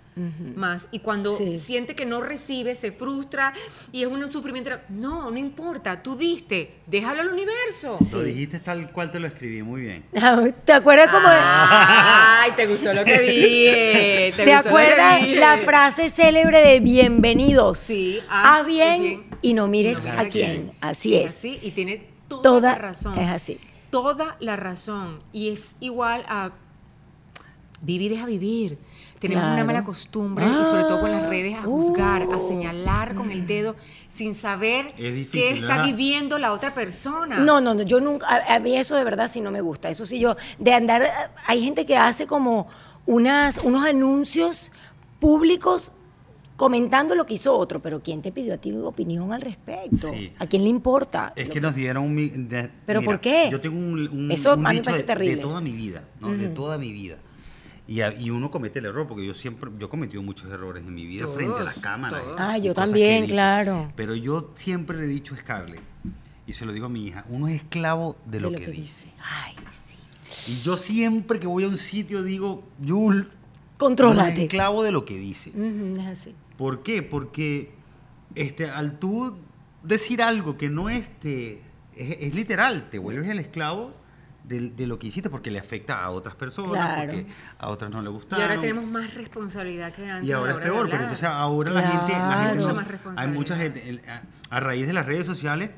[SPEAKER 2] más. Y cuando
[SPEAKER 4] Sí.
[SPEAKER 2] siente que no recibe, se frustra y es un sufrimiento. No, no importa, tú diste, déjalo al universo.
[SPEAKER 3] Lo dijiste tal cual te lo escribí, muy bien.
[SPEAKER 4] ¿Te acuerdas cómo
[SPEAKER 2] Ah. Ay, te gustó lo que dije.
[SPEAKER 4] ¿Te,
[SPEAKER 2] gustó lo que
[SPEAKER 4] acuerdas
[SPEAKER 2] dije.
[SPEAKER 4] la frase célebre de bienvenidos? Ah,
[SPEAKER 2] Sí,
[SPEAKER 4] haz,
[SPEAKER 2] haz el
[SPEAKER 4] bien, y no mires
[SPEAKER 2] mires
[SPEAKER 4] a quién. Así es.
[SPEAKER 2] así, y tiene toda,
[SPEAKER 4] Toda
[SPEAKER 2] la razón.
[SPEAKER 4] es así.
[SPEAKER 2] Toda la razón. Y es igual a vivir es a vivir. Tenemos una
[SPEAKER 4] Claro.
[SPEAKER 2] mala costumbre, y sobre todo con las redes, a juzgar, a
[SPEAKER 4] Uh.
[SPEAKER 2] señalar con el dedo sin saber
[SPEAKER 3] Es difícil,
[SPEAKER 2] qué está
[SPEAKER 3] ¿verdad?
[SPEAKER 2] viviendo la otra persona.
[SPEAKER 4] No, no, no, yo nunca, a, a mí eso de verdad sí no me gusta. Eso sí yo, de andar, hay gente que hace como unas, unos anuncios públicos comentando lo que hizo otro, pero ¿quién te pidió a ti opinión al respecto?
[SPEAKER 3] Sí.
[SPEAKER 4] ¿A quién le importa?
[SPEAKER 3] Es
[SPEAKER 4] Lo-
[SPEAKER 3] que nos dieron un... mi- de-
[SPEAKER 4] ¿Pero por qué?
[SPEAKER 3] Yo tengo un, un-
[SPEAKER 4] Eso
[SPEAKER 3] un
[SPEAKER 4] a mí me
[SPEAKER 3] dicho
[SPEAKER 4] parece
[SPEAKER 3] de- de,
[SPEAKER 4] terrible.
[SPEAKER 3] toda mi vida, ¿no? De toda mi vida. Y, a- y uno comete el error, porque yo siempre, yo he cometido muchos errores en mi vida
[SPEAKER 2] Todos,
[SPEAKER 3] frente a las cámaras.
[SPEAKER 2] todos.
[SPEAKER 3] y-
[SPEAKER 4] Ah,
[SPEAKER 3] y
[SPEAKER 4] yo
[SPEAKER 3] cosas que
[SPEAKER 4] también,
[SPEAKER 3] he dicho.
[SPEAKER 4] claro.
[SPEAKER 3] Pero yo siempre le he dicho a Scarlett, y se lo digo a mi hija, uno es esclavo de lo, que, dice.
[SPEAKER 4] Ay, sí.
[SPEAKER 3] Y yo siempre que voy a un sitio digo, Yul, uno es
[SPEAKER 4] Contrólate.
[SPEAKER 3] esclavo de lo que dice.
[SPEAKER 4] Ujú, es así.
[SPEAKER 3] ¿Por qué? Porque este, al tú decir algo que no es, te- es, es literal, te vuelves el esclavo del- de, lo que hiciste porque le afecta a otras personas,
[SPEAKER 4] Claro.
[SPEAKER 3] porque a otras no le
[SPEAKER 2] Y
[SPEAKER 3] gusta.
[SPEAKER 2] ahora tenemos más responsabilidad que antes.
[SPEAKER 3] Y
[SPEAKER 2] a la
[SPEAKER 3] ahora es
[SPEAKER 2] hora de
[SPEAKER 3] peor, pero
[SPEAKER 2] hablar.
[SPEAKER 3] entonces ah, ahora la gente, la
[SPEAKER 4] Claro.
[SPEAKER 3] gente
[SPEAKER 4] Mucha
[SPEAKER 3] no-
[SPEAKER 2] más
[SPEAKER 3] hay
[SPEAKER 2] responsabilidad.
[SPEAKER 3] mucha gente el- a, a raíz de las redes sociales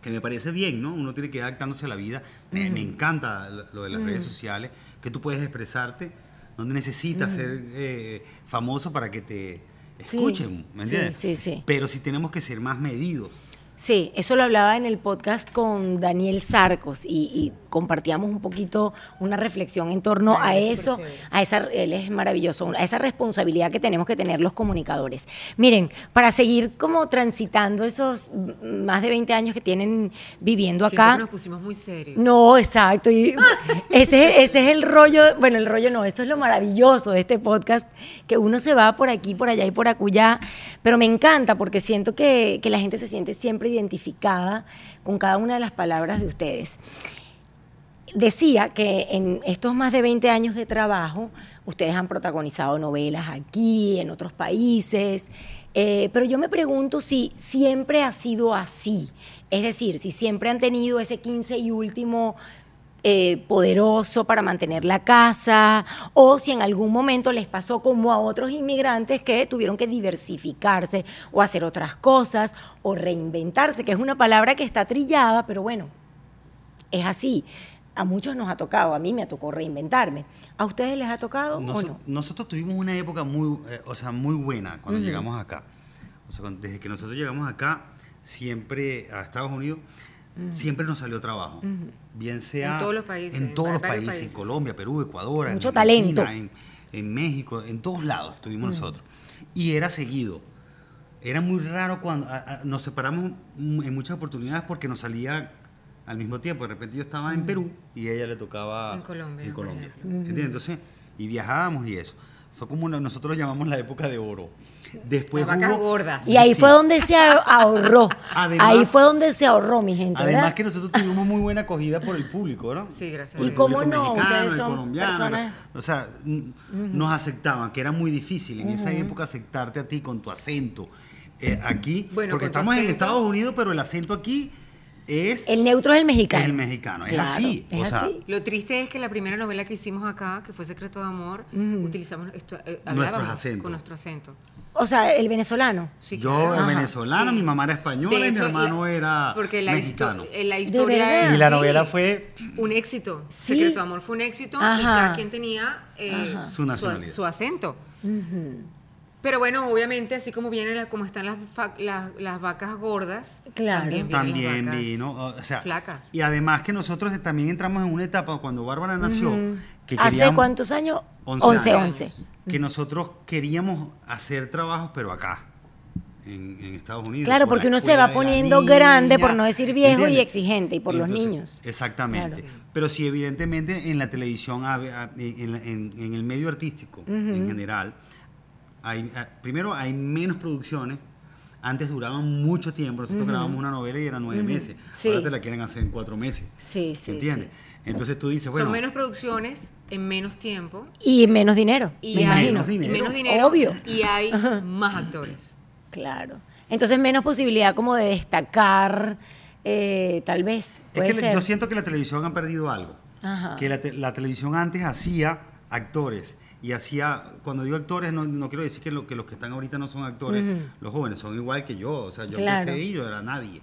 [SPEAKER 3] que me parece bien, ¿no? Uno tiene que ir adaptándose a la vida. Me, me encanta lo lo de las
[SPEAKER 4] Mm.
[SPEAKER 3] redes sociales, que tú puedes expresarte, no necesitas ser eh, famoso para que te
[SPEAKER 4] Sí,
[SPEAKER 3] escuchen, ¿me
[SPEAKER 4] sí,
[SPEAKER 3] entiendes?
[SPEAKER 4] sí, sí.
[SPEAKER 3] Pero sí tenemos que ser más medidos.
[SPEAKER 4] Sí, eso lo hablaba en el podcast con Daniel Sarcos y, y compartíamos un poquito una reflexión en torno
[SPEAKER 2] Daniel
[SPEAKER 4] a
[SPEAKER 2] es
[SPEAKER 4] eso,
[SPEAKER 2] superchévere.
[SPEAKER 4] a esa, él es maravilloso, a esa responsabilidad que tenemos que tener los comunicadores. Miren, para seguir como transitando esos mm, más de 20 años que tienen viviendo
[SPEAKER 2] Siento
[SPEAKER 4] acá. Mm.
[SPEAKER 2] que nos pusimos muy serios.
[SPEAKER 4] No, exacto. Y ese, ese es el rollo, bueno, el rollo no, eso es lo maravilloso de este podcast, que uno se va por aquí, por allá y por acullá, pero me encanta porque siento que, que la gente se siente siempre identificada con cada una de las palabras de ustedes. Decía que en estos más de 20 años de trabajo, ustedes han protagonizado novelas aquí, en otros países, eh, pero yo me pregunto si siempre ha sido así. Es decir, si siempre han tenido ese 15 y último eh, poderoso para mantener la casa, o si en algún momento les pasó como a otros inmigrantes que tuvieron que diversificarse o hacer otras cosas, o reinventarse, que es una palabra que está trillada, pero bueno, es así. A muchos nos ha tocado, a mí me tocó reinventarme. ¿A ustedes les ha tocado
[SPEAKER 3] Noso-
[SPEAKER 4] o no?
[SPEAKER 3] Nosotros tuvimos una época muy, eh, o sea, muy buena cuando llegamos acá. O sea, cuando- desde que nosotros llegamos acá, siempre a Estados Unidos, siempre nos salió trabajo. Bien sea
[SPEAKER 2] En todos los países,
[SPEAKER 3] en
[SPEAKER 2] en
[SPEAKER 3] todos
[SPEAKER 2] va-
[SPEAKER 3] los
[SPEAKER 2] varios
[SPEAKER 3] países, en
[SPEAKER 2] países.
[SPEAKER 3] Colombia, Perú, Ecuador, en
[SPEAKER 4] Mucho
[SPEAKER 3] Argentina,
[SPEAKER 4] talento.
[SPEAKER 3] en, en México, en todos lados estuvimos nosotros. Y era seguido. Era muy raro cuando a- a- nos separamos mm, en muchas oportunidades porque nos salía al mismo tiempo. De repente yo estaba en Perú y a ella le tocaba
[SPEAKER 2] En Colombia,
[SPEAKER 3] en
[SPEAKER 2] por
[SPEAKER 3] Colombia.
[SPEAKER 2] ejemplo.
[SPEAKER 3] ¿Entiendes? Entonces, y viajábamos y eso. Fue como una- nosotros lo llamamos la época de oro. Después
[SPEAKER 2] Las vacas
[SPEAKER 3] hubo-
[SPEAKER 2] gordas.
[SPEAKER 4] Y ahí
[SPEAKER 3] Sí.
[SPEAKER 4] fue donde se a- ahorró.
[SPEAKER 3] Además-
[SPEAKER 4] ahí fue donde se ahorró, mi gente. ¿verdad?
[SPEAKER 3] Además que nosotros tuvimos muy buena acogida por el público, ¿no?
[SPEAKER 2] Sí, gracias
[SPEAKER 3] Por
[SPEAKER 2] a
[SPEAKER 3] el
[SPEAKER 2] Dios. ¿Y
[SPEAKER 4] cómo
[SPEAKER 3] público
[SPEAKER 4] no?
[SPEAKER 3] mexicano,
[SPEAKER 4] Ustedes
[SPEAKER 3] el
[SPEAKER 4] son
[SPEAKER 3] colombiano,
[SPEAKER 4] personas-
[SPEAKER 3] O sea, n- nos aceptaban, que era muy difícil en esa época aceptarte a ti con tu acento. Eh, aquí,
[SPEAKER 2] Bueno,
[SPEAKER 3] porque
[SPEAKER 2] con tu
[SPEAKER 3] estamos en
[SPEAKER 2] acento.
[SPEAKER 3] Estados Unidos, pero el acento aquí es
[SPEAKER 4] El neutro es el mexicano.
[SPEAKER 3] el mexicano. Es
[SPEAKER 4] Claro,
[SPEAKER 3] así.
[SPEAKER 4] es
[SPEAKER 3] o sea,
[SPEAKER 4] así.
[SPEAKER 2] Lo triste es que la primera novela que hicimos acá, que fue Secreto de Amor,
[SPEAKER 4] Mm.
[SPEAKER 2] utilizamos esto, eh, hablábamos
[SPEAKER 3] acentos.
[SPEAKER 2] con nuestro acento.
[SPEAKER 4] O sea, el venezolano.
[SPEAKER 2] Sí,
[SPEAKER 3] Yo
[SPEAKER 2] claro.
[SPEAKER 3] era
[SPEAKER 2] Ajá.
[SPEAKER 3] venezolana,
[SPEAKER 2] Sí.
[SPEAKER 3] mi mamá era
[SPEAKER 2] De
[SPEAKER 3] española y mi
[SPEAKER 2] hecho,
[SPEAKER 3] hermano
[SPEAKER 2] la-
[SPEAKER 3] era
[SPEAKER 2] porque la histo-
[SPEAKER 3] mexicano.
[SPEAKER 2] eh, la
[SPEAKER 4] verdad?
[SPEAKER 2] historia
[SPEAKER 4] Y
[SPEAKER 3] y la
[SPEAKER 2] sí,
[SPEAKER 3] novela fue
[SPEAKER 2] un éxito.
[SPEAKER 4] Sí.
[SPEAKER 2] Secreto de Amor fue un éxito y
[SPEAKER 4] Ajá.
[SPEAKER 2] cada quien tenía eh,
[SPEAKER 4] Ajá.
[SPEAKER 2] su,
[SPEAKER 3] Su nacionalidad.
[SPEAKER 2] su acento. Pero bueno, obviamente, así como vienen la- como están las, fa- las, las vacas gordas,
[SPEAKER 4] Claro.
[SPEAKER 2] también, vienen las
[SPEAKER 3] también
[SPEAKER 2] vacas
[SPEAKER 3] vino, o sea,
[SPEAKER 2] flacas.
[SPEAKER 3] y además que nosotros también entramos en una etapa cuando Bárbara nació que
[SPEAKER 4] ¿Hace
[SPEAKER 3] queríamos-
[SPEAKER 4] cuántos años?
[SPEAKER 3] 11
[SPEAKER 4] 11,
[SPEAKER 3] años.
[SPEAKER 4] 11.
[SPEAKER 3] que nosotros queríamos hacer trabajos pero acá en, en Estados Unidos.
[SPEAKER 4] Claro,
[SPEAKER 3] con la
[SPEAKER 4] porque uno se
[SPEAKER 3] escuela
[SPEAKER 4] va
[SPEAKER 3] de la
[SPEAKER 4] poniendo grande,
[SPEAKER 3] niña,
[SPEAKER 4] por no decir viejo, y
[SPEAKER 3] ¿entiendes?
[SPEAKER 4] exigente, y por los niños.
[SPEAKER 3] Exactamente.
[SPEAKER 4] Claro.
[SPEAKER 3] Pero sí, evidentemente en la televisión, a- a- en, en- en el medio artístico en general, hay, a- primero hay menos producciones. Antes duraban mucho tiempo. Nosotros grabábamos una novela y eran nueve meses.
[SPEAKER 4] Sí.
[SPEAKER 3] Ahora te la quieren hacer en cuatro meses.
[SPEAKER 4] Sí, sí,
[SPEAKER 3] ¿Entiendes? Entonces tú dices,
[SPEAKER 2] Son
[SPEAKER 3] bueno,
[SPEAKER 2] menos producciones en menos tiempo
[SPEAKER 4] Y menos dinero.
[SPEAKER 2] y
[SPEAKER 3] Me
[SPEAKER 2] hay
[SPEAKER 3] imagino.
[SPEAKER 2] y
[SPEAKER 3] dinero.
[SPEAKER 2] menos dinero
[SPEAKER 4] Obvio.
[SPEAKER 2] y hay más actores.
[SPEAKER 4] Claro. Entonces, menos posibilidad como de destacar, eh, tal vez.
[SPEAKER 3] Es
[SPEAKER 4] Puede
[SPEAKER 3] que le-
[SPEAKER 4] ser.
[SPEAKER 3] yo siento que la televisión ha perdido algo.
[SPEAKER 4] Ajá.
[SPEAKER 3] Que la, te- la televisión antes hacía actores. Y hacía, cuando digo actores, no, no quiero decir que, lo, que los que están ahorita no son actores, los jóvenes son igual que yo. O sea, yo
[SPEAKER 4] Claro.
[SPEAKER 3] empecé y yo era nadie.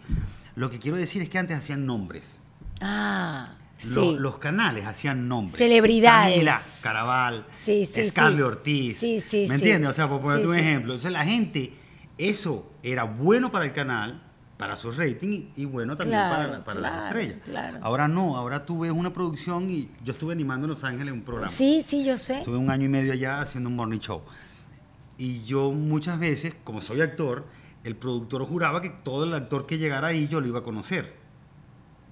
[SPEAKER 3] Lo que quiero decir es que antes hacían nombres.
[SPEAKER 4] Ah,
[SPEAKER 3] Lo-
[SPEAKER 4] sí.
[SPEAKER 3] Los, canales hacían nombres.
[SPEAKER 4] Celebridades.
[SPEAKER 3] Camila Caraval,
[SPEAKER 4] Sí, sí,
[SPEAKER 3] Scarlett
[SPEAKER 4] sí.
[SPEAKER 3] Ortiz.
[SPEAKER 4] Sí, sí, sí.
[SPEAKER 3] ¿Me entiendes? O sea, por ponerte
[SPEAKER 4] Sí,
[SPEAKER 3] un
[SPEAKER 4] sí.
[SPEAKER 3] ejemplo. Entonces la gente, eso era bueno para el canal, para su rating y, y bueno también
[SPEAKER 4] Claro,
[SPEAKER 3] para, la- para las
[SPEAKER 4] claro,
[SPEAKER 3] estrellas.
[SPEAKER 4] claro.
[SPEAKER 3] Ahora no, ahora tú ves una producción y yo estuve animando en Los Ángeles un programa.
[SPEAKER 4] Sí, sí, yo sé.
[SPEAKER 3] Estuve un año y medio allá haciendo un morning show. Y yo muchas veces, como soy actor, el productor juraba que todo el actor que llegara ahí yo lo iba a conocer.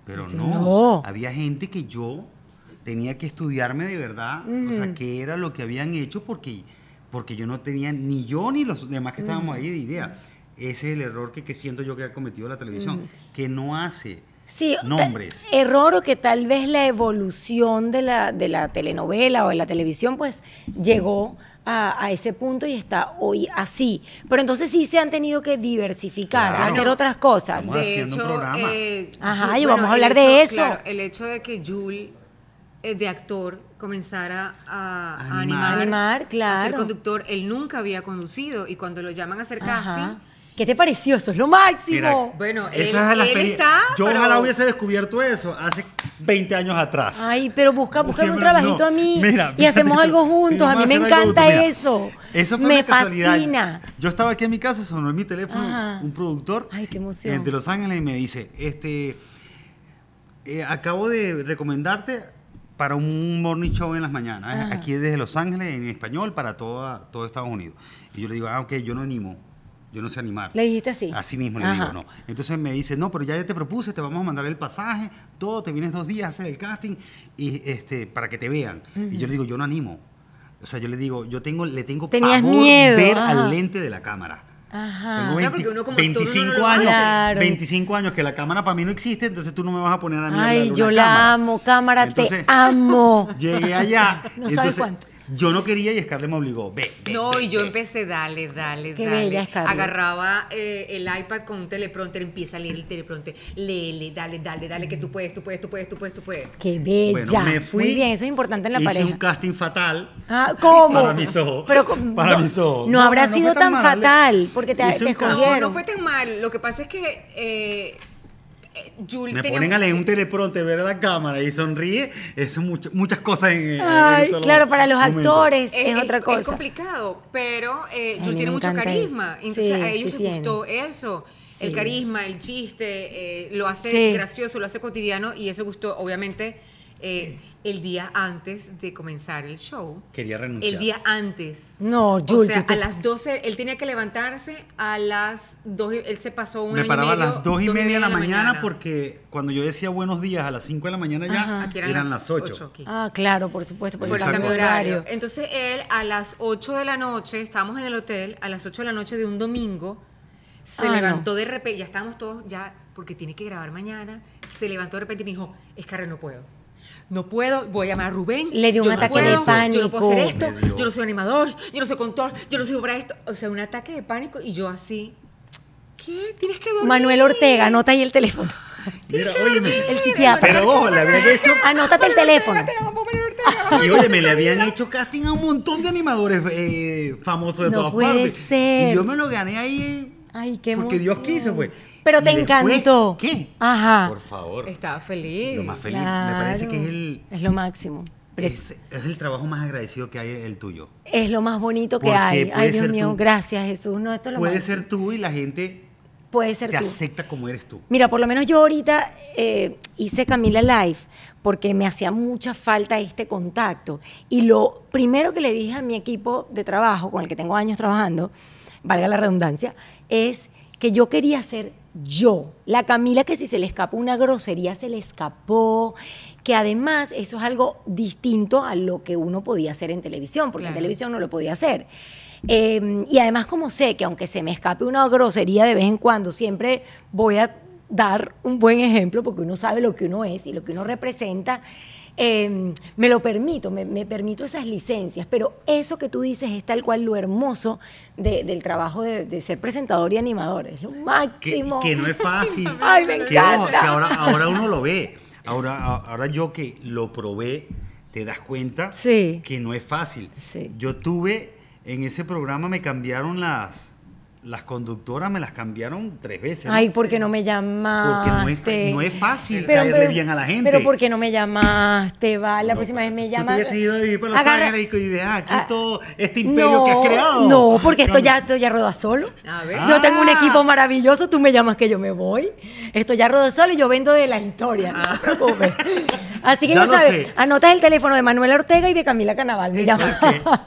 [SPEAKER 3] Pero no.
[SPEAKER 4] No.
[SPEAKER 3] Había gente que yo tenía que estudiarme de verdad, o sea, qué era lo que habían hecho porque, porque yo no tenía ni yo ni los demás que estábamos ahí de idea. Ese es el error que, que siento yo que ha cometido la televisión, que no hace
[SPEAKER 4] Sí, ta-
[SPEAKER 3] nombres.
[SPEAKER 4] Error o que tal vez la evolución de la, de la telenovela o de la televisión, pues llegó a, a ese punto y está hoy así. Pero entonces sí se han tenido que diversificar,
[SPEAKER 3] Claro.
[SPEAKER 4] hacer otras cosas.
[SPEAKER 3] Vamos Estamos a- haciendo un programa.
[SPEAKER 4] Ajá,
[SPEAKER 2] Ju-
[SPEAKER 4] y vamos a
[SPEAKER 2] eh, el
[SPEAKER 4] hablar de eso.
[SPEAKER 2] claro, el hecho de que Jul eh, de actor, comenzara a,
[SPEAKER 3] Animar.
[SPEAKER 2] a animar,
[SPEAKER 4] Animar,
[SPEAKER 2] a ser
[SPEAKER 4] claro.
[SPEAKER 2] conductor. Él nunca había conducido y cuando lo llaman a hacer
[SPEAKER 4] Ajá.
[SPEAKER 2] casting,
[SPEAKER 4] ¿Qué te pareció? Eso es lo máximo.
[SPEAKER 3] Mira,
[SPEAKER 2] bueno, él,
[SPEAKER 3] Esa es la
[SPEAKER 2] él
[SPEAKER 3] experiencia.
[SPEAKER 2] está.
[SPEAKER 3] Yo
[SPEAKER 2] pero-
[SPEAKER 3] ojalá hubiese descubierto eso hace 20 años atrás.
[SPEAKER 4] Ay, pero busca, busca un
[SPEAKER 3] Siempre,
[SPEAKER 4] trabajito
[SPEAKER 3] no.
[SPEAKER 4] a mí
[SPEAKER 3] Mira,
[SPEAKER 4] y
[SPEAKER 3] fíjate
[SPEAKER 4] hacemos
[SPEAKER 3] que-
[SPEAKER 4] algo
[SPEAKER 3] sí,
[SPEAKER 4] juntos. a
[SPEAKER 3] vamos
[SPEAKER 4] mí me
[SPEAKER 3] hacer algo
[SPEAKER 4] encanta
[SPEAKER 3] juntos. Mira,
[SPEAKER 4] eso.
[SPEAKER 3] Eso fue
[SPEAKER 4] me
[SPEAKER 3] una casualidad.
[SPEAKER 4] fascina.
[SPEAKER 3] Yo estaba aquí en mi casa, sonó en mi teléfono
[SPEAKER 4] Ajá.
[SPEAKER 3] un productor
[SPEAKER 4] Ay, qué emoción.
[SPEAKER 3] eh, de Los Ángeles y me dice, este, eh, acabo de recomendarte para un morning show en las mañanas, eh, aquí desde Los Ángeles, en español, para toda, todo Estados Unidos. Y yo le digo, ah, ok, yo no animo, yo no sé animar.
[SPEAKER 4] Le dijiste así.
[SPEAKER 3] Así mismo le
[SPEAKER 4] Ajá.
[SPEAKER 3] digo, no. Entonces me dice, no, pero ya te propuse, te vamos a mandar el pasaje, todo, te vienes dos días, haces el casting y este para que te vean. Y yo le digo, yo no animo. O sea, yo le digo, yo tengo, le tengo
[SPEAKER 4] Tenías
[SPEAKER 3] pavor
[SPEAKER 4] miedo,
[SPEAKER 3] ver
[SPEAKER 4] ajá.
[SPEAKER 3] al lente de la cámara.
[SPEAKER 4] Ajá.
[SPEAKER 3] Tengo 20
[SPEAKER 2] Claro, porque uno como actor, uno
[SPEAKER 3] 25
[SPEAKER 2] no lo
[SPEAKER 3] años,
[SPEAKER 4] hace. Claro.
[SPEAKER 3] 25 años que la cámara para mí no existe, entonces tú no me vas a poner a mí a hablar
[SPEAKER 4] Ay,
[SPEAKER 3] de
[SPEAKER 4] yo
[SPEAKER 3] una
[SPEAKER 4] la
[SPEAKER 3] cámara.
[SPEAKER 4] amo, cámara,
[SPEAKER 3] Entonces,
[SPEAKER 4] te amo.
[SPEAKER 3] Llegué allá.
[SPEAKER 4] No sabes
[SPEAKER 3] entonces,
[SPEAKER 4] cuánto.
[SPEAKER 3] Yo no quería y Scarlett me obligó. Ve, ve,
[SPEAKER 2] No,
[SPEAKER 3] ve,
[SPEAKER 2] y yo
[SPEAKER 3] ve.
[SPEAKER 2] empecé, dale, dale,
[SPEAKER 4] Qué
[SPEAKER 2] dale.
[SPEAKER 4] bella, Scarlett.
[SPEAKER 2] Agarraba eh, el iPad con un teleprompter, empieza a leer el teleprompter. Léele, dale, dale, dale, que tú puedes, tú puedes, tú puedes, tú puedes, tú puedes.
[SPEAKER 4] Qué bella.
[SPEAKER 3] Bueno, me fui.
[SPEAKER 4] Muy bien, eso es importante en la
[SPEAKER 3] hice
[SPEAKER 4] pareja.
[SPEAKER 3] un casting fatal.
[SPEAKER 4] Ah, ¿cómo?
[SPEAKER 3] Para mis ojos.
[SPEAKER 4] Pero, ¿cómo?
[SPEAKER 3] Para
[SPEAKER 4] no,
[SPEAKER 3] mis ojos.
[SPEAKER 4] No, habrá
[SPEAKER 3] no
[SPEAKER 4] sido
[SPEAKER 3] fue
[SPEAKER 4] tan
[SPEAKER 3] mal.
[SPEAKER 4] fatal, porque te-
[SPEAKER 3] Hice
[SPEAKER 4] te
[SPEAKER 3] un
[SPEAKER 4] escogieron.
[SPEAKER 3] casting.
[SPEAKER 2] No, no fue tan mal. Lo que pasa es que eh, eh, Julie
[SPEAKER 3] Me
[SPEAKER 2] tenía-
[SPEAKER 3] ponen a leer un teleprompter, ver a la cámara y sonríe. Eso mucho- muchas cosas en, en
[SPEAKER 4] Ay,
[SPEAKER 3] un solo
[SPEAKER 4] claro, para los
[SPEAKER 3] momento.
[SPEAKER 4] actores es, otra
[SPEAKER 2] Eh, Es
[SPEAKER 4] cosa.
[SPEAKER 2] complicado, pero eh,
[SPEAKER 4] a mí
[SPEAKER 2] Jules tiene
[SPEAKER 4] me
[SPEAKER 2] mucho
[SPEAKER 4] encanta
[SPEAKER 2] carisma.
[SPEAKER 4] eso.
[SPEAKER 2] Entonces
[SPEAKER 4] Sí,
[SPEAKER 2] a ellos
[SPEAKER 4] sí
[SPEAKER 2] les
[SPEAKER 4] tiene.
[SPEAKER 2] gustó eso.
[SPEAKER 4] Sí.
[SPEAKER 2] El carisma, el chiste, eh, lo hace
[SPEAKER 4] Sí.
[SPEAKER 2] gracioso, lo hace cotidiano y eso gustó, obviamente, eh, el día antes de comenzar el show.
[SPEAKER 3] Quería renunciar.
[SPEAKER 2] El día antes.
[SPEAKER 4] No,
[SPEAKER 2] O
[SPEAKER 4] Jules, tú
[SPEAKER 2] sea,
[SPEAKER 4] te-
[SPEAKER 2] a las 12, él tenía que levantarse a las 2, él se pasó un
[SPEAKER 3] me
[SPEAKER 2] año y
[SPEAKER 3] paraba a
[SPEAKER 2] medio,
[SPEAKER 3] las 2 y media de la, mañana,
[SPEAKER 2] porque
[SPEAKER 3] porque cuando yo decía buenos días a las 5 de la mañana ya
[SPEAKER 4] Ajá.
[SPEAKER 2] Aquí
[SPEAKER 3] eran, las 8.
[SPEAKER 2] ocho aquí.
[SPEAKER 4] Ah, claro, por supuesto, por,
[SPEAKER 2] Por el
[SPEAKER 4] el cambio de horario.
[SPEAKER 2] Entonces él a las 8 de la noche, estábamos en el hotel, a las 8 de la noche de un domingo, se
[SPEAKER 4] Ah, no.
[SPEAKER 2] levantó de repente, ya estábamos todos ya, porque tiene que grabar mañana, se levantó de repente y me dijo, Escarre, no puedo. No puedo, voy a llamar a Rubén.
[SPEAKER 4] Le dio
[SPEAKER 2] yo
[SPEAKER 4] un
[SPEAKER 2] no
[SPEAKER 4] ataque de
[SPEAKER 2] Yo no puedo hacer
[SPEAKER 4] pánico.
[SPEAKER 2] esto,
[SPEAKER 3] Le dio.
[SPEAKER 2] yo no soy animador, yo no soy control, yo no soy para esto. O sea, un ataque de pánico y yo así, ¿qué? Tienes que dormir.
[SPEAKER 4] Manuel Ortega, anota ahí el teléfono.
[SPEAKER 3] Mira, óyeme.
[SPEAKER 4] El psiquiatra.
[SPEAKER 3] Pero ojo, le habían hecho.
[SPEAKER 4] Anótate el teléfono.
[SPEAKER 3] Y óyeme, le habían hecho casting a un montón de animadores eh, famosos de
[SPEAKER 4] No
[SPEAKER 3] todas
[SPEAKER 4] puede
[SPEAKER 3] partes.
[SPEAKER 4] ser.
[SPEAKER 3] Y yo me lo gané ahí. eh,
[SPEAKER 4] Ay, qué
[SPEAKER 3] Porque Dios
[SPEAKER 4] emoción.
[SPEAKER 3] quiso, pues.
[SPEAKER 4] Pero
[SPEAKER 3] Y
[SPEAKER 4] te
[SPEAKER 3] después,
[SPEAKER 4] encantó. Ah.
[SPEAKER 3] ¿Qué?
[SPEAKER 4] Ajá.
[SPEAKER 3] Por favor.
[SPEAKER 2] Estaba feliz.
[SPEAKER 3] Lo más feliz. Me parece que es el,
[SPEAKER 4] Claro, es lo máximo. Pero Es,
[SPEAKER 3] es, es el trabajo más agradecido que hay, el tuyo.
[SPEAKER 4] es lo más bonito que
[SPEAKER 3] Porque
[SPEAKER 4] hay.
[SPEAKER 3] puede
[SPEAKER 4] Ay, Dios
[SPEAKER 3] ser
[SPEAKER 4] mío,
[SPEAKER 3] tú.
[SPEAKER 4] gracias Jesús. No, esto es lo
[SPEAKER 3] Puede
[SPEAKER 4] máximo.
[SPEAKER 3] ser tú y la gente
[SPEAKER 4] Puede ser
[SPEAKER 3] te
[SPEAKER 4] tú.
[SPEAKER 3] acepta como eres tú.
[SPEAKER 4] Mira, por lo menos yo ahorita eh, hice Camila Live porque me hacía mucha falta este contacto. Y lo primero que le dije a mi equipo de trabajo, con el que tengo años trabajando, valga la redundancia, es que yo quería ser yo, la Camila que si se le escapó una grosería se le escapó, que además eso es algo distinto a lo que uno podía hacer en televisión, porque en
[SPEAKER 2] Claro.
[SPEAKER 4] televisión no lo podía hacer. Eh, y además, como sé que aunque se me escape una grosería de vez en cuando, siempre voy a dar un buen ejemplo porque uno sabe lo que uno es y lo que uno representa. eh, me lo permito, me, me permito esas licencias, pero eso que tú dices es tal cual lo hermoso de- del trabajo de, de ser presentador y animador, es lo
[SPEAKER 3] que,
[SPEAKER 4] máximo.
[SPEAKER 3] que no es fácil.
[SPEAKER 4] Ay, me
[SPEAKER 3] Que, ojo, que
[SPEAKER 4] encanta.
[SPEAKER 3] ahora, ahora uno lo ve. Ahora, a- ahora yo que lo probé, te das cuenta
[SPEAKER 4] Sí.
[SPEAKER 3] que no es fácil.
[SPEAKER 4] Sí.
[SPEAKER 3] Yo tuve, en ese programa me cambiaron las, las conductoras, me las cambiaron tres veces. ¿no?
[SPEAKER 4] Ay, ¿por qué no me
[SPEAKER 3] Porque
[SPEAKER 4] llamaste?
[SPEAKER 3] no es, no es fácil
[SPEAKER 4] Pero-
[SPEAKER 3] caerle
[SPEAKER 4] pero-
[SPEAKER 3] bien a la gente.
[SPEAKER 4] Pero ¿por qué no me llamaste? Va, la
[SPEAKER 3] No,
[SPEAKER 4] próxima vez me
[SPEAKER 3] tú
[SPEAKER 4] llamas.
[SPEAKER 3] te hubieses ido a vivir para Los
[SPEAKER 4] Agarra-
[SPEAKER 3] Ángeles y de ah, aquí
[SPEAKER 4] Ah,
[SPEAKER 3] todo este imperio que has creado.
[SPEAKER 4] No, porque esto
[SPEAKER 3] Cambia.
[SPEAKER 4] ya, esto ya rueda solo.
[SPEAKER 2] A ver.
[SPEAKER 4] Yo tengo un
[SPEAKER 3] Ah.
[SPEAKER 4] equipo maravilloso, tú me llamas que yo me voy. Esto ya rueda solo y yo vendo de las historias, no te preocupes. Así que
[SPEAKER 3] Ah. Ya
[SPEAKER 4] ya,
[SPEAKER 3] lo
[SPEAKER 4] sabes,
[SPEAKER 3] sé.
[SPEAKER 4] anotas el teléfono de Manuel Ortega y de Camila Canaval. Me llamas.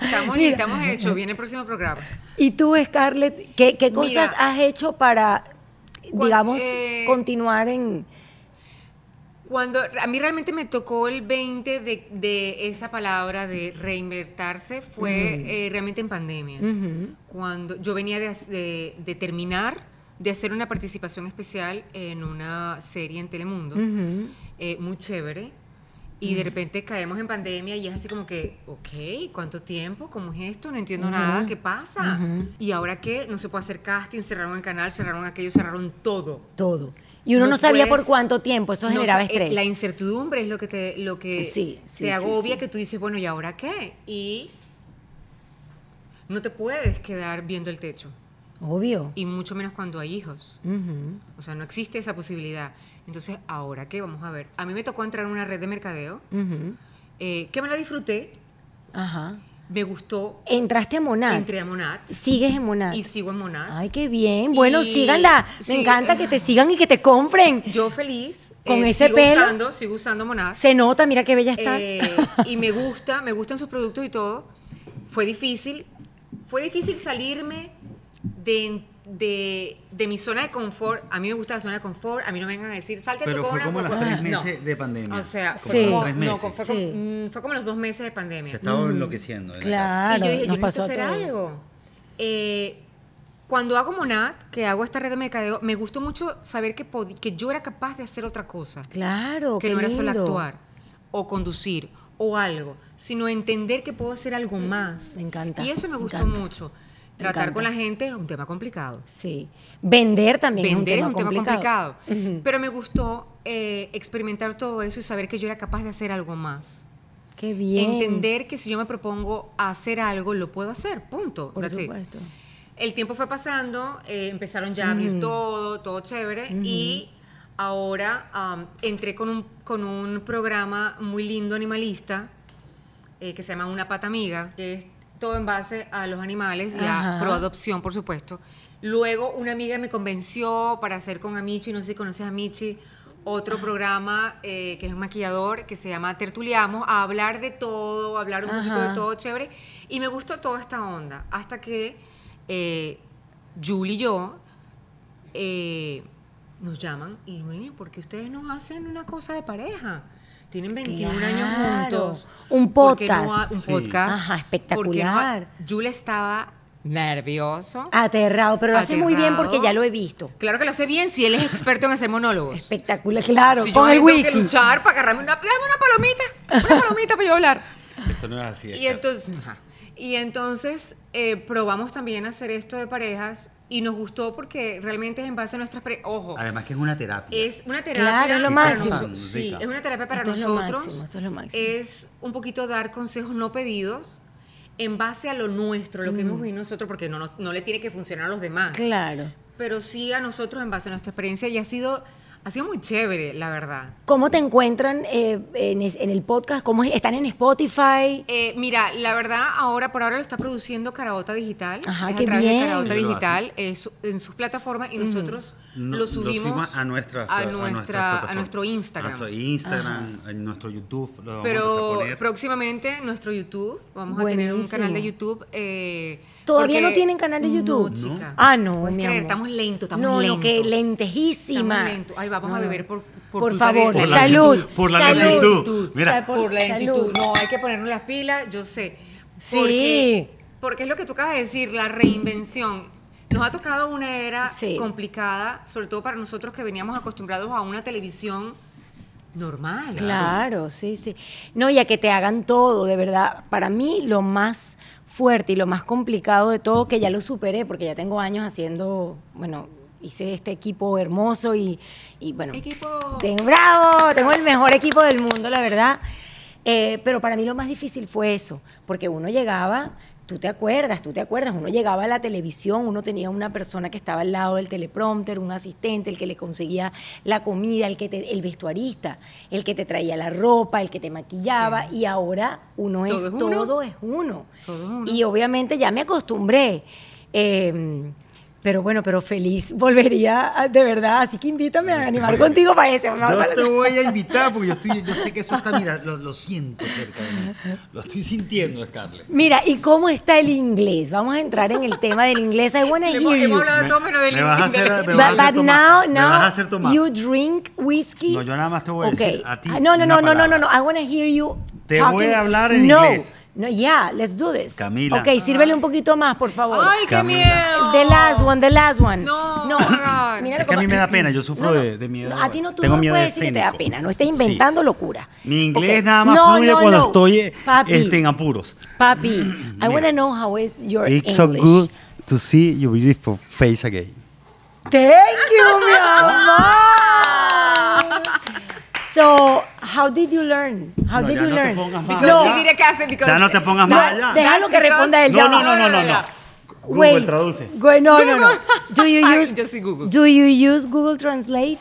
[SPEAKER 2] Estamos,
[SPEAKER 4] Mira,
[SPEAKER 2] estamos hechos, viene el próximo programa.
[SPEAKER 4] Y tú, Scarlett, ¿qué, qué cosas
[SPEAKER 2] Mira.
[SPEAKER 4] has hecho para,
[SPEAKER 2] Cuan-
[SPEAKER 4] digamos,
[SPEAKER 2] eh,
[SPEAKER 4] continuar en...
[SPEAKER 2] Cuando a mí realmente me tocó el 20 de, de esa palabra de reinventarse fue eh, realmente en pandemia.
[SPEAKER 4] Mm.
[SPEAKER 2] Cuando yo venía de, hac- de- de terminar de hacer una participación especial en una serie en Telemundo,
[SPEAKER 1] Mm.
[SPEAKER 2] eh, muy chévere, y de repente caemos en pandemia y es así como que, ok, ¿cuánto tiempo? ¿Cómo es esto? No entiendo nada, ¿qué pasa? ¿Y ahora qué? No se puede hacer casting, cerraron el canal, cerraron aquello, cerraron todo.
[SPEAKER 4] Todo. Y uno no,
[SPEAKER 2] No
[SPEAKER 4] sabía
[SPEAKER 2] puedes-
[SPEAKER 4] por cuánto tiempo, eso
[SPEAKER 2] No,
[SPEAKER 4] generaba
[SPEAKER 2] o sea, eh,
[SPEAKER 4] estrés. Eh,
[SPEAKER 2] La incertidumbre es lo que te, lo que
[SPEAKER 4] Sí, sí, sí,
[SPEAKER 2] te agobia,
[SPEAKER 4] sí.
[SPEAKER 2] que tú dices, bueno, ¿y ahora qué? Y no te puedes quedar viendo el techo.
[SPEAKER 4] Obvio.
[SPEAKER 2] y mucho menos cuando hay hijos.
[SPEAKER 4] Ujú.
[SPEAKER 2] O sea, no existe esa posibilidad. Entonces, ¿ahora qué? Vamos a ver. A mí me tocó entrar en una red de mercadeo
[SPEAKER 4] Ujú.
[SPEAKER 2] eh, que me la disfruté,
[SPEAKER 4] Ajá.
[SPEAKER 2] me gustó,
[SPEAKER 4] Entraste a Monat.
[SPEAKER 2] entré a Monat
[SPEAKER 4] Sigues en Monat.
[SPEAKER 2] y sigo en Monat.
[SPEAKER 4] Ay, qué bien. Bueno,
[SPEAKER 2] Y-
[SPEAKER 4] síganla. Me
[SPEAKER 2] sí.
[SPEAKER 4] encanta que te sigan y que te compren.
[SPEAKER 2] Yo feliz. eh,
[SPEAKER 4] Con ese
[SPEAKER 2] sigo
[SPEAKER 4] pelo.
[SPEAKER 2] usando, sigo usando Monat.
[SPEAKER 4] Se nota, mira qué bella estás.
[SPEAKER 2] Eh, y me gusta, me gustan sus productos y todo. Fue difícil, fue difícil salirme de, de, de mi zona de confort. A mí me gusta la zona de confort, a mí no me vengan a decir, salte
[SPEAKER 3] Pero
[SPEAKER 2] tú
[SPEAKER 3] fue
[SPEAKER 2] con
[SPEAKER 3] como
[SPEAKER 2] una
[SPEAKER 3] los
[SPEAKER 2] burbuja".
[SPEAKER 3] tres meses de pandemia.
[SPEAKER 2] O sea,
[SPEAKER 3] Como
[SPEAKER 2] fue,
[SPEAKER 4] Sí. Mm.
[SPEAKER 2] como,
[SPEAKER 3] los tres
[SPEAKER 2] no,
[SPEAKER 3] meses.
[SPEAKER 2] fue, como,
[SPEAKER 4] Sí.
[SPEAKER 2] mm, fue como los dos meses de pandemia.
[SPEAKER 3] Se estaba enloqueciendo. en la casa.
[SPEAKER 4] claro,
[SPEAKER 2] y yo dije,
[SPEAKER 4] nos
[SPEAKER 2] yo
[SPEAKER 4] pasó
[SPEAKER 2] necesito
[SPEAKER 4] a
[SPEAKER 2] hacer
[SPEAKER 4] todos.
[SPEAKER 2] algo. Eh, cuando hago Monat, que hago esta red de mercadeo, me gustó mucho saber que, podi- que yo era capaz de hacer otra cosa.
[SPEAKER 4] Claro,
[SPEAKER 2] que
[SPEAKER 4] qué
[SPEAKER 2] no era solo
[SPEAKER 4] lindo.
[SPEAKER 2] actuar o conducir o algo, sino entender que puedo hacer algo más.
[SPEAKER 4] me encanta,
[SPEAKER 2] Y eso me
[SPEAKER 4] me
[SPEAKER 2] gustó
[SPEAKER 4] encanta.
[SPEAKER 2] mucho.
[SPEAKER 4] Me
[SPEAKER 2] Tratar con la
[SPEAKER 4] encanta.
[SPEAKER 2] gente es un tema complicado.
[SPEAKER 4] Sí. Vender también
[SPEAKER 2] Vender
[SPEAKER 4] es un tema complicado. Ujú.
[SPEAKER 2] Pero me gustó eh, experimentar todo eso y saber que yo era capaz de hacer algo más.
[SPEAKER 4] Qué bien.
[SPEAKER 2] Entender que si yo me propongo hacer algo, lo puedo hacer, punto.
[SPEAKER 4] Por
[SPEAKER 2] That's it.
[SPEAKER 4] supuesto.
[SPEAKER 2] El tiempo fue pasando, eh, empezaron ya a abrir todo, todo chévere, y ahora am, entré con un, con un programa muy lindo animalista eh, que se llama Una Pata Amiga, que es todo en base a los animales y a
[SPEAKER 4] Ajá.
[SPEAKER 2] pro adopción, por supuesto. Luego una amiga me convenció para hacer con Amichi, no sé si conoces a Amichi, otro programa eh, que es un maquillador que se llama Tertuliamos, a hablar de todo, a hablar un poquito de
[SPEAKER 4] Ajá.
[SPEAKER 2] todo chévere. Y me gustó toda esta onda, hasta que eh, Julie y yo eh, nos llaman y, "Oye, ¿por qué ustedes no hacen una cosa de pareja? Tienen 21 años
[SPEAKER 4] Claro.
[SPEAKER 2] juntos.
[SPEAKER 4] Un
[SPEAKER 2] ¿Por qué no
[SPEAKER 4] podcast.
[SPEAKER 2] ha- un
[SPEAKER 3] Sí.
[SPEAKER 2] podcast.
[SPEAKER 4] Ajá,
[SPEAKER 2] ¿Por qué no ha-?"
[SPEAKER 4] espectacular.
[SPEAKER 2] Julie estaba nervioso.
[SPEAKER 4] Aterrado, pero lo hace muy bien
[SPEAKER 2] Aterrado.
[SPEAKER 4] porque ya lo he visto.
[SPEAKER 2] Claro que lo hace bien si él es experto en hacer monólogos.
[SPEAKER 4] Espectacular, claro.
[SPEAKER 2] si yo
[SPEAKER 4] con el
[SPEAKER 2] tengo
[SPEAKER 4] wiki.
[SPEAKER 2] que luchar para agarrarme una, dame una palomita, una palomita para yo hablar.
[SPEAKER 3] Eso no es así.
[SPEAKER 2] Y
[SPEAKER 3] Edgar.
[SPEAKER 2] entonces, ajá. y entonces eh, probamos también hacer esto de parejas y nos gustó porque realmente es en base a nuestras... pre- Ojo,
[SPEAKER 3] Además que es una terapia.
[SPEAKER 2] es una terapia
[SPEAKER 4] Claro, es lo
[SPEAKER 2] para
[SPEAKER 4] máximo.
[SPEAKER 2] nosotros. Sí,
[SPEAKER 3] Rica.
[SPEAKER 2] es una terapia para
[SPEAKER 4] Esto es lo
[SPEAKER 2] nosotros.
[SPEAKER 4] máximo, esto es lo máximo.
[SPEAKER 2] Es un poquito dar consejos no pedidos en base a lo nuestro, lo que
[SPEAKER 4] Mm.
[SPEAKER 2] hemos vivido nosotros, porque no, nos- no le tiene que funcionar a los demás.
[SPEAKER 4] Claro.
[SPEAKER 2] Pero sí a nosotros en base a nuestra experiencia y ha sido, ha sido muy chévere, la verdad.
[SPEAKER 4] ¿Cómo te encuentran eh, en, es- en el podcast? ¿Cómo es- están en Spotify?
[SPEAKER 2] Eh, mira, la verdad, ahora por ahora lo está produciendo Caraota Digital.
[SPEAKER 4] Ajá,
[SPEAKER 2] es
[SPEAKER 4] qué
[SPEAKER 2] a través
[SPEAKER 4] bien.
[SPEAKER 2] de Caraota
[SPEAKER 3] Ellos lo
[SPEAKER 2] Digital es su- en sus plataformas y nosotros
[SPEAKER 3] No-
[SPEAKER 2] lo
[SPEAKER 3] subimos
[SPEAKER 2] subimos
[SPEAKER 3] a, nuestras-
[SPEAKER 2] a,
[SPEAKER 3] a Ah, nuestras
[SPEAKER 2] nuestra, a
[SPEAKER 3] plataformas.
[SPEAKER 2] nuestro Instagram.
[SPEAKER 3] A nuestro Instagram, a nuestro YouTube. Lo vamos a
[SPEAKER 2] Pero
[SPEAKER 3] empezar a poner.
[SPEAKER 2] próximamente nuestro YouTube, vamos a tener un
[SPEAKER 4] Buenísimo.
[SPEAKER 2] canal de YouTube. eh,
[SPEAKER 4] ¿Todavía no
[SPEAKER 2] porque-
[SPEAKER 4] tienen canal de YouTube?
[SPEAKER 2] No, chica.
[SPEAKER 4] Ah, no,
[SPEAKER 2] Puedes
[SPEAKER 4] mi
[SPEAKER 2] creer,
[SPEAKER 4] amor.
[SPEAKER 2] estamos lentos, estamos
[SPEAKER 4] no,
[SPEAKER 2] lentos.
[SPEAKER 4] No, que lentejísima.
[SPEAKER 2] Estamos lentos. Ay, vamos a beber por- por
[SPEAKER 4] Por
[SPEAKER 2] culpa de
[SPEAKER 4] favor,
[SPEAKER 2] la
[SPEAKER 3] Por la
[SPEAKER 4] salud.
[SPEAKER 3] lentitud, por la
[SPEAKER 4] salud.
[SPEAKER 3] lentitud. Mira.
[SPEAKER 4] Sal-
[SPEAKER 2] por la lentitud.
[SPEAKER 4] salud.
[SPEAKER 2] No, hay que ponernos las pilas, yo sé.
[SPEAKER 4] Sí.
[SPEAKER 2] Porque, porque es lo que tú acabas de decir, la reinvención. Nos ha tocado una era
[SPEAKER 4] Sí.
[SPEAKER 2] complicada, sobre todo para nosotros que veníamos acostumbrados a una televisión normal.
[SPEAKER 4] Claro, sí, sí. No, y a que te hagan todo, de verdad. Para mí lo más fuerte y lo más complicado de todo, que ya lo superé, porque ya tengo años haciendo, bueno, hice este equipo hermoso y, y bueno.
[SPEAKER 2] Equipo.
[SPEAKER 4] Tengo, bravo, tengo el mejor equipo del mundo, la verdad. Eh, pero para mí lo más difícil fue eso, porque uno llegaba, tú te acuerdas, tú te acuerdas, uno llegaba a la televisión, uno tenía una persona que estaba al lado del teleprompter, un asistente, el que le conseguía la comida, el que te- el vestuarista, el que te traía la ropa, el que te maquillaba, y ahora uno
[SPEAKER 2] Todo
[SPEAKER 4] es,
[SPEAKER 2] es uno.
[SPEAKER 4] todo es uno.
[SPEAKER 2] Todo es uno.
[SPEAKER 4] Y obviamente ya me acostumbré. Eh, pero bueno, pero feliz volvería a- de verdad, así que invítame a animar contigo para ese. me
[SPEAKER 3] Yo
[SPEAKER 4] acuerdo.
[SPEAKER 3] te voy a invitar porque yo, estoy, yo sé que eso está, mira, lo, lo siento cerca de mí. Lo estoy sintiendo, Scarlett.
[SPEAKER 4] Mira, ¿y cómo está el inglés? Vamos a entrar en el tema del inglés. I wanna
[SPEAKER 2] Hemos,
[SPEAKER 4] hear
[SPEAKER 2] hemos
[SPEAKER 4] you.
[SPEAKER 2] hablado de todo menos del
[SPEAKER 3] me vas a
[SPEAKER 2] inglés.
[SPEAKER 3] hacer- me
[SPEAKER 4] But,
[SPEAKER 3] vas a hacer
[SPEAKER 4] but now,
[SPEAKER 3] tomar, me
[SPEAKER 4] now
[SPEAKER 3] vas a hacer tomar.
[SPEAKER 4] you drink whiskey.
[SPEAKER 3] No, yo nada más te voy a
[SPEAKER 4] Okay.
[SPEAKER 3] decir a ti
[SPEAKER 4] Ah, No, no,
[SPEAKER 3] una
[SPEAKER 4] no, no, no, no,
[SPEAKER 3] palabra.
[SPEAKER 4] no. I want to hear you.
[SPEAKER 3] Te
[SPEAKER 4] talking-
[SPEAKER 3] voy a hablar en
[SPEAKER 4] no,
[SPEAKER 3] inglés.
[SPEAKER 4] No, yeah, let's do this.
[SPEAKER 3] Camila.
[SPEAKER 4] Ok, sírvele un poquito más, por favor.
[SPEAKER 2] Ay, qué
[SPEAKER 3] Camila.
[SPEAKER 2] miedo.
[SPEAKER 4] The last one, the last one.
[SPEAKER 2] No, oh my God.
[SPEAKER 4] míralo
[SPEAKER 3] Es que a mí
[SPEAKER 4] como-
[SPEAKER 3] me da pena, yo sufro
[SPEAKER 4] No, no.
[SPEAKER 3] de, de miedo.
[SPEAKER 4] A ti no, tú
[SPEAKER 3] Tengo
[SPEAKER 4] no
[SPEAKER 3] miedo
[SPEAKER 4] puedes
[SPEAKER 3] de
[SPEAKER 4] decir que te da
[SPEAKER 3] escénico.
[SPEAKER 4] pena, no estás
[SPEAKER 3] Sí.
[SPEAKER 4] inventando locura.
[SPEAKER 3] Mi
[SPEAKER 4] Ok.
[SPEAKER 3] inglés nada más
[SPEAKER 4] No,
[SPEAKER 3] fluye
[SPEAKER 4] no,
[SPEAKER 3] cuando
[SPEAKER 4] no.
[SPEAKER 3] estoy eh,
[SPEAKER 4] Papi,
[SPEAKER 3] este, en apuros.
[SPEAKER 4] Papi, I want to know how is your English.
[SPEAKER 3] to see your beautiful face again.
[SPEAKER 4] Thank you, mi amor. So, how did you learn? How
[SPEAKER 3] No,
[SPEAKER 4] did
[SPEAKER 3] ya
[SPEAKER 4] you
[SPEAKER 3] no te
[SPEAKER 4] learn?
[SPEAKER 3] pongas más
[SPEAKER 2] Because
[SPEAKER 3] No.
[SPEAKER 2] you did a case because- eh,
[SPEAKER 3] Ya no te pongas
[SPEAKER 4] No,
[SPEAKER 3] más allá.
[SPEAKER 4] déjalo que
[SPEAKER 2] Because-
[SPEAKER 4] responda él.
[SPEAKER 3] No,
[SPEAKER 4] ya
[SPEAKER 3] no,
[SPEAKER 4] va.
[SPEAKER 3] no, no, no, no. Google
[SPEAKER 1] Wait.
[SPEAKER 3] traduce.
[SPEAKER 1] Gu- no, no, no. Do you
[SPEAKER 2] Ay,
[SPEAKER 1] use,
[SPEAKER 2] yo soy Google.
[SPEAKER 1] Do you use Google Translate?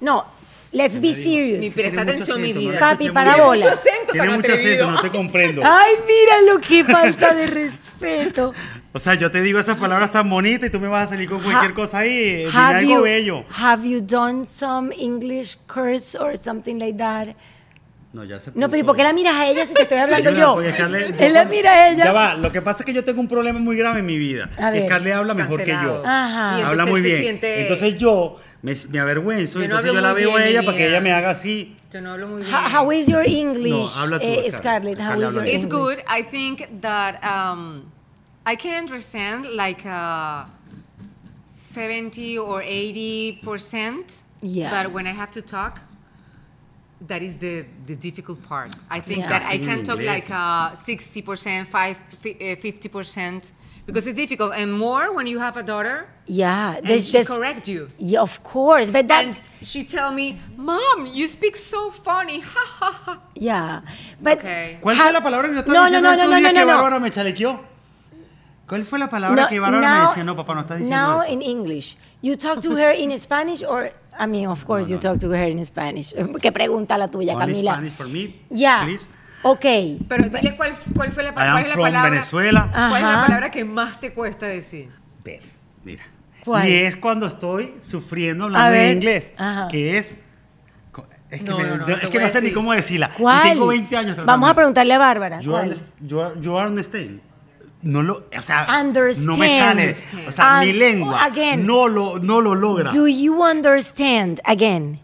[SPEAKER 1] No, let's be
[SPEAKER 2] Ni
[SPEAKER 1] serious.
[SPEAKER 2] presta
[SPEAKER 3] Tiene mucho
[SPEAKER 2] atención, mi
[SPEAKER 3] acento,
[SPEAKER 2] vida.
[SPEAKER 3] la
[SPEAKER 1] Papi,
[SPEAKER 3] escuché muy
[SPEAKER 1] para
[SPEAKER 3] bien.
[SPEAKER 1] bola. Ah. Mucho
[SPEAKER 2] acento
[SPEAKER 3] Tiene
[SPEAKER 2] tan
[SPEAKER 3] mucho acento,
[SPEAKER 2] atrevido.
[SPEAKER 3] no te comprendo.
[SPEAKER 1] Ay, mira lo que falta de respeto.
[SPEAKER 3] O sea, yo te digo esas palabras tan bonitas y tú me vas a salir con cualquier
[SPEAKER 1] Ha-
[SPEAKER 3] cosa ahí. eh, Dime
[SPEAKER 1] Have
[SPEAKER 3] algo
[SPEAKER 1] you,
[SPEAKER 3] bello.
[SPEAKER 1] have you done some English curse or something like that?
[SPEAKER 3] No, ya se
[SPEAKER 1] No, pero ¿y
[SPEAKER 3] puso-
[SPEAKER 1] ¿por qué la miras a ella si te estoy hablando
[SPEAKER 3] Ayuda,
[SPEAKER 1] yo?
[SPEAKER 3] porque Scarlett-
[SPEAKER 1] Él la mira a ella.
[SPEAKER 3] Ya va, lo que pasa es que yo tengo un problema muy grave en mi vida.
[SPEAKER 1] A ver.
[SPEAKER 3] Scarlett habla mejor que
[SPEAKER 2] Cancelado.
[SPEAKER 3] yo.
[SPEAKER 1] Ajá.
[SPEAKER 2] Y entonces
[SPEAKER 3] Ah, habla
[SPEAKER 2] él
[SPEAKER 3] muy
[SPEAKER 2] se
[SPEAKER 3] bien.
[SPEAKER 2] siente-
[SPEAKER 3] Entonces yo me, me avergüenzo,
[SPEAKER 2] Yo no
[SPEAKER 3] entonces yo
[SPEAKER 2] hablo
[SPEAKER 3] la
[SPEAKER 2] muy
[SPEAKER 3] veo
[SPEAKER 2] bien,
[SPEAKER 3] a
[SPEAKER 2] mi
[SPEAKER 3] ella para que
[SPEAKER 2] vida.
[SPEAKER 3] ella me haga así.
[SPEAKER 2] Yo no hablo muy bien.
[SPEAKER 1] How, how is your English,
[SPEAKER 3] No, habla tú,
[SPEAKER 1] eh,
[SPEAKER 3] Scarlett.
[SPEAKER 1] Scarlett? How is
[SPEAKER 3] Scarlett,
[SPEAKER 1] your
[SPEAKER 3] habla tú.
[SPEAKER 2] It's
[SPEAKER 1] English?
[SPEAKER 2] good. I think that um, I can understand like uh, 70 or 80%. But when I
[SPEAKER 1] Yes.
[SPEAKER 2] have to talk, that is the, the difficult part. I think
[SPEAKER 1] Yeah.
[SPEAKER 2] that I
[SPEAKER 3] Practicing
[SPEAKER 2] can talk
[SPEAKER 3] inglés.
[SPEAKER 2] like uh, 60%, five, fi- uh, 50%, because it's difficult. And more when you have a daughter
[SPEAKER 1] Yeah,
[SPEAKER 2] and
[SPEAKER 1] there's-
[SPEAKER 2] she
[SPEAKER 1] there's-
[SPEAKER 2] correct you.
[SPEAKER 1] Yeah, of course, but
[SPEAKER 2] And
[SPEAKER 1] that's
[SPEAKER 2] she tell me, Mom, you speak so funny. Ha ha ha.
[SPEAKER 1] yeah, but
[SPEAKER 2] Okay.
[SPEAKER 3] ¿Cuál
[SPEAKER 1] how-
[SPEAKER 3] fue la palabra que yo estaba
[SPEAKER 1] no,
[SPEAKER 3] diciendo
[SPEAKER 1] no,
[SPEAKER 3] estos
[SPEAKER 1] no, no,
[SPEAKER 3] días
[SPEAKER 1] no, no,
[SPEAKER 3] que
[SPEAKER 1] no.
[SPEAKER 3] Bárbara me chalequeó? ¿Cuál fue la palabra que Bárbara me decía? No, papá, no estás diciendo
[SPEAKER 1] now
[SPEAKER 3] eso.
[SPEAKER 1] in English. You talk to her in Spanish or I mean, of course, you talk to her in Spanish. ¿Qué pregunta la tuya,
[SPEAKER 3] Only
[SPEAKER 1] Camila?
[SPEAKER 3] Spanish for me,
[SPEAKER 1] Yeah.
[SPEAKER 3] please.
[SPEAKER 1] Okay.
[SPEAKER 2] Pero dile cuál, cuál fue la,
[SPEAKER 3] I
[SPEAKER 2] cuál
[SPEAKER 3] am
[SPEAKER 2] es la
[SPEAKER 3] from
[SPEAKER 2] palabra.
[SPEAKER 3] Venezuela.
[SPEAKER 2] ¿Cuál es la
[SPEAKER 1] Ajá.
[SPEAKER 2] palabra que más te cuesta decir?
[SPEAKER 3] Ver, mira.
[SPEAKER 1] ¿Cuál?
[SPEAKER 3] Y es cuando estoy sufriendo
[SPEAKER 1] A
[SPEAKER 3] hablando de
[SPEAKER 1] ver.
[SPEAKER 3] inglés.
[SPEAKER 1] Ajá.
[SPEAKER 3] Que es. co- Es que,
[SPEAKER 2] No,
[SPEAKER 3] me-
[SPEAKER 2] no, no,
[SPEAKER 3] yo-
[SPEAKER 2] te
[SPEAKER 3] es que
[SPEAKER 2] voy
[SPEAKER 3] no
[SPEAKER 2] a
[SPEAKER 3] sé ni
[SPEAKER 2] decir.
[SPEAKER 3] cómo decirla. Y
[SPEAKER 1] ¿Cuál?
[SPEAKER 3] Tengo 20 años tratando.
[SPEAKER 1] Vamos a preguntarle a Bárbara.
[SPEAKER 3] You,
[SPEAKER 1] ¿cuál?
[SPEAKER 3] underst- you are- you understand. No lo, o sea,
[SPEAKER 1] Understand.
[SPEAKER 3] no me sale. O sea,
[SPEAKER 1] Understand.
[SPEAKER 3] mi lengua
[SPEAKER 1] Again.
[SPEAKER 3] no, lo, no lo logra.
[SPEAKER 1] Do you understand again?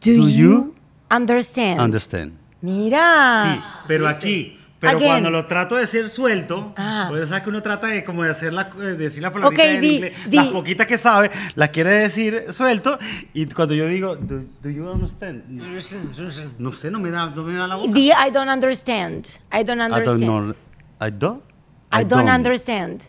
[SPEAKER 1] Do,
[SPEAKER 3] Do you
[SPEAKER 1] understand?
[SPEAKER 3] understand. Sí,
[SPEAKER 1] Mira.
[SPEAKER 3] pero aquí. Pero
[SPEAKER 1] Again.
[SPEAKER 3] cuando lo trato de ser suelto,
[SPEAKER 1] Ajá.
[SPEAKER 3] pues sabes que uno trata de como de hacer la, eh, de decir las palabritas
[SPEAKER 1] Ok,
[SPEAKER 3] en
[SPEAKER 1] di-
[SPEAKER 3] inglés,
[SPEAKER 1] di-
[SPEAKER 3] las poquitas que sabe, las quiere decir suelto y cuando yo digo do, do you understand? No sé, no me da, no me da la boca.
[SPEAKER 1] The I don't understand. I don't understand.
[SPEAKER 3] know. I don't.
[SPEAKER 1] I don't understand.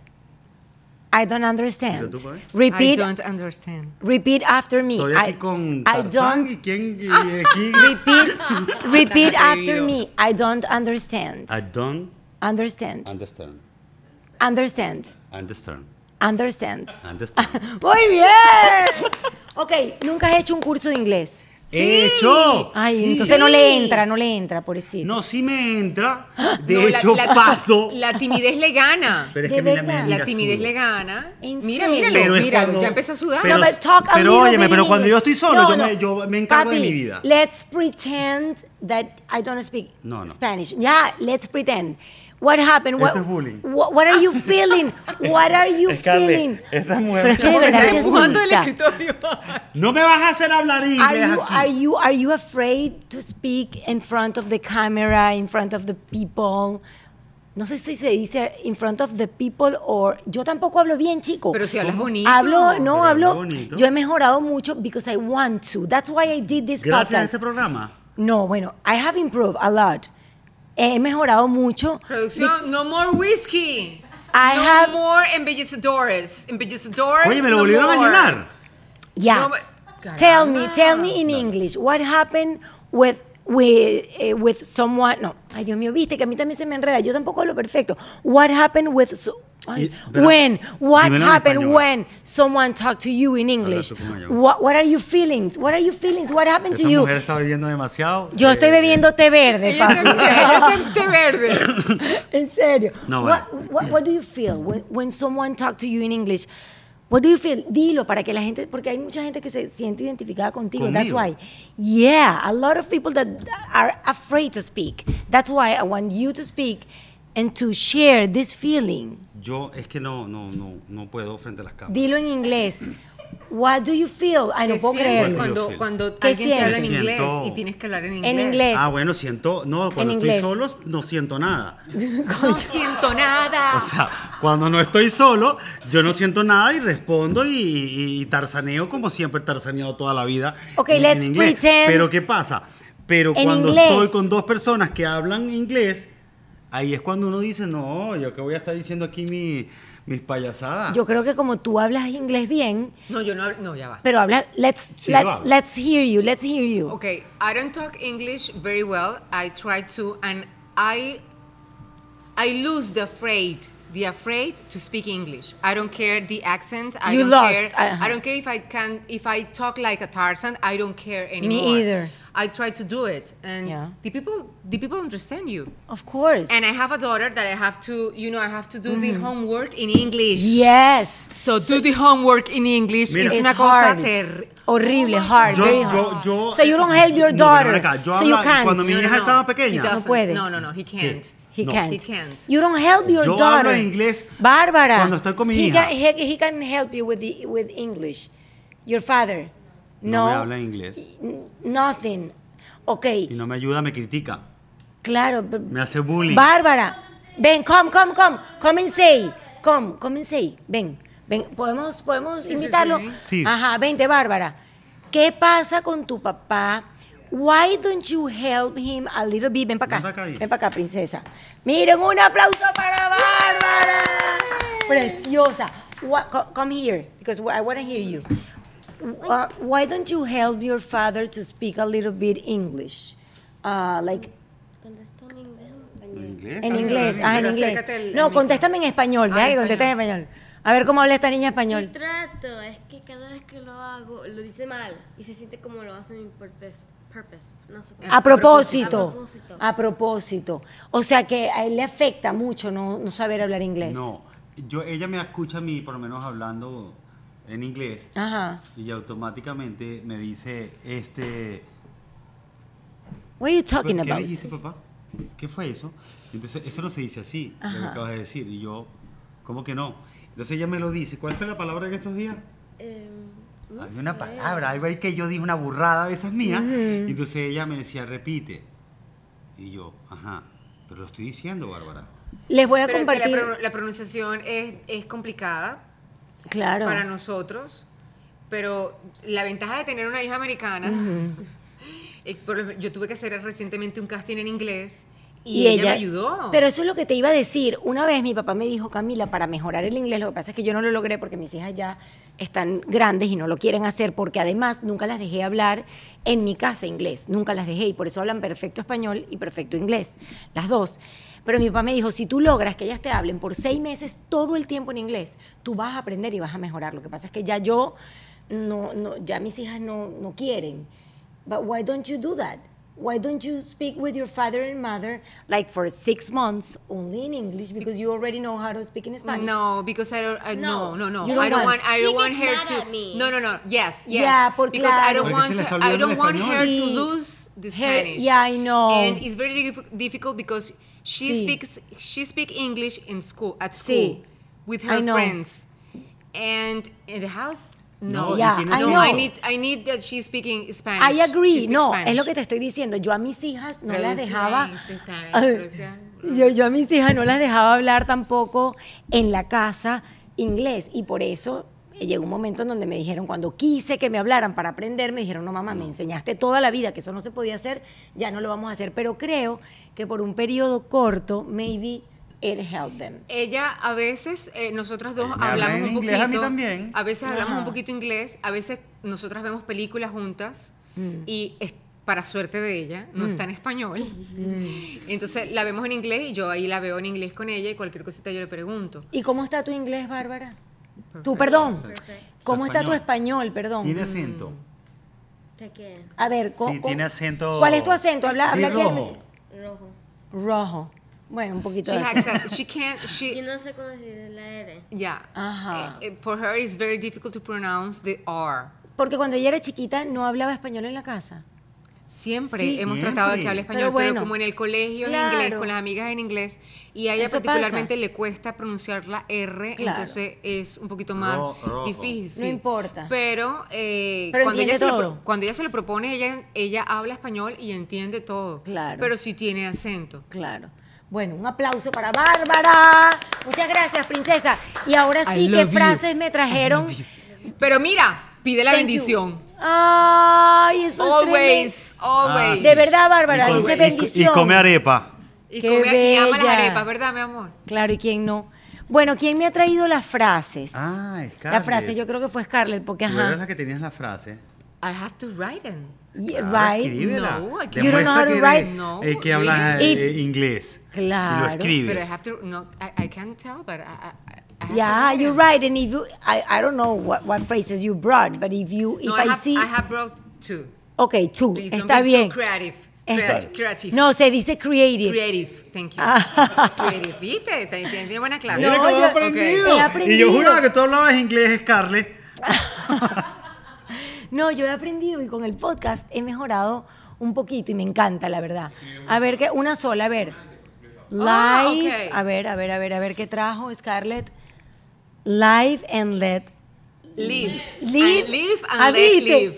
[SPEAKER 1] I don't understand.
[SPEAKER 3] tú, pues?
[SPEAKER 2] I
[SPEAKER 1] Repeat.
[SPEAKER 2] don't understand.
[SPEAKER 1] Repeat after me.
[SPEAKER 3] Estoy
[SPEAKER 1] I,
[SPEAKER 3] aquí con
[SPEAKER 1] I
[SPEAKER 3] Tarzán,
[SPEAKER 1] don't
[SPEAKER 3] y quién y aquí
[SPEAKER 1] repeat. repeat after
[SPEAKER 2] atrevido.
[SPEAKER 1] me. I don't understand.
[SPEAKER 3] I don't
[SPEAKER 1] Understand.
[SPEAKER 3] understand.
[SPEAKER 1] Understand.
[SPEAKER 3] Understand.
[SPEAKER 1] Understand.
[SPEAKER 3] Understand.
[SPEAKER 1] Muy bien. Ok, nunca has hecho un curso de inglés.
[SPEAKER 3] ¡He hecho!
[SPEAKER 1] Ay,
[SPEAKER 3] Sí.
[SPEAKER 1] entonces no le entra, no le entra, pobrecito.
[SPEAKER 3] No, sí me entra. De
[SPEAKER 2] No, la-
[SPEAKER 3] hecho,
[SPEAKER 2] la-
[SPEAKER 3] paso.
[SPEAKER 2] La timidez le gana.
[SPEAKER 3] Pero es
[SPEAKER 1] De
[SPEAKER 3] que mira,
[SPEAKER 1] verdad.
[SPEAKER 3] mira,
[SPEAKER 2] La
[SPEAKER 3] mira,
[SPEAKER 2] timidez
[SPEAKER 3] sudo.
[SPEAKER 2] le gana.
[SPEAKER 1] ¿En
[SPEAKER 2] Mira,
[SPEAKER 1] serio?
[SPEAKER 2] míralo,
[SPEAKER 3] Pero es
[SPEAKER 2] míralo.
[SPEAKER 3] cuando-
[SPEAKER 2] ya empezó a sudar.
[SPEAKER 3] pero-
[SPEAKER 1] no, but talk a
[SPEAKER 3] pero
[SPEAKER 1] little
[SPEAKER 3] óyeme,
[SPEAKER 1] bit
[SPEAKER 3] pero
[SPEAKER 1] in
[SPEAKER 3] cuando yo
[SPEAKER 1] English.
[SPEAKER 3] estoy solo, yo me- yo me encargo de
[SPEAKER 1] Papi,
[SPEAKER 3] mi vida.
[SPEAKER 1] Let's pretend that I don't speak
[SPEAKER 3] No, no.
[SPEAKER 1] Spanish. Yeah, let's pretend. What happened? What,
[SPEAKER 3] Esto es bullying.
[SPEAKER 1] What, what are you feeling? what are you
[SPEAKER 3] Scarlett,
[SPEAKER 1] feeling?
[SPEAKER 3] esta mujer-
[SPEAKER 1] Pero es que de
[SPEAKER 2] Me
[SPEAKER 1] verdad
[SPEAKER 2] está
[SPEAKER 1] se
[SPEAKER 2] empujando el
[SPEAKER 1] asusta.
[SPEAKER 2] escritorio.
[SPEAKER 3] No me vas a hacer hablar inglés
[SPEAKER 1] Are you,
[SPEAKER 3] aquí.
[SPEAKER 1] are you are you afraid to speak in front of the camera, in front of the people? No sé si se dice in front of the people or yo tampoco hablo bien, chico.
[SPEAKER 2] Pero si hablas bonito.
[SPEAKER 1] Hablo,
[SPEAKER 3] Pero
[SPEAKER 1] no
[SPEAKER 3] habla
[SPEAKER 1] hablo.
[SPEAKER 3] bonito.
[SPEAKER 1] Yo he mejorado mucho because I want to. That's why I did this
[SPEAKER 3] Gracias a
[SPEAKER 1] podcast.
[SPEAKER 3] este programa.
[SPEAKER 1] no, bueno, I have improved a lot. He mejorado mucho.
[SPEAKER 2] Producción, no more whiskey.
[SPEAKER 1] I
[SPEAKER 2] no
[SPEAKER 1] have-
[SPEAKER 2] more embellecedores. Embellecedores.
[SPEAKER 3] Oye, me lo
[SPEAKER 2] no
[SPEAKER 3] volvieron a
[SPEAKER 2] more.
[SPEAKER 3] llenar.
[SPEAKER 1] Yeah.
[SPEAKER 2] No, Ah, but-
[SPEAKER 1] tell me, tell me in
[SPEAKER 3] No.
[SPEAKER 1] English what happened with with eh, with someone. No, ay Dios mío, viste que a mí también se me enreda. Yo tampoco hablo perfecto. What happened with so- ay,
[SPEAKER 3] Y- pero-
[SPEAKER 1] when? What
[SPEAKER 3] dímelo en
[SPEAKER 1] habpened
[SPEAKER 3] español.
[SPEAKER 1] when someone talked to you in English?
[SPEAKER 3] tú como yo.
[SPEAKER 1] What What are your feelings? What are your feelings? What happened
[SPEAKER 3] Esta
[SPEAKER 1] to you?
[SPEAKER 3] mujer está bebiendo demasiado.
[SPEAKER 1] Yo
[SPEAKER 3] Eh,
[SPEAKER 1] estoy bebiendo té verde,
[SPEAKER 2] Ella
[SPEAKER 1] papi.
[SPEAKER 2] te- ella te- te verde.
[SPEAKER 1] En serio.
[SPEAKER 3] No,
[SPEAKER 1] what,
[SPEAKER 3] bueno.
[SPEAKER 1] what, what do you feel when, when someone talk to you in English? What do you feel? Dilo para que la gente, porque hay mucha gente que se siente identificada contigo. That's why.
[SPEAKER 3] Conmigo.
[SPEAKER 1] Yeah, a lot of people that are afraid to speak. That's why I want you to speak and to share this feeling.
[SPEAKER 3] Yo es que no, no, no, no puedo frente a las cámaras.
[SPEAKER 1] Dilo en inglés. What do you feel? Ay, no
[SPEAKER 2] ¿Qué
[SPEAKER 1] puedo
[SPEAKER 2] sientes
[SPEAKER 1] creerlo.
[SPEAKER 2] Cuando,
[SPEAKER 3] Yo
[SPEAKER 2] cuando
[SPEAKER 1] ¿Qué
[SPEAKER 2] alguien te habla en
[SPEAKER 3] sientes?
[SPEAKER 2] inglés
[SPEAKER 3] Siento-
[SPEAKER 2] y tienes que hablar en inglés.
[SPEAKER 1] En inglés.
[SPEAKER 3] Ah, bueno, siento. No, cuando
[SPEAKER 1] En
[SPEAKER 3] estoy
[SPEAKER 1] inglés.
[SPEAKER 3] solo no siento nada.
[SPEAKER 2] No siento nada.
[SPEAKER 3] O sea, cuando no estoy solo, yo no siento nada y respondo y, y- y tarzaneo como siempre he tarzaneado toda la vida.
[SPEAKER 1] Ok,
[SPEAKER 3] en- en
[SPEAKER 1] let's
[SPEAKER 3] inglés.
[SPEAKER 1] pretend-
[SPEAKER 3] Pero ¿qué pasa? Pero
[SPEAKER 1] En
[SPEAKER 3] cuando
[SPEAKER 1] inglés.
[SPEAKER 3] estoy con dos personas que hablan inglés, ahí es cuando uno dice, no, yo que voy a estar diciendo aquí mi- mis payasadas.
[SPEAKER 1] Yo creo que como tú hablas inglés bien,
[SPEAKER 2] no, yo no hablo. No, ya va.
[SPEAKER 1] pero habla, let's,
[SPEAKER 3] Sí, lo
[SPEAKER 1] let's,
[SPEAKER 3] hablo.
[SPEAKER 1] let's hear you, let's hear you.
[SPEAKER 2] Okay, I don't talk English very well. I try to, and I, I lose the afraid, the afraid to speak English. I don't care the accent. I
[SPEAKER 4] You
[SPEAKER 2] don't
[SPEAKER 4] lost.
[SPEAKER 2] care.
[SPEAKER 4] Uh-huh.
[SPEAKER 2] I don't care if I can if I talk like a Tarzan. I don't care anymore.
[SPEAKER 4] either.
[SPEAKER 2] I try to do it, and
[SPEAKER 4] Yeah.
[SPEAKER 2] the people the people understand you.
[SPEAKER 4] Of course.
[SPEAKER 2] And I have a daughter that I have to you know I have to do the
[SPEAKER 4] Mm-hmm.
[SPEAKER 2] homework in English.
[SPEAKER 4] Yes.
[SPEAKER 2] So, do the homework in English
[SPEAKER 3] Mira.
[SPEAKER 2] es
[SPEAKER 4] It's
[SPEAKER 2] una cosa
[SPEAKER 4] hard.
[SPEAKER 2] terrible. Oh
[SPEAKER 4] Horrible, hard,
[SPEAKER 3] Yo,
[SPEAKER 4] very hard.
[SPEAKER 3] yo, yo. eh,
[SPEAKER 4] So you don't help your
[SPEAKER 3] No, pero ven
[SPEAKER 4] daughter.
[SPEAKER 3] acá, yo
[SPEAKER 4] So you
[SPEAKER 3] habla-
[SPEAKER 4] can't.
[SPEAKER 3] Cuando mi
[SPEAKER 2] No, no,
[SPEAKER 3] hija
[SPEAKER 2] no.
[SPEAKER 3] estaba
[SPEAKER 2] He
[SPEAKER 3] pequeña.
[SPEAKER 2] doesn't.
[SPEAKER 4] puede.
[SPEAKER 2] No, no, no, he can't.
[SPEAKER 4] He
[SPEAKER 3] No.
[SPEAKER 4] can't.
[SPEAKER 2] He can't.
[SPEAKER 4] You don't help your
[SPEAKER 3] Yo
[SPEAKER 4] daughter.
[SPEAKER 3] hablo inglés
[SPEAKER 4] Bárbara.
[SPEAKER 3] cuando estoy con mi
[SPEAKER 4] he
[SPEAKER 3] hija.
[SPEAKER 4] Can, he, he can help you with the with English. Your father.
[SPEAKER 3] No
[SPEAKER 4] No.
[SPEAKER 3] me habla inglés.
[SPEAKER 4] N- Nothing.
[SPEAKER 3] Y
[SPEAKER 4] Okay.
[SPEAKER 3] no me ayuda, me critica.
[SPEAKER 4] Claro. b-
[SPEAKER 3] Me hace bullying.
[SPEAKER 4] Bárbara. Ven, come, come, come. Come and say. Come, come and say. Ven. Ven. Podemos, podemos
[SPEAKER 2] sí,
[SPEAKER 4] invitarlo.
[SPEAKER 2] sí.
[SPEAKER 3] Sí.
[SPEAKER 4] Ajá, vente, Bárbara. ¿Qué pasa con tu papá? Why don't you help him a little bit? Ven para
[SPEAKER 3] Ven pa'
[SPEAKER 4] acá.
[SPEAKER 3] acá, hija.
[SPEAKER 4] Ven para acá, princesa. Miren, un aplauso para Bárbara. Preciosa. Wha- co- come here, because I want to hear you. Uh, why don't you help your father to speak a little bit English? Uh, like
[SPEAKER 5] Contestó en inglés o en español.
[SPEAKER 3] ¿En inglés?
[SPEAKER 4] en
[SPEAKER 2] Ah,
[SPEAKER 4] inglés,
[SPEAKER 2] claro,
[SPEAKER 4] ah, en
[SPEAKER 2] pero
[SPEAKER 4] inglés.
[SPEAKER 2] acércate el-
[SPEAKER 4] No,
[SPEAKER 2] el micro.
[SPEAKER 4] contéstame en español,
[SPEAKER 2] Ah,
[SPEAKER 4] deja que
[SPEAKER 2] en
[SPEAKER 4] contestes en español. A ver cómo habla esta niña
[SPEAKER 5] Sí
[SPEAKER 4] español.
[SPEAKER 5] trato, es que cada vez que lo hago lo dice mal y se siente como lo hacen en purpose, purpose, no sé.
[SPEAKER 4] A
[SPEAKER 5] A
[SPEAKER 4] propósito, Ah.
[SPEAKER 5] propósito.
[SPEAKER 4] a propósito. O sea que a él le afecta mucho no, no saber hablar inglés.
[SPEAKER 3] No. Yo, ella me escucha a mí, por lo menos hablando en inglés,
[SPEAKER 4] Ajá.
[SPEAKER 3] y automáticamente me dice, este...
[SPEAKER 4] What are you
[SPEAKER 3] ¿Pero
[SPEAKER 4] talking
[SPEAKER 3] ¿Qué le
[SPEAKER 4] about?
[SPEAKER 3] dijiste, papá? ¿Qué fue eso? Entonces, eso no se dice así, lo que
[SPEAKER 4] Ajá.
[SPEAKER 3] acabas de decir. Y yo, ¿cómo que no? Entonces ella me lo dice. ¿Cuál fue la palabra en estos días?
[SPEAKER 5] Em, no
[SPEAKER 3] Había una
[SPEAKER 5] sé.
[SPEAKER 3] palabra, algo ahí que yo dije, una burrada de esas mías. Y entonces ella me decía, repite. Y yo, ajá, pero lo estoy diciendo, Bárbara.
[SPEAKER 4] Les voy a
[SPEAKER 2] Pero que la,
[SPEAKER 4] compartir.
[SPEAKER 2] pro- la pronunciación es, es complicada
[SPEAKER 4] Claro.
[SPEAKER 2] para nosotros, pero la ventaja de tener una hija americana, eh, por ejemplo, yo tuve que hacer recientemente un casting en inglés y, ella, me ayudó.
[SPEAKER 4] Pero eso es lo que te iba a decir. Una vez mi papá me dijo, Camila, para mejorar el inglés, lo que pasa es que yo no lo logré porque mis hijas ya están grandes y no lo quieren hacer, porque además nunca las dejé hablar en mi casa inglés, nunca las dejé y por eso hablan perfecto español y perfecto inglés, las dos. Pero mi papá me dijo, si tú logras que ellas te hablen por seis meses todo el tiempo en inglés, tú vas a aprender y vas a mejorar. Lo que pasa es que ya yo, no, no, ya mis hijas no, no quieren. But why don't you do that? Why don't you speak with your father and mother like for six months only in English because you already know how to speak in Spanish?
[SPEAKER 2] no, because I don't, I- no,
[SPEAKER 5] No.
[SPEAKER 2] no, no,
[SPEAKER 4] You don't
[SPEAKER 2] I don't
[SPEAKER 4] want-
[SPEAKER 2] want, I don't
[SPEAKER 5] She
[SPEAKER 2] want
[SPEAKER 5] gets
[SPEAKER 2] her
[SPEAKER 5] mad
[SPEAKER 2] to,
[SPEAKER 5] at me.
[SPEAKER 2] no, no, no, yes, yes,
[SPEAKER 4] Yeah, por
[SPEAKER 2] because I
[SPEAKER 4] claro.
[SPEAKER 2] don't
[SPEAKER 3] Porque se
[SPEAKER 2] want,
[SPEAKER 3] le está
[SPEAKER 2] to- I
[SPEAKER 3] olvidando
[SPEAKER 2] don't
[SPEAKER 3] el
[SPEAKER 2] want her
[SPEAKER 3] español.
[SPEAKER 2] to
[SPEAKER 4] Sí.
[SPEAKER 2] lose the
[SPEAKER 4] Her-
[SPEAKER 2] Spanish.
[SPEAKER 4] yeah, I know.
[SPEAKER 2] And it's very dif- difficult because she
[SPEAKER 4] Sí.
[SPEAKER 2] speaks, she speak English in school, at
[SPEAKER 4] Sí.
[SPEAKER 2] school, with
[SPEAKER 4] I
[SPEAKER 2] her
[SPEAKER 4] know.
[SPEAKER 2] friends, and in the house, no,
[SPEAKER 3] No, y
[SPEAKER 4] Yeah,
[SPEAKER 3] tiene
[SPEAKER 4] I
[SPEAKER 2] no,
[SPEAKER 4] know.
[SPEAKER 2] I need I need that she's speaking Spanish.
[SPEAKER 4] I
[SPEAKER 2] She
[SPEAKER 4] agree.
[SPEAKER 2] speaks
[SPEAKER 4] No,
[SPEAKER 2] Spanish.
[SPEAKER 4] es lo que te estoy diciendo. Yo a mis hijas no las
[SPEAKER 2] Traduce ahí,
[SPEAKER 4] dejaba.
[SPEAKER 2] Susana,
[SPEAKER 4] Ay,
[SPEAKER 2] traduce.
[SPEAKER 4] Yo, yo a mis hijas no las dejaba hablar tampoco en la casa inglés. Y por eso eh, llegó un momento en donde me dijeron, cuando quise que me hablaran para aprender, me dijeron, no mamá, me enseñaste toda la vida que eso no se podía hacer, ya no lo vamos a hacer. Pero creo que por un periodo corto, maybe it helped them.
[SPEAKER 2] Ella a veces, eh, nosotras dos
[SPEAKER 3] Ella me habla
[SPEAKER 2] hablamos
[SPEAKER 3] en
[SPEAKER 2] un poquito.
[SPEAKER 3] inglés a mí también.
[SPEAKER 2] a veces hablamos
[SPEAKER 4] Ajá.
[SPEAKER 2] un poquito inglés, a veces nosotras vemos películas juntas y es- para suerte de ella, no está en español. Entonces la vemos en inglés y yo ahí la veo en inglés con ella y cualquier cosita yo le pregunto.
[SPEAKER 4] ¿Y cómo está tu inglés, Bárbara? Tu, perdón. ¿Cómo está tu español, perdón?
[SPEAKER 3] Tiene acento.
[SPEAKER 5] ¿De qué?
[SPEAKER 4] A ver, co-
[SPEAKER 3] Sí,
[SPEAKER 4] co-
[SPEAKER 3] tiene acento-
[SPEAKER 4] ¿Cuál es tu acento? Habla, habla
[SPEAKER 3] Tiene
[SPEAKER 4] aquí al-
[SPEAKER 3] rojo.
[SPEAKER 5] Rojo.
[SPEAKER 4] Rojo. Bueno, un poquito
[SPEAKER 2] She
[SPEAKER 4] de
[SPEAKER 2] has
[SPEAKER 4] acento.
[SPEAKER 2] a- she can't,
[SPEAKER 5] Yo
[SPEAKER 2] she,
[SPEAKER 5] no sé cómo decir la R.
[SPEAKER 2] yeah.
[SPEAKER 4] Ajá.
[SPEAKER 2] Eh, eh, for her it's very difficult to pronounce the R.
[SPEAKER 4] Porque cuando ella era chiquita no hablaba español en la casa.
[SPEAKER 2] Siempre
[SPEAKER 4] Sí.
[SPEAKER 2] hemos tratado de que
[SPEAKER 3] Siempre.
[SPEAKER 2] hable español,
[SPEAKER 4] Pero
[SPEAKER 2] pero,
[SPEAKER 4] bueno.
[SPEAKER 2] como en el colegio en
[SPEAKER 4] Claro.
[SPEAKER 2] inglés, con las amigas en inglés, y a ella
[SPEAKER 4] Eso
[SPEAKER 2] particularmente
[SPEAKER 4] pasa.
[SPEAKER 2] le cuesta pronunciar la R,
[SPEAKER 4] Claro.
[SPEAKER 2] entonces es un poquito más
[SPEAKER 3] Ro- rojo.
[SPEAKER 2] difícil.
[SPEAKER 4] No importa.
[SPEAKER 2] Pero, eh,
[SPEAKER 4] Pero
[SPEAKER 2] cuando, ella
[SPEAKER 4] entiende
[SPEAKER 2] se lo,
[SPEAKER 4] todo.
[SPEAKER 2] pro- cuando ella se lo propone, ella, ella habla español y entiende todo.
[SPEAKER 4] Claro.
[SPEAKER 2] Pero sí tiene acento.
[SPEAKER 4] Claro. Bueno, un aplauso para Bárbara. Muchas gracias, princesa. Y ahora
[SPEAKER 2] I
[SPEAKER 4] sí, ¿qué
[SPEAKER 2] love you.
[SPEAKER 4] frases me trajeron?
[SPEAKER 2] Pero mira, pide la
[SPEAKER 4] Thank you.
[SPEAKER 2] bendición.
[SPEAKER 4] Ay, eso es
[SPEAKER 2] Always,
[SPEAKER 3] Ah,
[SPEAKER 2] always.
[SPEAKER 3] sí.
[SPEAKER 4] De verdad, Bárbara,
[SPEAKER 3] Y come-
[SPEAKER 4] dice
[SPEAKER 3] y co-
[SPEAKER 4] bendición.
[SPEAKER 3] Y come arepa.
[SPEAKER 2] Y,
[SPEAKER 4] Qué
[SPEAKER 2] come- y ama las
[SPEAKER 4] bella.
[SPEAKER 2] arepas, ¿verdad, mi amor?
[SPEAKER 4] tremendo. Claro, ¿y quién no? Bueno, ¿quién me ha traído las frases?
[SPEAKER 3] Ah,
[SPEAKER 4] La
[SPEAKER 3] Scarlett.
[SPEAKER 4] frase, yo creo que fue Scarlett, porque
[SPEAKER 3] Tú eras
[SPEAKER 4] ajá.
[SPEAKER 3] la que tenías la frase.
[SPEAKER 2] I have to write them.
[SPEAKER 4] Yeah,
[SPEAKER 3] Ah,
[SPEAKER 4] right?
[SPEAKER 3] escríbela.
[SPEAKER 2] No, aquí-
[SPEAKER 4] You don't know
[SPEAKER 3] Demuestra
[SPEAKER 4] how to
[SPEAKER 3] que
[SPEAKER 4] write.
[SPEAKER 3] eres-
[SPEAKER 2] No,
[SPEAKER 3] eh, que hablas
[SPEAKER 4] really.
[SPEAKER 3] eh, inglés. Y
[SPEAKER 4] Claro.
[SPEAKER 3] lo escribes.
[SPEAKER 2] But I have to, no, I, I can't tell, but I, I, I have to
[SPEAKER 4] Yeah,
[SPEAKER 2] write
[SPEAKER 4] you're
[SPEAKER 2] them.
[SPEAKER 4] right. And if you, I, I don't know what, what phrases you brought, but if you, if
[SPEAKER 2] No,
[SPEAKER 4] I,
[SPEAKER 2] I, have,
[SPEAKER 4] see,
[SPEAKER 2] I have brought two.
[SPEAKER 4] okay, two,
[SPEAKER 2] Please don't
[SPEAKER 4] está
[SPEAKER 2] be
[SPEAKER 4] bien.
[SPEAKER 2] so creative.
[SPEAKER 4] Está-
[SPEAKER 2] Creat- creative.
[SPEAKER 4] No, se dice creative.
[SPEAKER 2] Creative, thank you. creative, ¿viste? Te- te- Tiene buena clase.
[SPEAKER 3] Mira
[SPEAKER 4] No,
[SPEAKER 3] cómo
[SPEAKER 4] yo-
[SPEAKER 3] he aprendido.
[SPEAKER 4] he
[SPEAKER 3] Y yo
[SPEAKER 4] aprendido.
[SPEAKER 3] juraba que tú hablabas inglés, Scarlett.
[SPEAKER 4] No, yo he aprendido y con el podcast he mejorado un poquito y me encanta, la verdad. A ver, que una sola, a ver. Live,
[SPEAKER 2] Ah, ok.
[SPEAKER 4] a ver, a ver, a ver, a ver qué trajo Scarlett. Live and let
[SPEAKER 2] Live.
[SPEAKER 4] live.
[SPEAKER 2] And live and
[SPEAKER 4] Ah,
[SPEAKER 2] let
[SPEAKER 4] ¿viste?
[SPEAKER 2] live.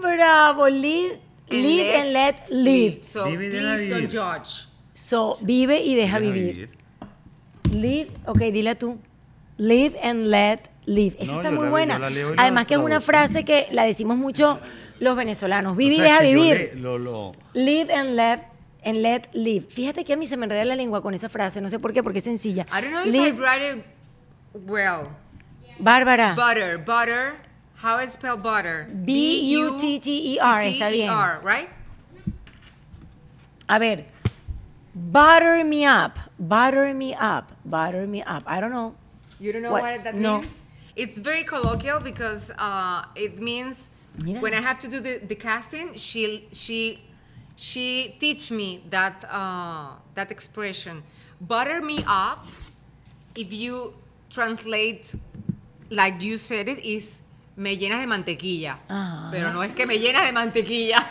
[SPEAKER 4] Bravo, live,
[SPEAKER 2] And
[SPEAKER 4] live
[SPEAKER 2] let
[SPEAKER 4] and let live.
[SPEAKER 2] So
[SPEAKER 3] Live y deja
[SPEAKER 2] please don't
[SPEAKER 3] vivir.
[SPEAKER 2] judge.
[SPEAKER 4] So, vive y deja vivir. Live, ok, dile tú. Live and let live. Esa
[SPEAKER 3] No,
[SPEAKER 4] está
[SPEAKER 3] yo
[SPEAKER 4] muy
[SPEAKER 3] la- yo
[SPEAKER 4] buena.
[SPEAKER 3] la leo y la
[SPEAKER 4] Además que es una
[SPEAKER 3] traduzco.
[SPEAKER 4] frase que la decimos mucho los venezolanos. Vive
[SPEAKER 3] O
[SPEAKER 4] y
[SPEAKER 3] sea,
[SPEAKER 4] deja
[SPEAKER 3] que yo
[SPEAKER 4] vivir.
[SPEAKER 3] le- lo- lo-
[SPEAKER 4] Live and let and let live. Fíjate que a mí se me enreda la lengua con esa frase, no sé por qué, porque es sencilla.
[SPEAKER 2] I don't know if I
[SPEAKER 4] Live,
[SPEAKER 2] write it well.
[SPEAKER 4] Bárbara.
[SPEAKER 2] Butter, butter. How is spell butter?
[SPEAKER 4] B-U-T-T-E-R, E está bien.
[SPEAKER 2] B-U-T-T-E-R, E right?
[SPEAKER 4] A ver. Butter me up. Butter me up. Butter me up. I don't know.
[SPEAKER 2] You don't know
[SPEAKER 4] What?
[SPEAKER 2] what, that
[SPEAKER 4] No.
[SPEAKER 2] means? It's very colloquial because uh, it means
[SPEAKER 4] Mira.
[SPEAKER 2] when I have to do the, the casting, she she she teach me that uh, that expression. Butter me up. If you translate like you said it is me llenas de mantequilla.
[SPEAKER 4] Ajá.
[SPEAKER 2] Pero no es que me llenas de mantequilla.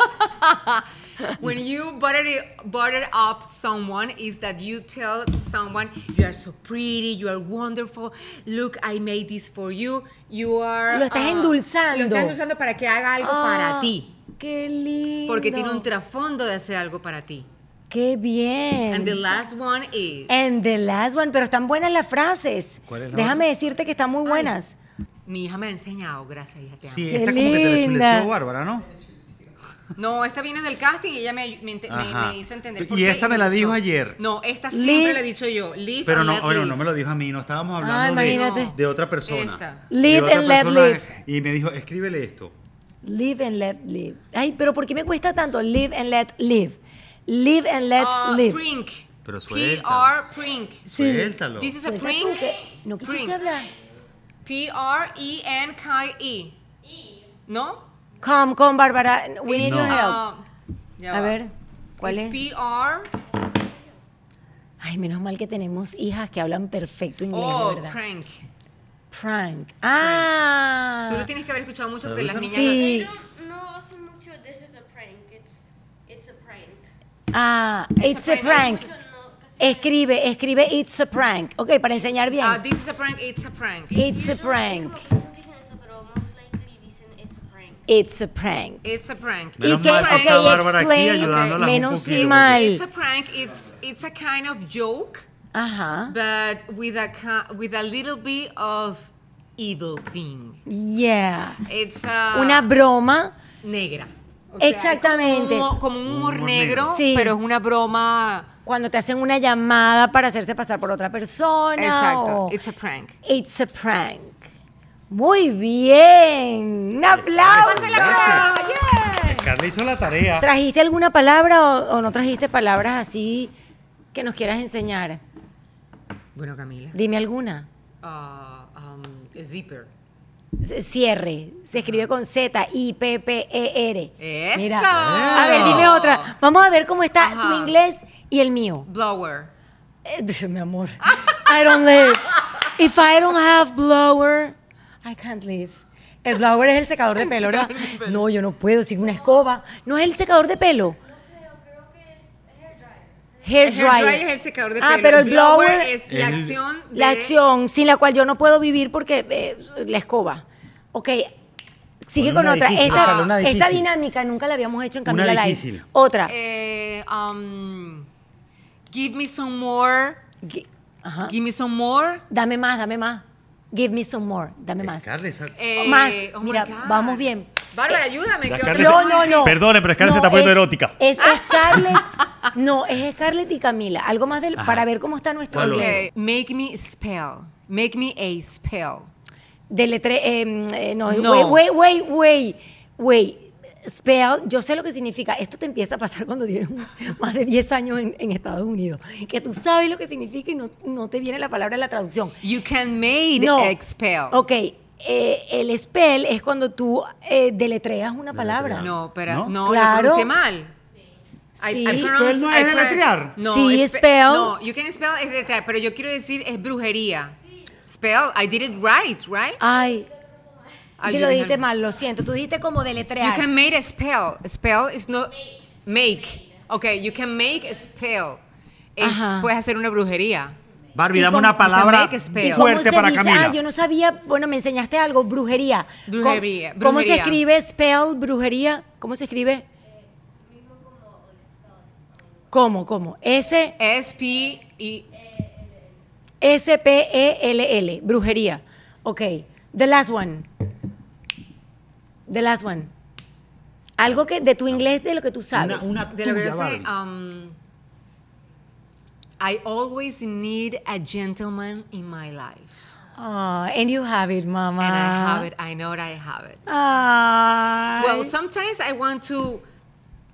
[SPEAKER 2] when you butter it, butter up someone is that you tell someone you are so pretty, you are wonderful. Look, I made this for you. You are
[SPEAKER 4] Lo estás
[SPEAKER 2] ah,
[SPEAKER 4] endulzando.
[SPEAKER 2] Lo estás endulzando para que haga algo
[SPEAKER 4] Ah,
[SPEAKER 2] para ti,
[SPEAKER 4] Qué lindo.
[SPEAKER 2] porque tiene un trasfondo de hacer algo para ti.
[SPEAKER 4] Qué bien.
[SPEAKER 2] And the last one is
[SPEAKER 4] And the last one. Pero están buenas las frases.
[SPEAKER 3] ¿Cuál es la
[SPEAKER 4] Déjame
[SPEAKER 3] otra?
[SPEAKER 4] decirte que están muy buenas.
[SPEAKER 2] mi hija me ha enseñado, gracias hija, te amo.
[SPEAKER 3] Sí,
[SPEAKER 4] Qué
[SPEAKER 3] esta como que te la
[SPEAKER 4] linda.
[SPEAKER 3] chuleteó Bárbara, ¿no?
[SPEAKER 2] No, esta viene del casting y ella me, me ente- me-
[SPEAKER 3] Ajá.
[SPEAKER 2] me hizo entender.
[SPEAKER 3] Y
[SPEAKER 2] por qué
[SPEAKER 3] esta me la
[SPEAKER 2] gustó.
[SPEAKER 3] dijo ayer.
[SPEAKER 2] No, esta siempre
[SPEAKER 4] Live-
[SPEAKER 2] la he dicho yo. Live
[SPEAKER 3] Pero
[SPEAKER 2] and
[SPEAKER 3] no,
[SPEAKER 2] let
[SPEAKER 3] bueno,
[SPEAKER 2] live.
[SPEAKER 3] no me lo dijo a mí, no estábamos
[SPEAKER 4] Ah,
[SPEAKER 3] hablando de,
[SPEAKER 4] imagínate.
[SPEAKER 3] de otra persona.
[SPEAKER 2] Esta.
[SPEAKER 3] De
[SPEAKER 4] Live
[SPEAKER 3] otra
[SPEAKER 4] and let
[SPEAKER 3] persona,
[SPEAKER 4] live.
[SPEAKER 3] Y me dijo, escríbele esto.
[SPEAKER 4] Live and let live. Ay, pero ¿por qué me cuesta tanto? Live and let live. Live and let
[SPEAKER 2] Ah,
[SPEAKER 4] live.
[SPEAKER 2] Prink.
[SPEAKER 3] Pero suéltalo.
[SPEAKER 2] PR prink.
[SPEAKER 4] Sí.
[SPEAKER 3] Suéltalo.
[SPEAKER 2] This is a
[SPEAKER 4] Suelta
[SPEAKER 2] prink.
[SPEAKER 4] tú que No quisiste
[SPEAKER 2] Prink.
[SPEAKER 4] hablar.
[SPEAKER 2] P R E N K E. ¿No?
[SPEAKER 4] Come, come, Bárbara. We need
[SPEAKER 3] No.
[SPEAKER 4] your help.
[SPEAKER 2] Ah, ya
[SPEAKER 4] A
[SPEAKER 2] va.
[SPEAKER 4] ver, ¿cuál
[SPEAKER 2] It's
[SPEAKER 4] es?
[SPEAKER 2] P R
[SPEAKER 4] Ay, menos mal que tenemos hijas que hablan perfecto inglés, de
[SPEAKER 3] Oh,
[SPEAKER 2] O
[SPEAKER 4] verdad.
[SPEAKER 2] prank.
[SPEAKER 4] Prank.
[SPEAKER 2] Tú lo
[SPEAKER 4] Ah.
[SPEAKER 2] tienes que haber escuchado mucho
[SPEAKER 3] ¿Lo
[SPEAKER 2] porque las
[SPEAKER 3] dices?
[SPEAKER 2] niñas
[SPEAKER 5] They
[SPEAKER 4] Sí.
[SPEAKER 5] don't know also mucho. This is a prank. It's it's a prank.
[SPEAKER 4] Ah, it's a prank.
[SPEAKER 5] Eso no, casi
[SPEAKER 4] Escribe, escribe it's a prank. Ok, para enseñar bien.
[SPEAKER 2] Ah, this is a prank, it's a prank.
[SPEAKER 4] It's a
[SPEAKER 5] Usually
[SPEAKER 4] prank.
[SPEAKER 5] como que no dicen eso, pero most likely dicen it's a prank.
[SPEAKER 4] It's a prank.
[SPEAKER 2] It's a prank.
[SPEAKER 3] Menos
[SPEAKER 4] y que,
[SPEAKER 3] mal que
[SPEAKER 4] ok,
[SPEAKER 3] está Bárbara aquí
[SPEAKER 4] explain,
[SPEAKER 3] ayudándolas un
[SPEAKER 4] menos
[SPEAKER 3] poquito, porque-
[SPEAKER 4] mal.
[SPEAKER 2] It's a prank. It's it's a kind of joke,
[SPEAKER 4] Ajá.
[SPEAKER 2] but with a ki- with a little bit of evil thing.
[SPEAKER 4] Yeah.
[SPEAKER 2] It's a
[SPEAKER 4] Una broma.
[SPEAKER 2] negra.
[SPEAKER 4] Exactamente.
[SPEAKER 2] Como, como un humor,
[SPEAKER 3] Humor negro.
[SPEAKER 2] negro,
[SPEAKER 4] Sí.
[SPEAKER 2] pero es una broma.
[SPEAKER 4] Cuando te hacen una llamada para hacerse pasar por otra persona.
[SPEAKER 2] Exacto.
[SPEAKER 4] o-
[SPEAKER 2] It's a prank.
[SPEAKER 4] It's a prank. Muy bien. Un aplauso.
[SPEAKER 3] Pásale aplauso. Carla hizo la tarea.
[SPEAKER 4] ¿Trajiste alguna palabra o, o no trajiste palabras así que nos quieras enseñar?
[SPEAKER 2] Bueno, Camila.
[SPEAKER 4] Dime alguna.
[SPEAKER 2] Ah, um, zipper.
[SPEAKER 4] C- Cierre. Se escribe con Z, I, P, P, E, R.
[SPEAKER 2] ¡Eso!
[SPEAKER 4] Mira. A ver, dime otra. Vamos a ver cómo está tu
[SPEAKER 2] Ajá.
[SPEAKER 4] inglés y el mío.
[SPEAKER 2] Blower.
[SPEAKER 4] Eh, dice, mi amor. I don't live. If I don't have blower, I can't live. El blower es el secador de pelo, ¿verdad? No, yo no puedo sin una escoba. No es el secador de pelo. Hair
[SPEAKER 2] El
[SPEAKER 4] dryer.
[SPEAKER 2] hair dryer es el secador de
[SPEAKER 4] ah,
[SPEAKER 2] pelo.
[SPEAKER 4] pero el blower,
[SPEAKER 2] es la
[SPEAKER 3] El-
[SPEAKER 2] acción de...
[SPEAKER 4] la acción sin la cual yo no puedo vivir porque eh, la escoba. Ok, sigue con
[SPEAKER 3] Con una
[SPEAKER 4] otra.
[SPEAKER 3] difícil,
[SPEAKER 4] esta,
[SPEAKER 3] Pablo, una
[SPEAKER 4] esta
[SPEAKER 3] difícil.
[SPEAKER 4] dinámica nunca la habíamos hecho en
[SPEAKER 3] Una
[SPEAKER 4] Camila Live.
[SPEAKER 3] difícil.
[SPEAKER 4] Otra.
[SPEAKER 2] Eh, um, give me some more.
[SPEAKER 4] Gi- Ajá.
[SPEAKER 2] Give me some more.
[SPEAKER 4] Dame más, dame más. Give me some more. Dame más.
[SPEAKER 3] Carla, esa-
[SPEAKER 2] Eh,
[SPEAKER 4] Más.
[SPEAKER 2] oh my
[SPEAKER 4] Mira,
[SPEAKER 2] God.
[SPEAKER 4] vamos bien.
[SPEAKER 2] Bárbara, ayúdame.
[SPEAKER 3] La
[SPEAKER 2] ¿qué
[SPEAKER 3] carne
[SPEAKER 2] otra
[SPEAKER 3] se-
[SPEAKER 2] cosa
[SPEAKER 4] No,
[SPEAKER 2] vamos a
[SPEAKER 4] no,
[SPEAKER 2] decir?
[SPEAKER 4] no.
[SPEAKER 6] Perdone, pero es que ahora se
[SPEAKER 4] No,
[SPEAKER 6] está poniendo erótica.
[SPEAKER 4] Es
[SPEAKER 2] Ah.
[SPEAKER 4] Scarlett. No, es Scarlett y Camila. Algo más del,
[SPEAKER 3] Ajá.
[SPEAKER 4] para ver cómo está nuestro
[SPEAKER 3] ¿Cuál
[SPEAKER 4] inglés.
[SPEAKER 2] Okay. Make me spell. Make me a spell.
[SPEAKER 4] Deletre, eh, eh, no,
[SPEAKER 2] No.
[SPEAKER 4] Wait, wait, wait, wait. güey, spell, yo sé lo que significa. Esto te empieza a pasar cuando tienes un- más de 10 años en, en Estados Unidos. Que tú sabes lo que significa y no, no te viene la palabra en la traducción.
[SPEAKER 2] You can made
[SPEAKER 4] No.
[SPEAKER 2] expel.
[SPEAKER 4] Ok, eh, el spell es cuando tú eh, deletreas una palabra.
[SPEAKER 3] Deletrear.
[SPEAKER 2] No, pero no,
[SPEAKER 3] ¿No?
[SPEAKER 4] Claro.
[SPEAKER 2] lo pronuncié mal.
[SPEAKER 4] Sí.
[SPEAKER 3] Spell no es
[SPEAKER 2] pro-
[SPEAKER 3] deletrear.
[SPEAKER 2] No,
[SPEAKER 4] Sí,
[SPEAKER 2] espe-
[SPEAKER 4] spell.
[SPEAKER 2] No, you can spell es deletrear, pero yo quiero decir es brujería. Spell, I did it right, right?
[SPEAKER 4] Ay,
[SPEAKER 2] Ah,
[SPEAKER 4] te
[SPEAKER 2] yo
[SPEAKER 4] lo
[SPEAKER 2] dije
[SPEAKER 4] dijiste
[SPEAKER 2] algo.
[SPEAKER 4] mal, lo siento. Tú dijiste como
[SPEAKER 2] You
[SPEAKER 4] deletrear.
[SPEAKER 2] can make a spell. Spell is not make. Okay, you can make a spell. Es,
[SPEAKER 4] Ajá.
[SPEAKER 2] puedes hacer una brujería.
[SPEAKER 3] Barbie,
[SPEAKER 2] Y
[SPEAKER 3] dame
[SPEAKER 2] con-
[SPEAKER 3] una
[SPEAKER 2] y también
[SPEAKER 3] palabra
[SPEAKER 2] hay que esperar.
[SPEAKER 4] ¿Cómo se
[SPEAKER 3] fuerte para
[SPEAKER 4] dice?
[SPEAKER 3] Camila.
[SPEAKER 4] Ah, yo no sabía. Bueno, me enseñaste algo. Brujería. ¿Cómo-
[SPEAKER 2] Brujería,
[SPEAKER 4] ¿Cómo, se
[SPEAKER 2] brujería.
[SPEAKER 4] escribe spell, brujería? ¿Cómo se escribe? ¿Cómo, cómo? S,
[SPEAKER 2] S P E, y
[SPEAKER 4] S, P, E, L, L. Brujería. Ok. The last one. The last one. Algo que de tu inglés, de lo que tú sabes.
[SPEAKER 3] Una, una
[SPEAKER 2] de lo que
[SPEAKER 3] tuya,
[SPEAKER 2] yo sé.
[SPEAKER 3] Barbie.
[SPEAKER 2] um, I always need a gentleman in my life,
[SPEAKER 4] Ah, and you have it, mama.
[SPEAKER 2] and
[SPEAKER 1] Ah.
[SPEAKER 2] I have it. I know that I have it.
[SPEAKER 4] Ay.
[SPEAKER 2] Well, sometimes I want to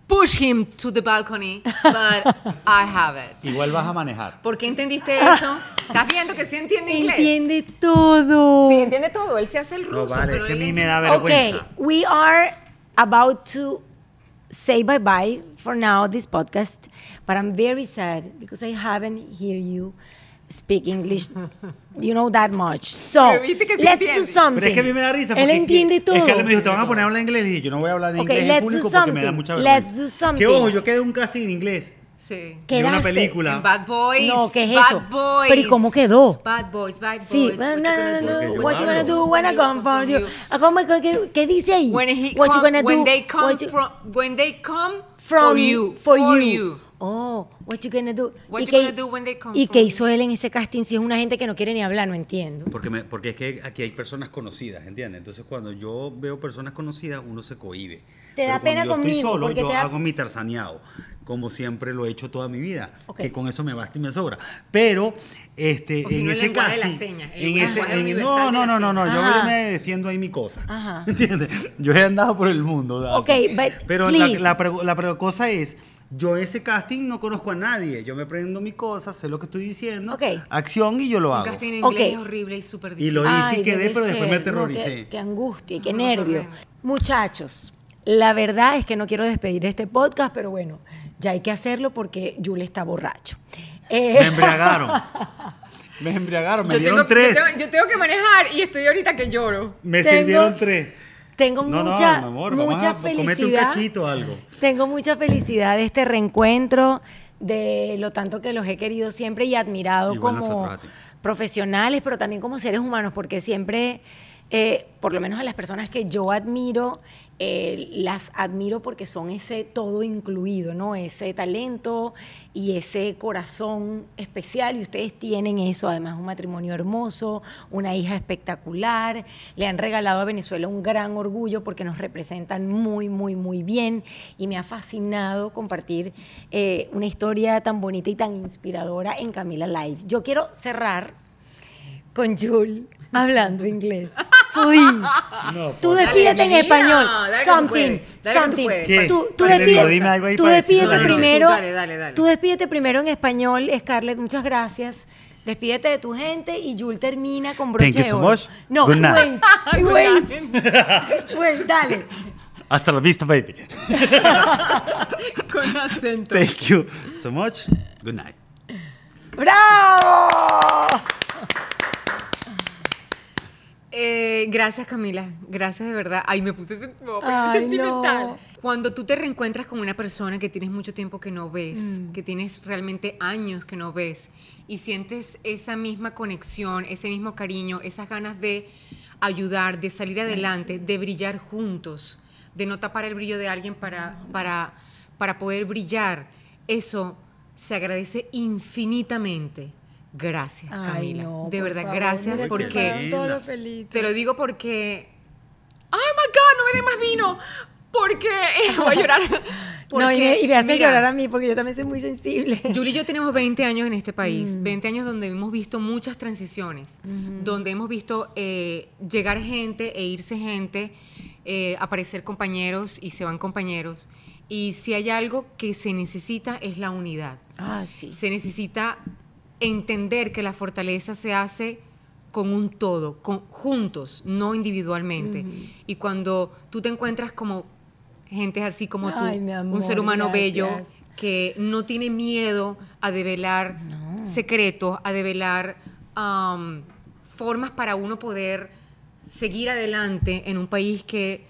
[SPEAKER 2] push him to the balcony, but I have it.
[SPEAKER 3] Igual vas a manejar.
[SPEAKER 2] ¿Por qué entendiste eso? ¿Estás viendo que sí entiende inglés?
[SPEAKER 4] Entiende todo.
[SPEAKER 2] Sí, entiende todo. Él se hace el
[SPEAKER 3] No,
[SPEAKER 2] ruso.
[SPEAKER 3] vale,
[SPEAKER 2] pero
[SPEAKER 3] es que
[SPEAKER 2] él
[SPEAKER 3] a mí me
[SPEAKER 2] entiende
[SPEAKER 3] da
[SPEAKER 2] todo.
[SPEAKER 4] Okay,
[SPEAKER 3] vergüenza.
[SPEAKER 4] we are about to say bye bye for now this podcast, but I'm very sad because I haven't hear you speak English, you know that much. So
[SPEAKER 2] Pero viste que sí
[SPEAKER 4] let's do
[SPEAKER 2] entiende.
[SPEAKER 4] something.
[SPEAKER 3] Pero es que a mí me da risa.
[SPEAKER 4] Él
[SPEAKER 3] porque es que-
[SPEAKER 4] entiende todo.
[SPEAKER 3] Es que él me dijo, te van a poner a hablar inglés. Y dije, yo no voy a hablar en
[SPEAKER 4] Ok,
[SPEAKER 3] inglés
[SPEAKER 4] let's
[SPEAKER 3] en
[SPEAKER 4] do
[SPEAKER 3] público porque me da
[SPEAKER 4] something.
[SPEAKER 3] mucha
[SPEAKER 4] Let's
[SPEAKER 3] vergüenza.
[SPEAKER 4] do something.
[SPEAKER 3] Que ojo, yo quedé en un casting en inglés.
[SPEAKER 2] Sí.
[SPEAKER 4] ¿Qué
[SPEAKER 3] de una
[SPEAKER 4] Quedaste
[SPEAKER 3] película.
[SPEAKER 2] En Bad Boys.
[SPEAKER 4] No, ¿qué es
[SPEAKER 2] Bad
[SPEAKER 4] eso?
[SPEAKER 2] Boys.
[SPEAKER 4] Pero ¿y cómo quedó?
[SPEAKER 2] Bad Boys, Bad Boys.
[SPEAKER 4] Sí,
[SPEAKER 2] what
[SPEAKER 4] no, no,
[SPEAKER 2] you gonna
[SPEAKER 4] no,
[SPEAKER 2] do?
[SPEAKER 4] no.
[SPEAKER 3] yo
[SPEAKER 4] What you gonna
[SPEAKER 3] hablo.
[SPEAKER 4] do when I come for you? Ah, ¿cómo es que- ¿Qué, qué dice ahí?
[SPEAKER 2] When he
[SPEAKER 4] What
[SPEAKER 2] come,
[SPEAKER 4] you gonna
[SPEAKER 2] when
[SPEAKER 4] do?
[SPEAKER 2] They come
[SPEAKER 4] What you-
[SPEAKER 2] from, when they come
[SPEAKER 4] from
[SPEAKER 2] for you.
[SPEAKER 4] for you. Oh, what you gonna do?
[SPEAKER 2] What
[SPEAKER 4] ¿Y
[SPEAKER 2] you
[SPEAKER 4] qué-
[SPEAKER 2] gonna do when they come
[SPEAKER 4] ¿Y
[SPEAKER 2] for
[SPEAKER 4] qué
[SPEAKER 2] you?
[SPEAKER 4] hizo él en ese casting si es una gente que no quiere ni hablar? No entiendo.
[SPEAKER 3] Porque, me- porque es que aquí hay personas conocidas, ¿entiendes? Entonces, cuando yo veo personas conocidas, uno se cohíbe.
[SPEAKER 4] Te da
[SPEAKER 3] cuando
[SPEAKER 4] pena
[SPEAKER 3] yo estoy
[SPEAKER 4] conmigo,
[SPEAKER 3] solo,
[SPEAKER 4] porque
[SPEAKER 3] yo
[SPEAKER 4] te da-
[SPEAKER 3] hago mi tarzaneado, como siempre lo he hecho toda mi vida,
[SPEAKER 4] Ok.
[SPEAKER 3] que con eso me basta y me sobra. Pero, este,
[SPEAKER 2] O si
[SPEAKER 3] en
[SPEAKER 2] no, el
[SPEAKER 3] ese
[SPEAKER 2] lenguaje de las
[SPEAKER 3] casting,
[SPEAKER 2] señas, el
[SPEAKER 3] en
[SPEAKER 2] lenguaje
[SPEAKER 3] ese, en-
[SPEAKER 2] universal
[SPEAKER 3] no,
[SPEAKER 2] de Ah.
[SPEAKER 3] no,
[SPEAKER 2] las
[SPEAKER 3] no, no, no, yo,
[SPEAKER 4] señas.
[SPEAKER 3] yo me defiendo ahí mi cosa,
[SPEAKER 4] Ajá.
[SPEAKER 3] ¿entiendes? Yo he andado por el mundo. ¿verdad?
[SPEAKER 4] Ah. Ok,
[SPEAKER 3] Así.
[SPEAKER 4] but
[SPEAKER 3] pero la,
[SPEAKER 4] please.
[SPEAKER 3] la pregu- la pregu- cosa es, yo ese casting no conozco a nadie, yo me aprendo mi cosa, sé lo que estoy diciendo,
[SPEAKER 4] Ok.
[SPEAKER 3] acción y yo lo
[SPEAKER 2] Un
[SPEAKER 3] hago.
[SPEAKER 2] casting en
[SPEAKER 4] Ok.
[SPEAKER 2] inglés es horrible y súper
[SPEAKER 3] Y
[SPEAKER 2] difícil.
[SPEAKER 3] lo hice
[SPEAKER 4] Ay,
[SPEAKER 3] y quedé,
[SPEAKER 4] debe
[SPEAKER 3] pero después me
[SPEAKER 4] ser, ¿no? Qué-
[SPEAKER 3] aterroricé.
[SPEAKER 4] qué, angustia y qué
[SPEAKER 2] No, no,
[SPEAKER 4] nervio.
[SPEAKER 2] no, no.
[SPEAKER 4] Muchachos, la verdad es que no quiero despedir este podcast, pero bueno, ya hay que hacerlo porque Yule está borracho. Eh,
[SPEAKER 3] Me embriagaron. Me embriagaron, me
[SPEAKER 2] Yo
[SPEAKER 3] dieron
[SPEAKER 2] tengo,
[SPEAKER 3] tres.
[SPEAKER 2] Yo tengo, yo tengo que manejar y estoy ahorita que lloro.
[SPEAKER 3] Me
[SPEAKER 4] Tengo-
[SPEAKER 3] sirvieron tres.
[SPEAKER 4] tengo
[SPEAKER 3] No, no,
[SPEAKER 4] mucha,
[SPEAKER 3] mi amor, vamos
[SPEAKER 4] mucha
[SPEAKER 3] a comerte un
[SPEAKER 4] felicidad.
[SPEAKER 3] cachito o algo.
[SPEAKER 4] Tengo mucha felicidad de este reencuentro, de lo tanto que los he querido siempre y admirado
[SPEAKER 3] Igual
[SPEAKER 4] como
[SPEAKER 3] nosotros a ti.
[SPEAKER 4] profesionales, pero también como seres humanos, porque siempre, eh, por lo menos a las personas que yo admiro, eh, las admiro porque son ese todo incluido, ¿no? Ese talento y ese corazón especial. Y ustedes tienen eso, además, un matrimonio hermoso, una hija espectacular. Le han regalado a Venezuela un gran orgullo porque nos representan muy, muy, muy bien. Y me ha fascinado compartir eh, una historia tan bonita y tan inspiradora en Camila Live. Yo quiero cerrar con Jul hablando inglés. Please.
[SPEAKER 3] No,
[SPEAKER 4] Ah, tú
[SPEAKER 3] por-
[SPEAKER 4] despídete en
[SPEAKER 2] Dale,
[SPEAKER 4] español.
[SPEAKER 2] mira, dale que tú
[SPEAKER 4] something.
[SPEAKER 2] puedes, dale que tú
[SPEAKER 4] something.
[SPEAKER 2] puedes.
[SPEAKER 3] ¿Qué?
[SPEAKER 4] Tú, tú
[SPEAKER 3] Dale,
[SPEAKER 4] despídete,
[SPEAKER 3] no, dime algo ahí
[SPEAKER 4] tú
[SPEAKER 3] para
[SPEAKER 4] despídete
[SPEAKER 3] decirlo. No, no, no,
[SPEAKER 4] primero.
[SPEAKER 2] tú dale, dale, dale.
[SPEAKER 4] Tú despídete primero en español, Scarlett. Muchas gracias. Despídete de tu gente y Jul termina con broche
[SPEAKER 3] Thank you
[SPEAKER 4] de
[SPEAKER 3] so
[SPEAKER 4] oro.
[SPEAKER 3] much.
[SPEAKER 4] No,
[SPEAKER 3] Good
[SPEAKER 4] wait,
[SPEAKER 3] night.
[SPEAKER 4] wait, wait, dale.
[SPEAKER 3] Hasta la vista, baby.
[SPEAKER 2] Con acento.
[SPEAKER 3] Thank you so much. Good night.
[SPEAKER 4] ¡Bravo!
[SPEAKER 2] Eh, gracias Camila, gracias de verdad. Ay, me puse, sen- me voy a poner
[SPEAKER 4] Ay,
[SPEAKER 2] sentimental.
[SPEAKER 4] no.
[SPEAKER 2] Cuando tú te reencuentras con una persona que tienes mucho tiempo que no ves,
[SPEAKER 4] Mm.
[SPEAKER 2] que tienes realmente años que no ves, y sientes esa misma conexión, ese mismo cariño, esas ganas de ayudar, de salir adelante, de brillar juntos, de no tapar el brillo de alguien para, para, para poder brillar, eso se agradece infinitamente. Gracias,
[SPEAKER 4] Ay,
[SPEAKER 2] Camila.
[SPEAKER 4] no,
[SPEAKER 2] de
[SPEAKER 4] por
[SPEAKER 2] verdad,
[SPEAKER 4] favor,
[SPEAKER 2] gracias
[SPEAKER 4] mira, se
[SPEAKER 3] porque-
[SPEAKER 4] pararon todos los pelitos.
[SPEAKER 2] te lo digo porque. ¡Ay, my God! ¡No me dé más vino! Porque. eh, Voy a llorar.
[SPEAKER 4] no, y me, y me hace
[SPEAKER 2] mira,
[SPEAKER 4] llorar a mí porque yo también soy muy sensible.
[SPEAKER 2] Julie y yo tenemos 20 años en este
[SPEAKER 4] Mm.
[SPEAKER 2] país, 20 años donde hemos visto muchas transiciones, donde hemos visto eh, llegar gente e irse gente eh, aparecer compañeros y se van compañeros. Y si hay algo que se necesita es la unidad.
[SPEAKER 4] Ah, sí.
[SPEAKER 2] Se necesita entender que la fortaleza se hace con un todo, con, juntos, no individualmente. Y cuando tú te encuentras como gente así como tú,
[SPEAKER 4] Ay, mi amor,
[SPEAKER 2] un ser humano bello
[SPEAKER 4] gracias.
[SPEAKER 2] que no tiene miedo a develar secretos, a develar am, formas para uno poder seguir adelante en un país que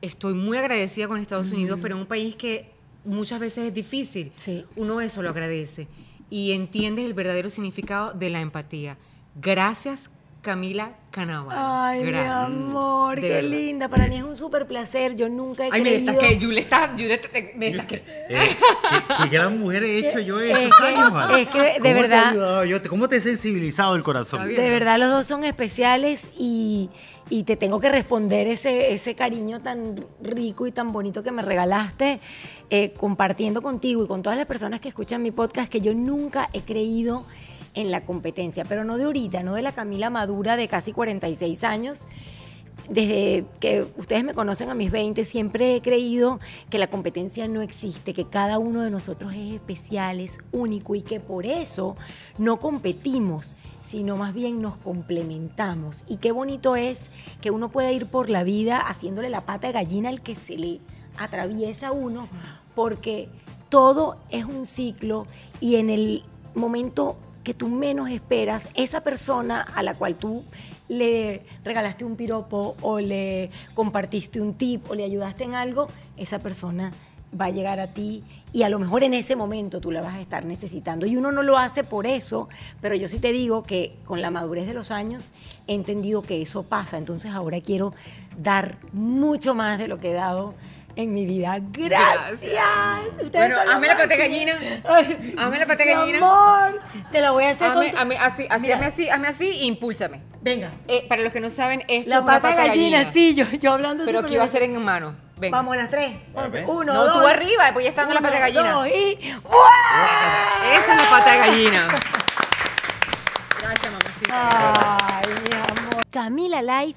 [SPEAKER 2] estoy muy agradecida con Estados Unidos, pero en un país que muchas veces es difícil.
[SPEAKER 4] Sí.
[SPEAKER 2] Uno eso lo agradece y entiendes el verdadero significado de la empatía. Gracias, Camila Canava.
[SPEAKER 4] Ay,
[SPEAKER 2] Gracias.
[SPEAKER 4] mi amor,
[SPEAKER 2] De
[SPEAKER 4] qué
[SPEAKER 2] verdad.
[SPEAKER 4] linda. Para mí es un súper placer. Yo nunca he
[SPEAKER 2] Ay, me
[SPEAKER 4] creído...
[SPEAKER 2] destaqué, Yule está, Yule te- te- me destaqué.
[SPEAKER 3] Eh, ¿qué, qué gran mujer he hecho yo
[SPEAKER 4] Es
[SPEAKER 3] estos
[SPEAKER 4] que-
[SPEAKER 3] años, vale?
[SPEAKER 4] eh, es que, de
[SPEAKER 3] ¿Cómo te he
[SPEAKER 4] verdad-
[SPEAKER 3] ayudado yo? ¿Te- ¿Cómo te he sensibilizado el corazón?
[SPEAKER 2] Está bien.
[SPEAKER 4] De verdad, los dos son especiales y, y te tengo que responder ese, ese cariño tan rico y tan bonito que me regalaste eh, compartiendo contigo y con todas las personas que escuchan mi podcast que yo nunca he creído en la competencia, pero no de ahorita, no de la Camila Madura de casi 46 años. Desde que ustedes me conocen a mis 20, siempre he creído que la competencia no existe, que cada uno de nosotros es especial, es único y que por eso no competimos, sino más bien nos complementamos. Y qué bonito es que uno pueda ir por la vida haciéndole la pata de gallina al que se le atraviesa uno, porque todo es un ciclo y en el momento que tú menos esperas, esa persona a la cual tú le regalaste un piropo o le compartiste un tip o le ayudaste en algo, esa persona va a llegar a ti y a lo mejor en ese momento tú la vas a estar necesitando. Y uno no lo hace por eso, pero yo sí te digo que con la madurez de los años he entendido que eso pasa. Entonces ahora quiero dar mucho más de lo que he dado en mi vida. Gracias. Ustedes
[SPEAKER 2] Bueno,
[SPEAKER 4] son lo
[SPEAKER 2] hazme la pata de
[SPEAKER 4] máximo.
[SPEAKER 2] gallina.
[SPEAKER 4] Ay,
[SPEAKER 2] Hazme la pata de
[SPEAKER 4] mi
[SPEAKER 2] gallina.
[SPEAKER 4] Amor, te la voy a hacer
[SPEAKER 2] Hazme,
[SPEAKER 4] con tu-
[SPEAKER 2] hazme así, así,
[SPEAKER 4] Mira.
[SPEAKER 2] hazme así, hazme así, e impúlsame.
[SPEAKER 4] Venga.
[SPEAKER 2] Eh, para los que no saben, esto es
[SPEAKER 4] La
[SPEAKER 2] una
[SPEAKER 4] pata de gallina,
[SPEAKER 2] gallina.
[SPEAKER 4] sí, yo, yo hablando
[SPEAKER 2] Pero
[SPEAKER 4] súper
[SPEAKER 2] aquí va a
[SPEAKER 4] bien.
[SPEAKER 2] ser en mano. Ven.
[SPEAKER 4] Vamos a las tres.
[SPEAKER 3] Vale.
[SPEAKER 4] Uno,
[SPEAKER 2] No,
[SPEAKER 4] dos.
[SPEAKER 2] tú arriba, después ya está dando la
[SPEAKER 4] Uno,
[SPEAKER 2] pata de gallina.
[SPEAKER 4] dos, y... ¡Uah!
[SPEAKER 2] Esa es la pata de gallina. Gracias, mamacita.
[SPEAKER 4] Ay, mi amor.
[SPEAKER 1] Camila Live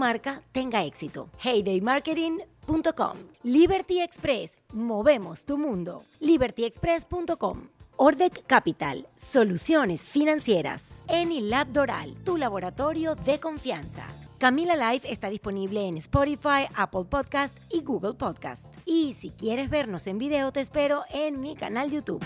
[SPEAKER 1] marca tenga éxito. HeyDayMarketing.com. Liberty Express. Movemos tu mundo. LibertyExpress.com. Ordec Capital, soluciones financieras. Enilab Doral, tu laboratorio de confianza. Camila Live está disponible en Spotify, Apple Podcast y Google Podcast. Y si quieres vernos en video, te espero en mi canal YouTube.